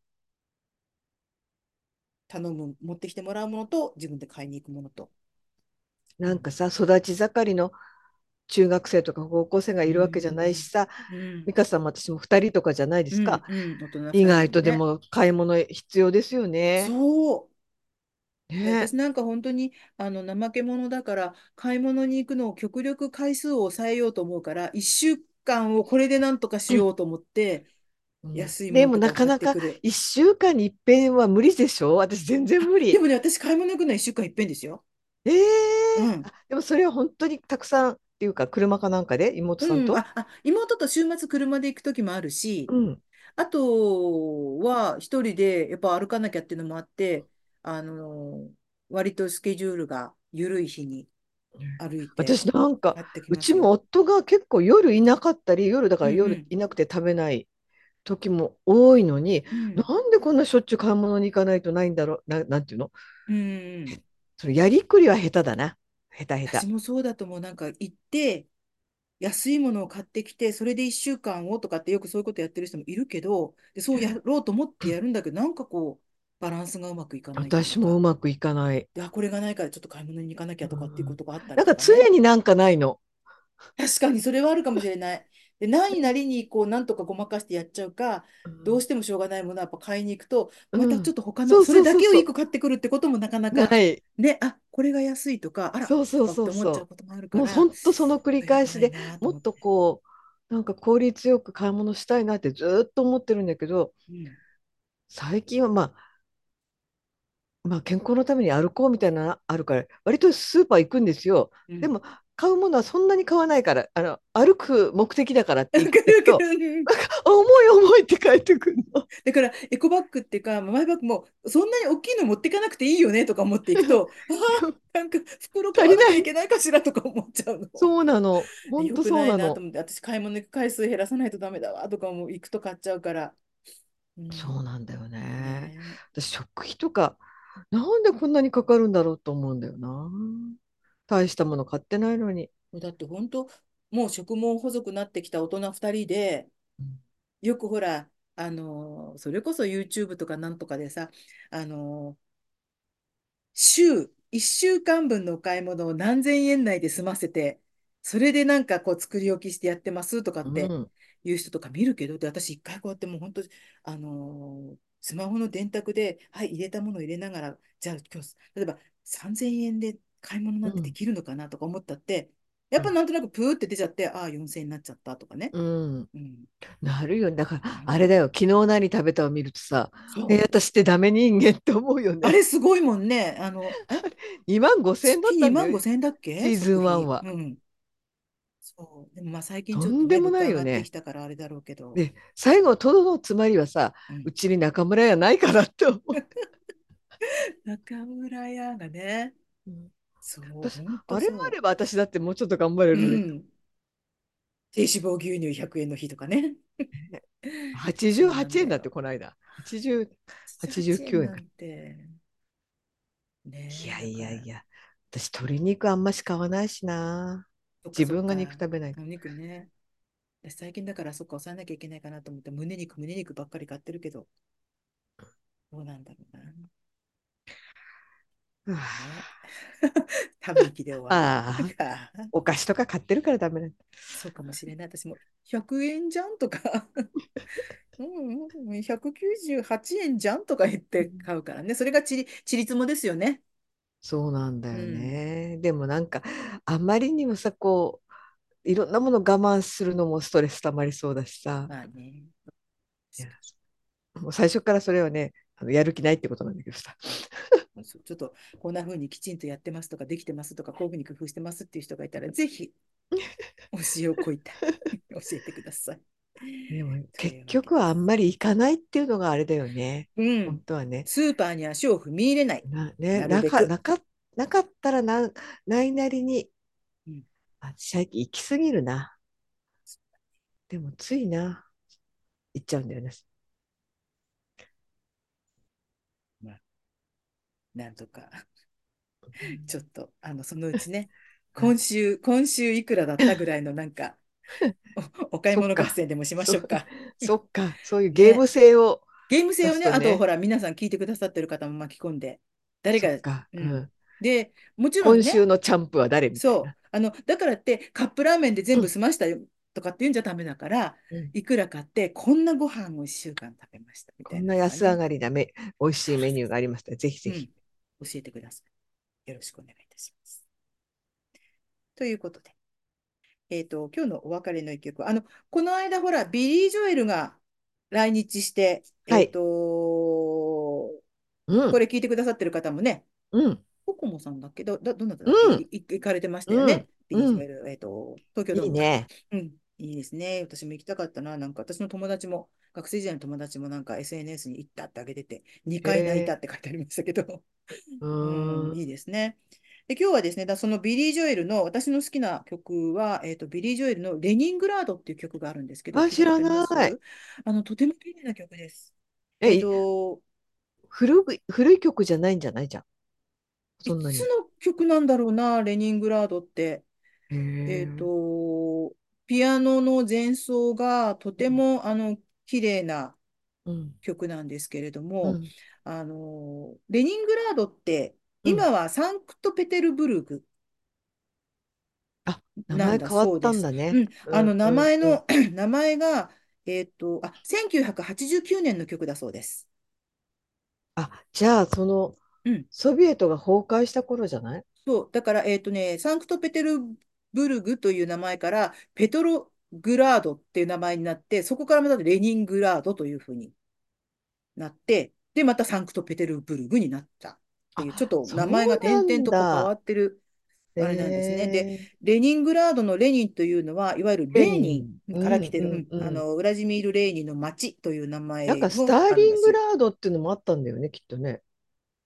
Speaker 1: 頼む、持ってきてもらうものと、自分で買いに行くものと。う
Speaker 2: なんか
Speaker 1: ん。
Speaker 2: さ、育ち盛りの中学生とか高校生が
Speaker 1: う
Speaker 2: いるわけじゃないし
Speaker 1: ん。
Speaker 2: さ、
Speaker 1: うん。
Speaker 2: 美香さんも私も2人とかじゃないで
Speaker 1: う
Speaker 2: す
Speaker 1: ん。
Speaker 2: か。
Speaker 1: うん大人
Speaker 2: 意
Speaker 1: 2人
Speaker 2: 外
Speaker 1: の
Speaker 2: とで
Speaker 1: ね。
Speaker 2: も買い物必要ですよね。
Speaker 1: そう。で、
Speaker 2: ね。
Speaker 1: 私なんか本当にあの怠け者だから買い物に行くのを極力回数を抑えようと思うから1週間をこれでなんとかしようと思って
Speaker 2: うん
Speaker 1: 安いも
Speaker 2: で
Speaker 1: の
Speaker 2: も
Speaker 1: とか
Speaker 2: な
Speaker 1: を買
Speaker 2: か
Speaker 1: って
Speaker 2: な
Speaker 1: く
Speaker 2: か
Speaker 1: る。
Speaker 2: 1週間に一遍は無理でしょ私全然無
Speaker 1: で
Speaker 2: 理。
Speaker 1: もね私買い物行くのは1週間いっぺんですよ。
Speaker 2: え
Speaker 1: う
Speaker 2: え
Speaker 1: ん。
Speaker 2: あ、でもそれは本当にたくさんっていうか車かなんかで妹さん
Speaker 1: うん。
Speaker 2: と。
Speaker 1: あ、あ、妹と週末車で行く時もあるし
Speaker 2: うん。
Speaker 1: あとは一人でやっぱ歩かなきゃっていうのもあってあの割とスケジュールが緩い日に歩いて
Speaker 2: 私なんか
Speaker 1: 買ってき
Speaker 2: う
Speaker 1: ま
Speaker 2: ち
Speaker 1: す
Speaker 2: も
Speaker 1: よ。
Speaker 2: 夫が結構夜いなかったり夜だか
Speaker 1: う
Speaker 2: ら
Speaker 1: んう
Speaker 2: 夜
Speaker 1: ん。
Speaker 2: いなくて食べない時も多いのに、
Speaker 1: うん。
Speaker 2: なんでこんなしょっちゅう買い物に行かないとないんだろう、な、なんていうの
Speaker 1: うん。
Speaker 2: そのやりくりは下手だな。下手下
Speaker 1: 私
Speaker 2: 手。
Speaker 1: もそうだと思う。なんか行って、安いものを買ってきて、それで1週間をとかってよくそういうことやってる人もいるけど、で、そうやろうと思ってやるんだけど、なんかこう、バランスがうまくいかないという
Speaker 2: 私もう
Speaker 1: か、
Speaker 2: まくいかない。
Speaker 1: で、あ、これがないからちょっと買い物に行かなき
Speaker 2: う
Speaker 1: ゃとかっていうんことがあった
Speaker 2: な
Speaker 1: り
Speaker 2: ん
Speaker 1: と
Speaker 2: か
Speaker 1: かね。
Speaker 2: 常になんかないの。
Speaker 1: 確かにそれはあるかもしれない。で、何なりにこう、なんとかごまかしてやっちゃうか、
Speaker 2: う。
Speaker 1: どうんしてもしょうがないものはやっぱ買いに行くと、ま
Speaker 2: う
Speaker 1: たちょっ
Speaker 2: ん
Speaker 1: と他の、
Speaker 2: そう
Speaker 1: それ
Speaker 2: そう
Speaker 1: だ
Speaker 2: そう
Speaker 1: けを
Speaker 2: そ
Speaker 1: 一
Speaker 2: う。
Speaker 1: 個買ってくるってこともなかなか、
Speaker 2: ない。
Speaker 1: ね、あ、これが安いとか、あら、
Speaker 2: そうそ
Speaker 1: と
Speaker 2: う
Speaker 1: かって
Speaker 2: そう
Speaker 1: 思っちゃ
Speaker 2: そう
Speaker 1: こともある
Speaker 2: う。
Speaker 1: か
Speaker 2: もうほ
Speaker 1: ら、
Speaker 2: んとその繰り
Speaker 1: 良
Speaker 2: 返
Speaker 1: く
Speaker 2: し
Speaker 1: ない
Speaker 2: で
Speaker 1: なと
Speaker 2: も
Speaker 1: 思っ。
Speaker 2: ってとこうなんか効率よく買い物したいなってずーっと思ってるんだけど
Speaker 1: うん。
Speaker 2: 最近は、まあ、まあ健康のために歩こうみたいなのあるから割とスーパー行くんですよ。
Speaker 1: う
Speaker 2: で
Speaker 1: ん。
Speaker 2: も買うものはそんなに買わないからあの歩く目的だからっ
Speaker 1: わ
Speaker 2: て言っ
Speaker 1: か
Speaker 2: てる
Speaker 1: るわ
Speaker 2: と
Speaker 1: かる。 うん
Speaker 2: なんか重い重いって帰ってくる の。
Speaker 1: だから、エコバッグっていうか、マイバッグも、そんなに大きいの持っていかなくていいよねとか思っていく と、ああ、なんか袋買わ
Speaker 2: 足り
Speaker 1: な
Speaker 2: な
Speaker 1: きゃい
Speaker 2: い。
Speaker 1: けないかしらとか思っちゃうの。
Speaker 2: そうなの。ほん
Speaker 1: よ
Speaker 2: と
Speaker 1: く
Speaker 2: そう
Speaker 1: ない
Speaker 2: な
Speaker 1: なと
Speaker 2: の。
Speaker 1: 思って、私、買い物行く回数減らさないとダメだわとかも行くと買っちゃうから。う、
Speaker 2: そうんなんだよね。
Speaker 1: ね
Speaker 2: 私、食費とか、なんでこんなにかかるんだろうと思うんだよな。大したもの買ってないのに。
Speaker 1: え。だって本当、もう食毛細くなってきた大人2人で、
Speaker 2: うん
Speaker 1: よくほら、あのーそれこそ YouTube とかなんとかでさ、あのー週1週間分のお買い物を何千円内で済ませて、それでなんかこう作り置きしてやってますとかっ
Speaker 2: う
Speaker 1: て
Speaker 2: ん。
Speaker 1: いう人とか見るけど、で、私一回こうやってもう本当、あのースマホの電卓で、はい、入れたものを入れながら、じゃあ今日、例えば3000円で買い物な
Speaker 2: うん
Speaker 1: てで
Speaker 2: ん。
Speaker 1: きるのかなとか思ったって、や
Speaker 2: う
Speaker 1: っぱ
Speaker 2: ん。
Speaker 1: なんとなくプーって出ちゃって、ああ、4000円になっちゃったとかね。
Speaker 2: うん
Speaker 1: うん。
Speaker 2: なるよね。だから、
Speaker 1: な
Speaker 2: あ
Speaker 1: る
Speaker 2: れだ
Speaker 1: よ。
Speaker 2: よ。昨日何食べたを見るとさ、え、
Speaker 1: そう。
Speaker 2: 私ってダメ人間って思うよ
Speaker 1: あ
Speaker 2: ね。
Speaker 1: れすごいもんね。あ の、え
Speaker 2: 2万5千円だっ
Speaker 1: 月
Speaker 2: たんだ
Speaker 1: 2万
Speaker 2: よ。
Speaker 1: 5千円だっ
Speaker 2: シ
Speaker 1: け
Speaker 2: ーズ
Speaker 1: 食
Speaker 2: ン1
Speaker 1: 費。
Speaker 2: は。
Speaker 1: うん。そう。でもまあ最近
Speaker 2: と
Speaker 1: ちょっと
Speaker 2: んで
Speaker 1: ね、
Speaker 2: も
Speaker 1: 物
Speaker 2: な
Speaker 1: 価上
Speaker 2: いよ
Speaker 1: がってき
Speaker 2: ね。
Speaker 1: たからあれだろうけど。
Speaker 2: で、最後、とどのつまりはさ、
Speaker 1: う。
Speaker 2: うんちに中村屋ないからって思う。
Speaker 1: 中村屋がね、
Speaker 2: うん
Speaker 1: そう、
Speaker 2: 私、
Speaker 1: ほんと
Speaker 2: あれがあ
Speaker 1: そ
Speaker 2: れば私だってもうちょっと頑張れ
Speaker 1: う。
Speaker 2: るのに
Speaker 1: うん。低脂肪牛乳100円の日とかね。
Speaker 2: ね
Speaker 1: そうなん
Speaker 2: 88円
Speaker 1: だ
Speaker 2: だって
Speaker 1: よ。
Speaker 2: この間80
Speaker 1: 88円
Speaker 2: 89円
Speaker 1: な
Speaker 2: か
Speaker 1: んて。
Speaker 2: い
Speaker 1: ねえ、
Speaker 2: や
Speaker 1: だ
Speaker 2: い
Speaker 1: か
Speaker 2: や
Speaker 1: ら、
Speaker 2: いや私鶏肉あんまし買わないしな
Speaker 1: そっか
Speaker 2: 自
Speaker 1: そっ
Speaker 2: 分が肉
Speaker 1: か。
Speaker 2: 食べない
Speaker 1: お肉ね。私最近だからそっか、抑えなきゃいけないかなと思って、胸肉、胸肉ばっかり買ってるけど、どうなんだろうな。
Speaker 2: は
Speaker 1: ね。
Speaker 2: あ
Speaker 1: ため息で終わる
Speaker 2: ああ
Speaker 1: か。
Speaker 2: お菓子とか買ってるからダメなんだ
Speaker 1: そうかもしれない。私も100円じゃんとかうんうんうん、198円じゃんとか言っ
Speaker 2: う
Speaker 1: て
Speaker 2: ん
Speaker 1: 買うからね。それがちり、ちりつもですよね。
Speaker 2: そうなんだ
Speaker 1: う
Speaker 2: よ
Speaker 1: ん。
Speaker 2: ねでもなんかあんまりにもさこういろんなもの我慢するのもストレス溜まりそうだしさ
Speaker 1: まあね。
Speaker 2: いや
Speaker 1: 確か
Speaker 2: もう最初からそれはねあのやる気ないってことなんだけどさ
Speaker 1: にそうちょっとこんな風にきちんとやってますとか、できてますとか、こういう風に工夫してますっていう人がいたら、ぜひ教えをこい たい。教えてください。
Speaker 2: でも
Speaker 1: と
Speaker 2: 結
Speaker 1: いうわけ
Speaker 2: 局
Speaker 1: で
Speaker 2: はあん
Speaker 1: す。
Speaker 2: まり行かないっていうのがあれだよね。
Speaker 1: う
Speaker 2: 本
Speaker 1: ん。
Speaker 2: 当はね。
Speaker 1: スーパーに足を踏み入れない。
Speaker 2: な、ね、
Speaker 1: なる
Speaker 2: な
Speaker 1: べ
Speaker 2: か、
Speaker 1: く。
Speaker 2: なか、なかったらな、ないなりに、
Speaker 1: うん
Speaker 2: あ、最近行き過ぎるな。でもついな、行っちゃうんだよね。
Speaker 1: まあなんとか。ちょっと、あの、そのうちね、
Speaker 2: うん、
Speaker 1: 今週、今週いくらだったぐらいのなん か、お、お買い
Speaker 2: そっ
Speaker 1: 物合
Speaker 2: か、
Speaker 1: 戦でもしまし
Speaker 2: そ、
Speaker 1: ょうか。
Speaker 2: そっか、そういうゲー
Speaker 1: ね。
Speaker 2: ム性を
Speaker 1: ゲーム性
Speaker 2: 出
Speaker 1: を
Speaker 2: す
Speaker 1: ね、
Speaker 2: と
Speaker 1: あと、ほ
Speaker 2: ね、
Speaker 1: ら、皆さん聞いてくださってる方も巻き込んで、誰
Speaker 2: そっ
Speaker 1: が、
Speaker 2: か、
Speaker 1: う。
Speaker 2: うんん、
Speaker 1: で、もちろん
Speaker 2: 今週
Speaker 1: ね、
Speaker 2: のチャンプは誰みたい
Speaker 1: そ
Speaker 2: な。
Speaker 1: う、あの、だからって、カップラーメンで全
Speaker 2: う
Speaker 1: 部
Speaker 2: ん、
Speaker 1: 済ましたよとかって言うんじゃダメだから、
Speaker 2: うん
Speaker 1: いくら買って、こんなご飯を1週間食べましたみた
Speaker 2: こ
Speaker 1: い
Speaker 2: ん
Speaker 1: な
Speaker 2: な
Speaker 1: のが
Speaker 2: 安上
Speaker 1: ね、
Speaker 2: がりなめ、美
Speaker 1: そ
Speaker 2: 味し
Speaker 1: う
Speaker 2: いメ
Speaker 1: そう
Speaker 2: ニューがありましたら、ぜひぜ
Speaker 1: そう、う
Speaker 2: ひ。
Speaker 1: ん、教えてください。よろしくお願いいたします。ということで。えっと、今日のお別れの一曲。あの、この間、ほら、ビリー・ジョエルが来日して、
Speaker 2: は
Speaker 1: えっ
Speaker 2: い、
Speaker 1: と、こ
Speaker 2: うん、
Speaker 1: れ聞いてくださってる方もね、
Speaker 2: うん、
Speaker 1: ココモさんだっけど、だ、どなた
Speaker 2: う
Speaker 1: だっけ
Speaker 2: ん、
Speaker 1: い、い行かれてましたよ
Speaker 2: う
Speaker 1: ね。
Speaker 2: ん、
Speaker 1: ビリー・
Speaker 2: う
Speaker 1: ジョエ
Speaker 2: ん。
Speaker 1: ル、えっと、東京ドー
Speaker 2: いい
Speaker 1: ムか。
Speaker 2: ね。
Speaker 1: うん、いいですね。私も行きたかったな。なんか、私の友達も、学生時代の友達もなんか SNS に行ったってあげてて、2回泣いた
Speaker 2: へ
Speaker 1: って書いてありましたけど、
Speaker 2: ー う
Speaker 1: うん、
Speaker 2: ーん。
Speaker 1: いいですね。で、今日はですね、だそのビリー・ジョエルの、私の好きな曲は、えっと、ビリー・ジョエルのレニングラードっていう曲があるんですけど、
Speaker 2: あ
Speaker 1: 聞いたことります
Speaker 2: 知らない。
Speaker 1: あの、とても綺麗な曲です。えっ
Speaker 2: え、
Speaker 1: と、
Speaker 2: 古い、古い曲じゃないんじゃないじゃん。そ
Speaker 1: い
Speaker 2: んな
Speaker 1: つ
Speaker 2: に。
Speaker 1: の曲なんだろうな、レニングラードって。え
Speaker 2: へ
Speaker 1: っ
Speaker 2: え。
Speaker 1: と、ピアノの前奏がと
Speaker 2: う
Speaker 1: て
Speaker 2: ん。
Speaker 1: も、あの、綺麗な
Speaker 2: うん。
Speaker 1: 曲なんですけれど
Speaker 2: う
Speaker 1: も、
Speaker 2: ん。
Speaker 1: あの、レニングラードって、
Speaker 2: うん
Speaker 1: 今はサンクトペテルブルク
Speaker 2: あ、名
Speaker 1: なん
Speaker 2: 前
Speaker 1: だ
Speaker 2: 変わっ
Speaker 1: そうで
Speaker 2: たん
Speaker 1: す。
Speaker 2: だね。
Speaker 1: うん、あ
Speaker 2: う
Speaker 1: の
Speaker 2: ん
Speaker 1: 名
Speaker 2: うん
Speaker 1: 前
Speaker 2: うん。
Speaker 1: の 名前が、えっと、あ、1989年の曲だそうです。
Speaker 2: あ、じゃあ、その、
Speaker 1: うん、
Speaker 2: ソビエトが崩壊した頃じゃない
Speaker 1: そう、だから、えっとね、サンクトペテルブルグという名前から、ペトログラードっていう名前になって、そこからまたレニングラードというふうになって、で、またサンクトペテルブルグになったっていう、ちょっ
Speaker 2: あ、
Speaker 1: と名
Speaker 2: そう
Speaker 1: 前が点
Speaker 2: な
Speaker 1: 々
Speaker 2: ん
Speaker 1: とこう変わ
Speaker 2: だ。
Speaker 1: ってる、
Speaker 2: へ
Speaker 1: あれなんですね。で、
Speaker 2: え。
Speaker 1: レニングラードのレニンというのは、いわゆる
Speaker 2: レ
Speaker 1: レー
Speaker 2: ニ
Speaker 1: ニ
Speaker 2: ン。
Speaker 1: ン
Speaker 2: う
Speaker 1: から
Speaker 2: ん
Speaker 1: 来て
Speaker 2: う
Speaker 1: る、うんん、
Speaker 2: う
Speaker 1: あ
Speaker 2: ん。
Speaker 1: の、ウラジミール・レーニンの町という名
Speaker 2: なん
Speaker 1: 前
Speaker 2: かス
Speaker 1: も
Speaker 2: ター
Speaker 1: あるん
Speaker 2: リ
Speaker 1: で
Speaker 2: ング
Speaker 1: す。
Speaker 2: ラードっていうのもあったんだよね、きっとね。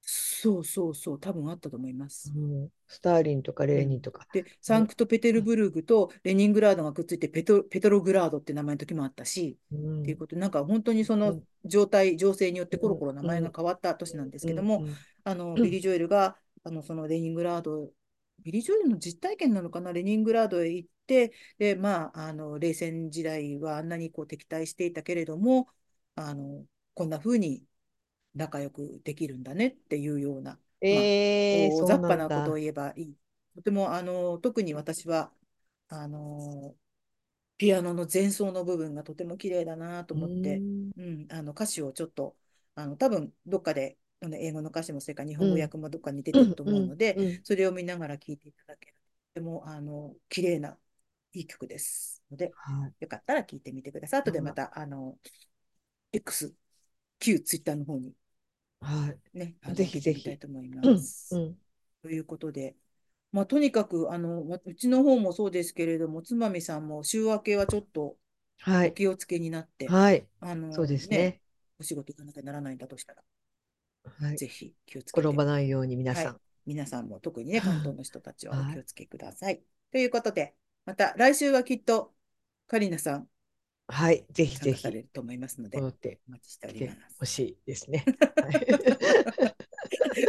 Speaker 1: そうそうそう、多分あったと思いま
Speaker 2: う
Speaker 1: す。
Speaker 2: ん、スターリンとか
Speaker 1: う
Speaker 2: レーニン
Speaker 1: ん。
Speaker 2: とか。
Speaker 1: で、サン
Speaker 2: ね。
Speaker 1: クトペテルブルクとレニングラードがくっついてペト、ペトログラードって名前の時もあったし、
Speaker 2: う、
Speaker 1: っていうんこと、なんか本当にそうの
Speaker 2: ん、
Speaker 1: 状態、情勢によってコ
Speaker 2: う
Speaker 1: ロ
Speaker 2: ん、
Speaker 1: コロ名
Speaker 2: う
Speaker 1: 前が
Speaker 2: ん、
Speaker 1: 変わった年なんです
Speaker 2: う
Speaker 1: けど
Speaker 2: ん、う
Speaker 1: も、
Speaker 2: ん。
Speaker 1: あの、
Speaker 2: う
Speaker 1: ビ
Speaker 2: ん
Speaker 1: リー・ジョエルが、あの、そのレニングラード、ビリー・ジョエルの実体験なのかな、レニングラードへ行って、で、まあ、あの、冷戦時代はあんなにこう敵対していたけれども、あの、こんな風に仲良くできるんだねっていうような、まあ、
Speaker 2: えー、
Speaker 1: 大
Speaker 2: そう
Speaker 1: 雑
Speaker 2: な
Speaker 1: 把
Speaker 2: ん
Speaker 1: なことを
Speaker 2: だ。
Speaker 1: 言えばいい。とても、あの、特に私は、あの、ピアノの前奏の部分がとても綺麗だなと
Speaker 2: うー
Speaker 1: 思って、
Speaker 2: ん、
Speaker 1: うん、あの歌詞をちょっと、あの多分どっかで、あの英語の歌詞もそれから日
Speaker 2: う
Speaker 1: 本語
Speaker 2: ん、
Speaker 1: 訳もどっかに出
Speaker 2: う
Speaker 1: てる
Speaker 2: ん、
Speaker 1: と
Speaker 2: う
Speaker 1: 思うの
Speaker 2: ん、
Speaker 1: で、
Speaker 2: うん。
Speaker 1: それを見ながら聴いていただける。とても、あの、綺麗な、いい曲ですので、
Speaker 2: はい。
Speaker 1: よかったら聴いてみてください。後でま
Speaker 2: は
Speaker 1: た、あの、X、旧 Twitter の方に
Speaker 2: は
Speaker 1: ね、
Speaker 2: い。
Speaker 1: あ
Speaker 2: ぜ
Speaker 1: の、
Speaker 2: ひ
Speaker 1: 上げて
Speaker 2: ぜ
Speaker 1: みたい
Speaker 2: ひ。
Speaker 1: と思いうま
Speaker 2: ん、う
Speaker 1: す。
Speaker 2: ん。
Speaker 1: ということで、まあ、とにかく、あの、わうちの方もそうですけれども、つまみさんも週明けはちょっと
Speaker 2: は
Speaker 1: お
Speaker 2: い。
Speaker 1: 気をつけになって、
Speaker 2: はい。
Speaker 1: あ
Speaker 2: そう
Speaker 1: の
Speaker 2: です
Speaker 1: ね、
Speaker 2: ね。
Speaker 1: お仕事行かなきゃならないんだとしたら、
Speaker 2: はい。
Speaker 1: ぜひ気をつけ
Speaker 2: 転ば
Speaker 1: て、
Speaker 2: ないように皆
Speaker 1: は
Speaker 2: さ
Speaker 1: い、
Speaker 2: ん。
Speaker 1: 皆さんも特にね、関東
Speaker 2: は
Speaker 1: の人たちはお気
Speaker 2: い。
Speaker 1: をつけください。ということで、また来週はきっと、カリナさん
Speaker 2: はい。ぜひ
Speaker 1: 参
Speaker 2: ぜ
Speaker 1: 加さ
Speaker 2: ひ
Speaker 1: れると思いますので、
Speaker 2: 戻って
Speaker 1: お待ちしてお
Speaker 2: き
Speaker 1: りま
Speaker 2: て ほ
Speaker 1: す。
Speaker 2: しいですね。はい。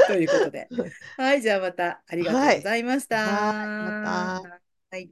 Speaker 1: ということで、はい、じゃあまたありがとう
Speaker 2: は
Speaker 1: ご
Speaker 2: い。
Speaker 1: ざいました。
Speaker 2: はい。ま
Speaker 1: は
Speaker 2: た。
Speaker 1: い。